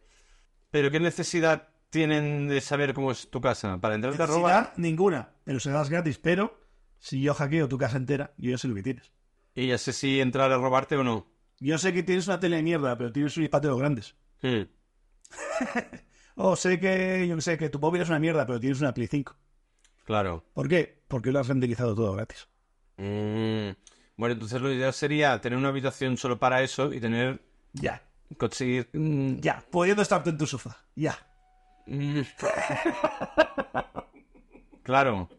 A: Pero ¿qué necesidad tienen de saber cómo es tu casa? ¿Para entrar a robar?
B: Necesidad ninguna. Pero se das gratis. Pero si yo hackeo tu casa entera, yo ya sé lo que tienes.
A: Y ya sé si entrar a robarte o no.
B: Yo sé que tienes una tele de mierda, pero tienes un iPad de los grandes.
A: Hmm.
B: O sé que, yo qué sé, que tu móvil es una mierda, pero tienes una Play 5.
A: Claro.
B: ¿Por qué? Porque lo has renderizado todo gratis.
A: Mm. Bueno, entonces lo ideal sería tener una habitación solo para eso y tener.
B: Ya.
A: conseguir. mm,
B: Ya. Pudiendo estar en tu sofá. Ya.
A: mm. [laughs] claro.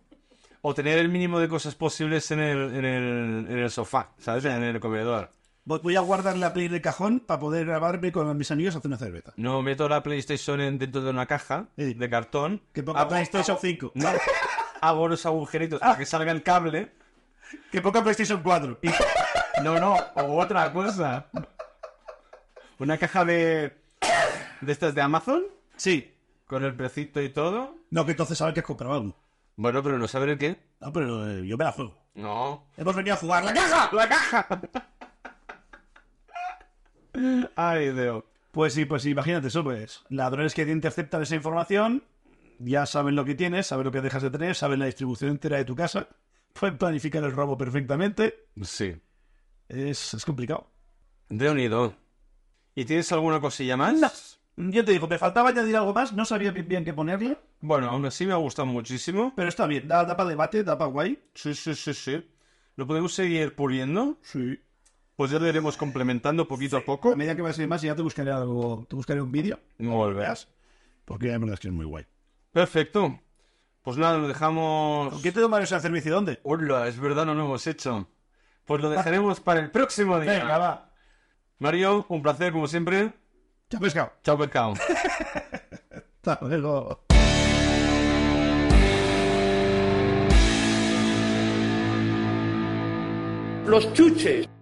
A: O tener el mínimo de cosas posibles en el, en el, en el sofá, ¿sabes? En el comedor.
B: Voy voy a guardar la Play de cajón para poder grabarme con mis amigos a hacer una cerveza.
A: No meto la PlayStation en- dentro de una caja
B: Sí.
A: de cartón.
B: Que ponga
A: hago-
B: PlayStation 5.
A: [laughs] No, hago los agujeritos para que salga el cable.
B: Que ponga PlayStation 4. Y
A: No, no, o otra cosa. Una caja de. de estas de Amazon,
B: Sí.
A: con el precito y todo.
B: No, que entonces saber que has comprado algo.
A: Bueno, pero no saber el qué.
B: No, pero eh, yo me la juego.
A: No.
B: Hemos venido a jugar la caja.
A: ¡La caja! Ay, Dios.
B: Pues sí, pues sí, imagínate eso, pues. Ladrones que te interceptan esa información, ya saben lo que tienes, saben lo que dejas de tener, saben la distribución entera de tu casa, [laughs] pueden planificar el robo perfectamente.
A: Sí.
B: Es, es complicado.
A: Reunido. ¿Y tienes alguna cosilla más?
B: Yo te digo, me faltaba añadir algo más, no sabía bien, bien qué ponerle,
A: Bueno, aún así me ha gustado muchísimo.
B: pero está bien, da, da para debate, da para guay.
A: Sí, sí, sí, sí. ¿Lo podemos seguir puliendo?
B: Sí.
A: Pues ya lo iremos complementando poquito a poco.
B: A medida que vas a ir más, ya te buscaré algo, te buscaré un vídeo,
A: Molt bé.
B: veas, porque la verdad es que es muy guay.
A: Perfecto. Pues nada, lo dejamos...
B: ¿Con qué te tomas esa cerveza y dónde?
A: Hola, es verdad, no lo hemos hecho. Pues lo dejaremos para el próximo día.
B: Venga, va.
A: Mario, un placer como siempre.
B: Chao, pescado.
A: Chao, pescado.
B: Hasta luego.
C: Los chuches.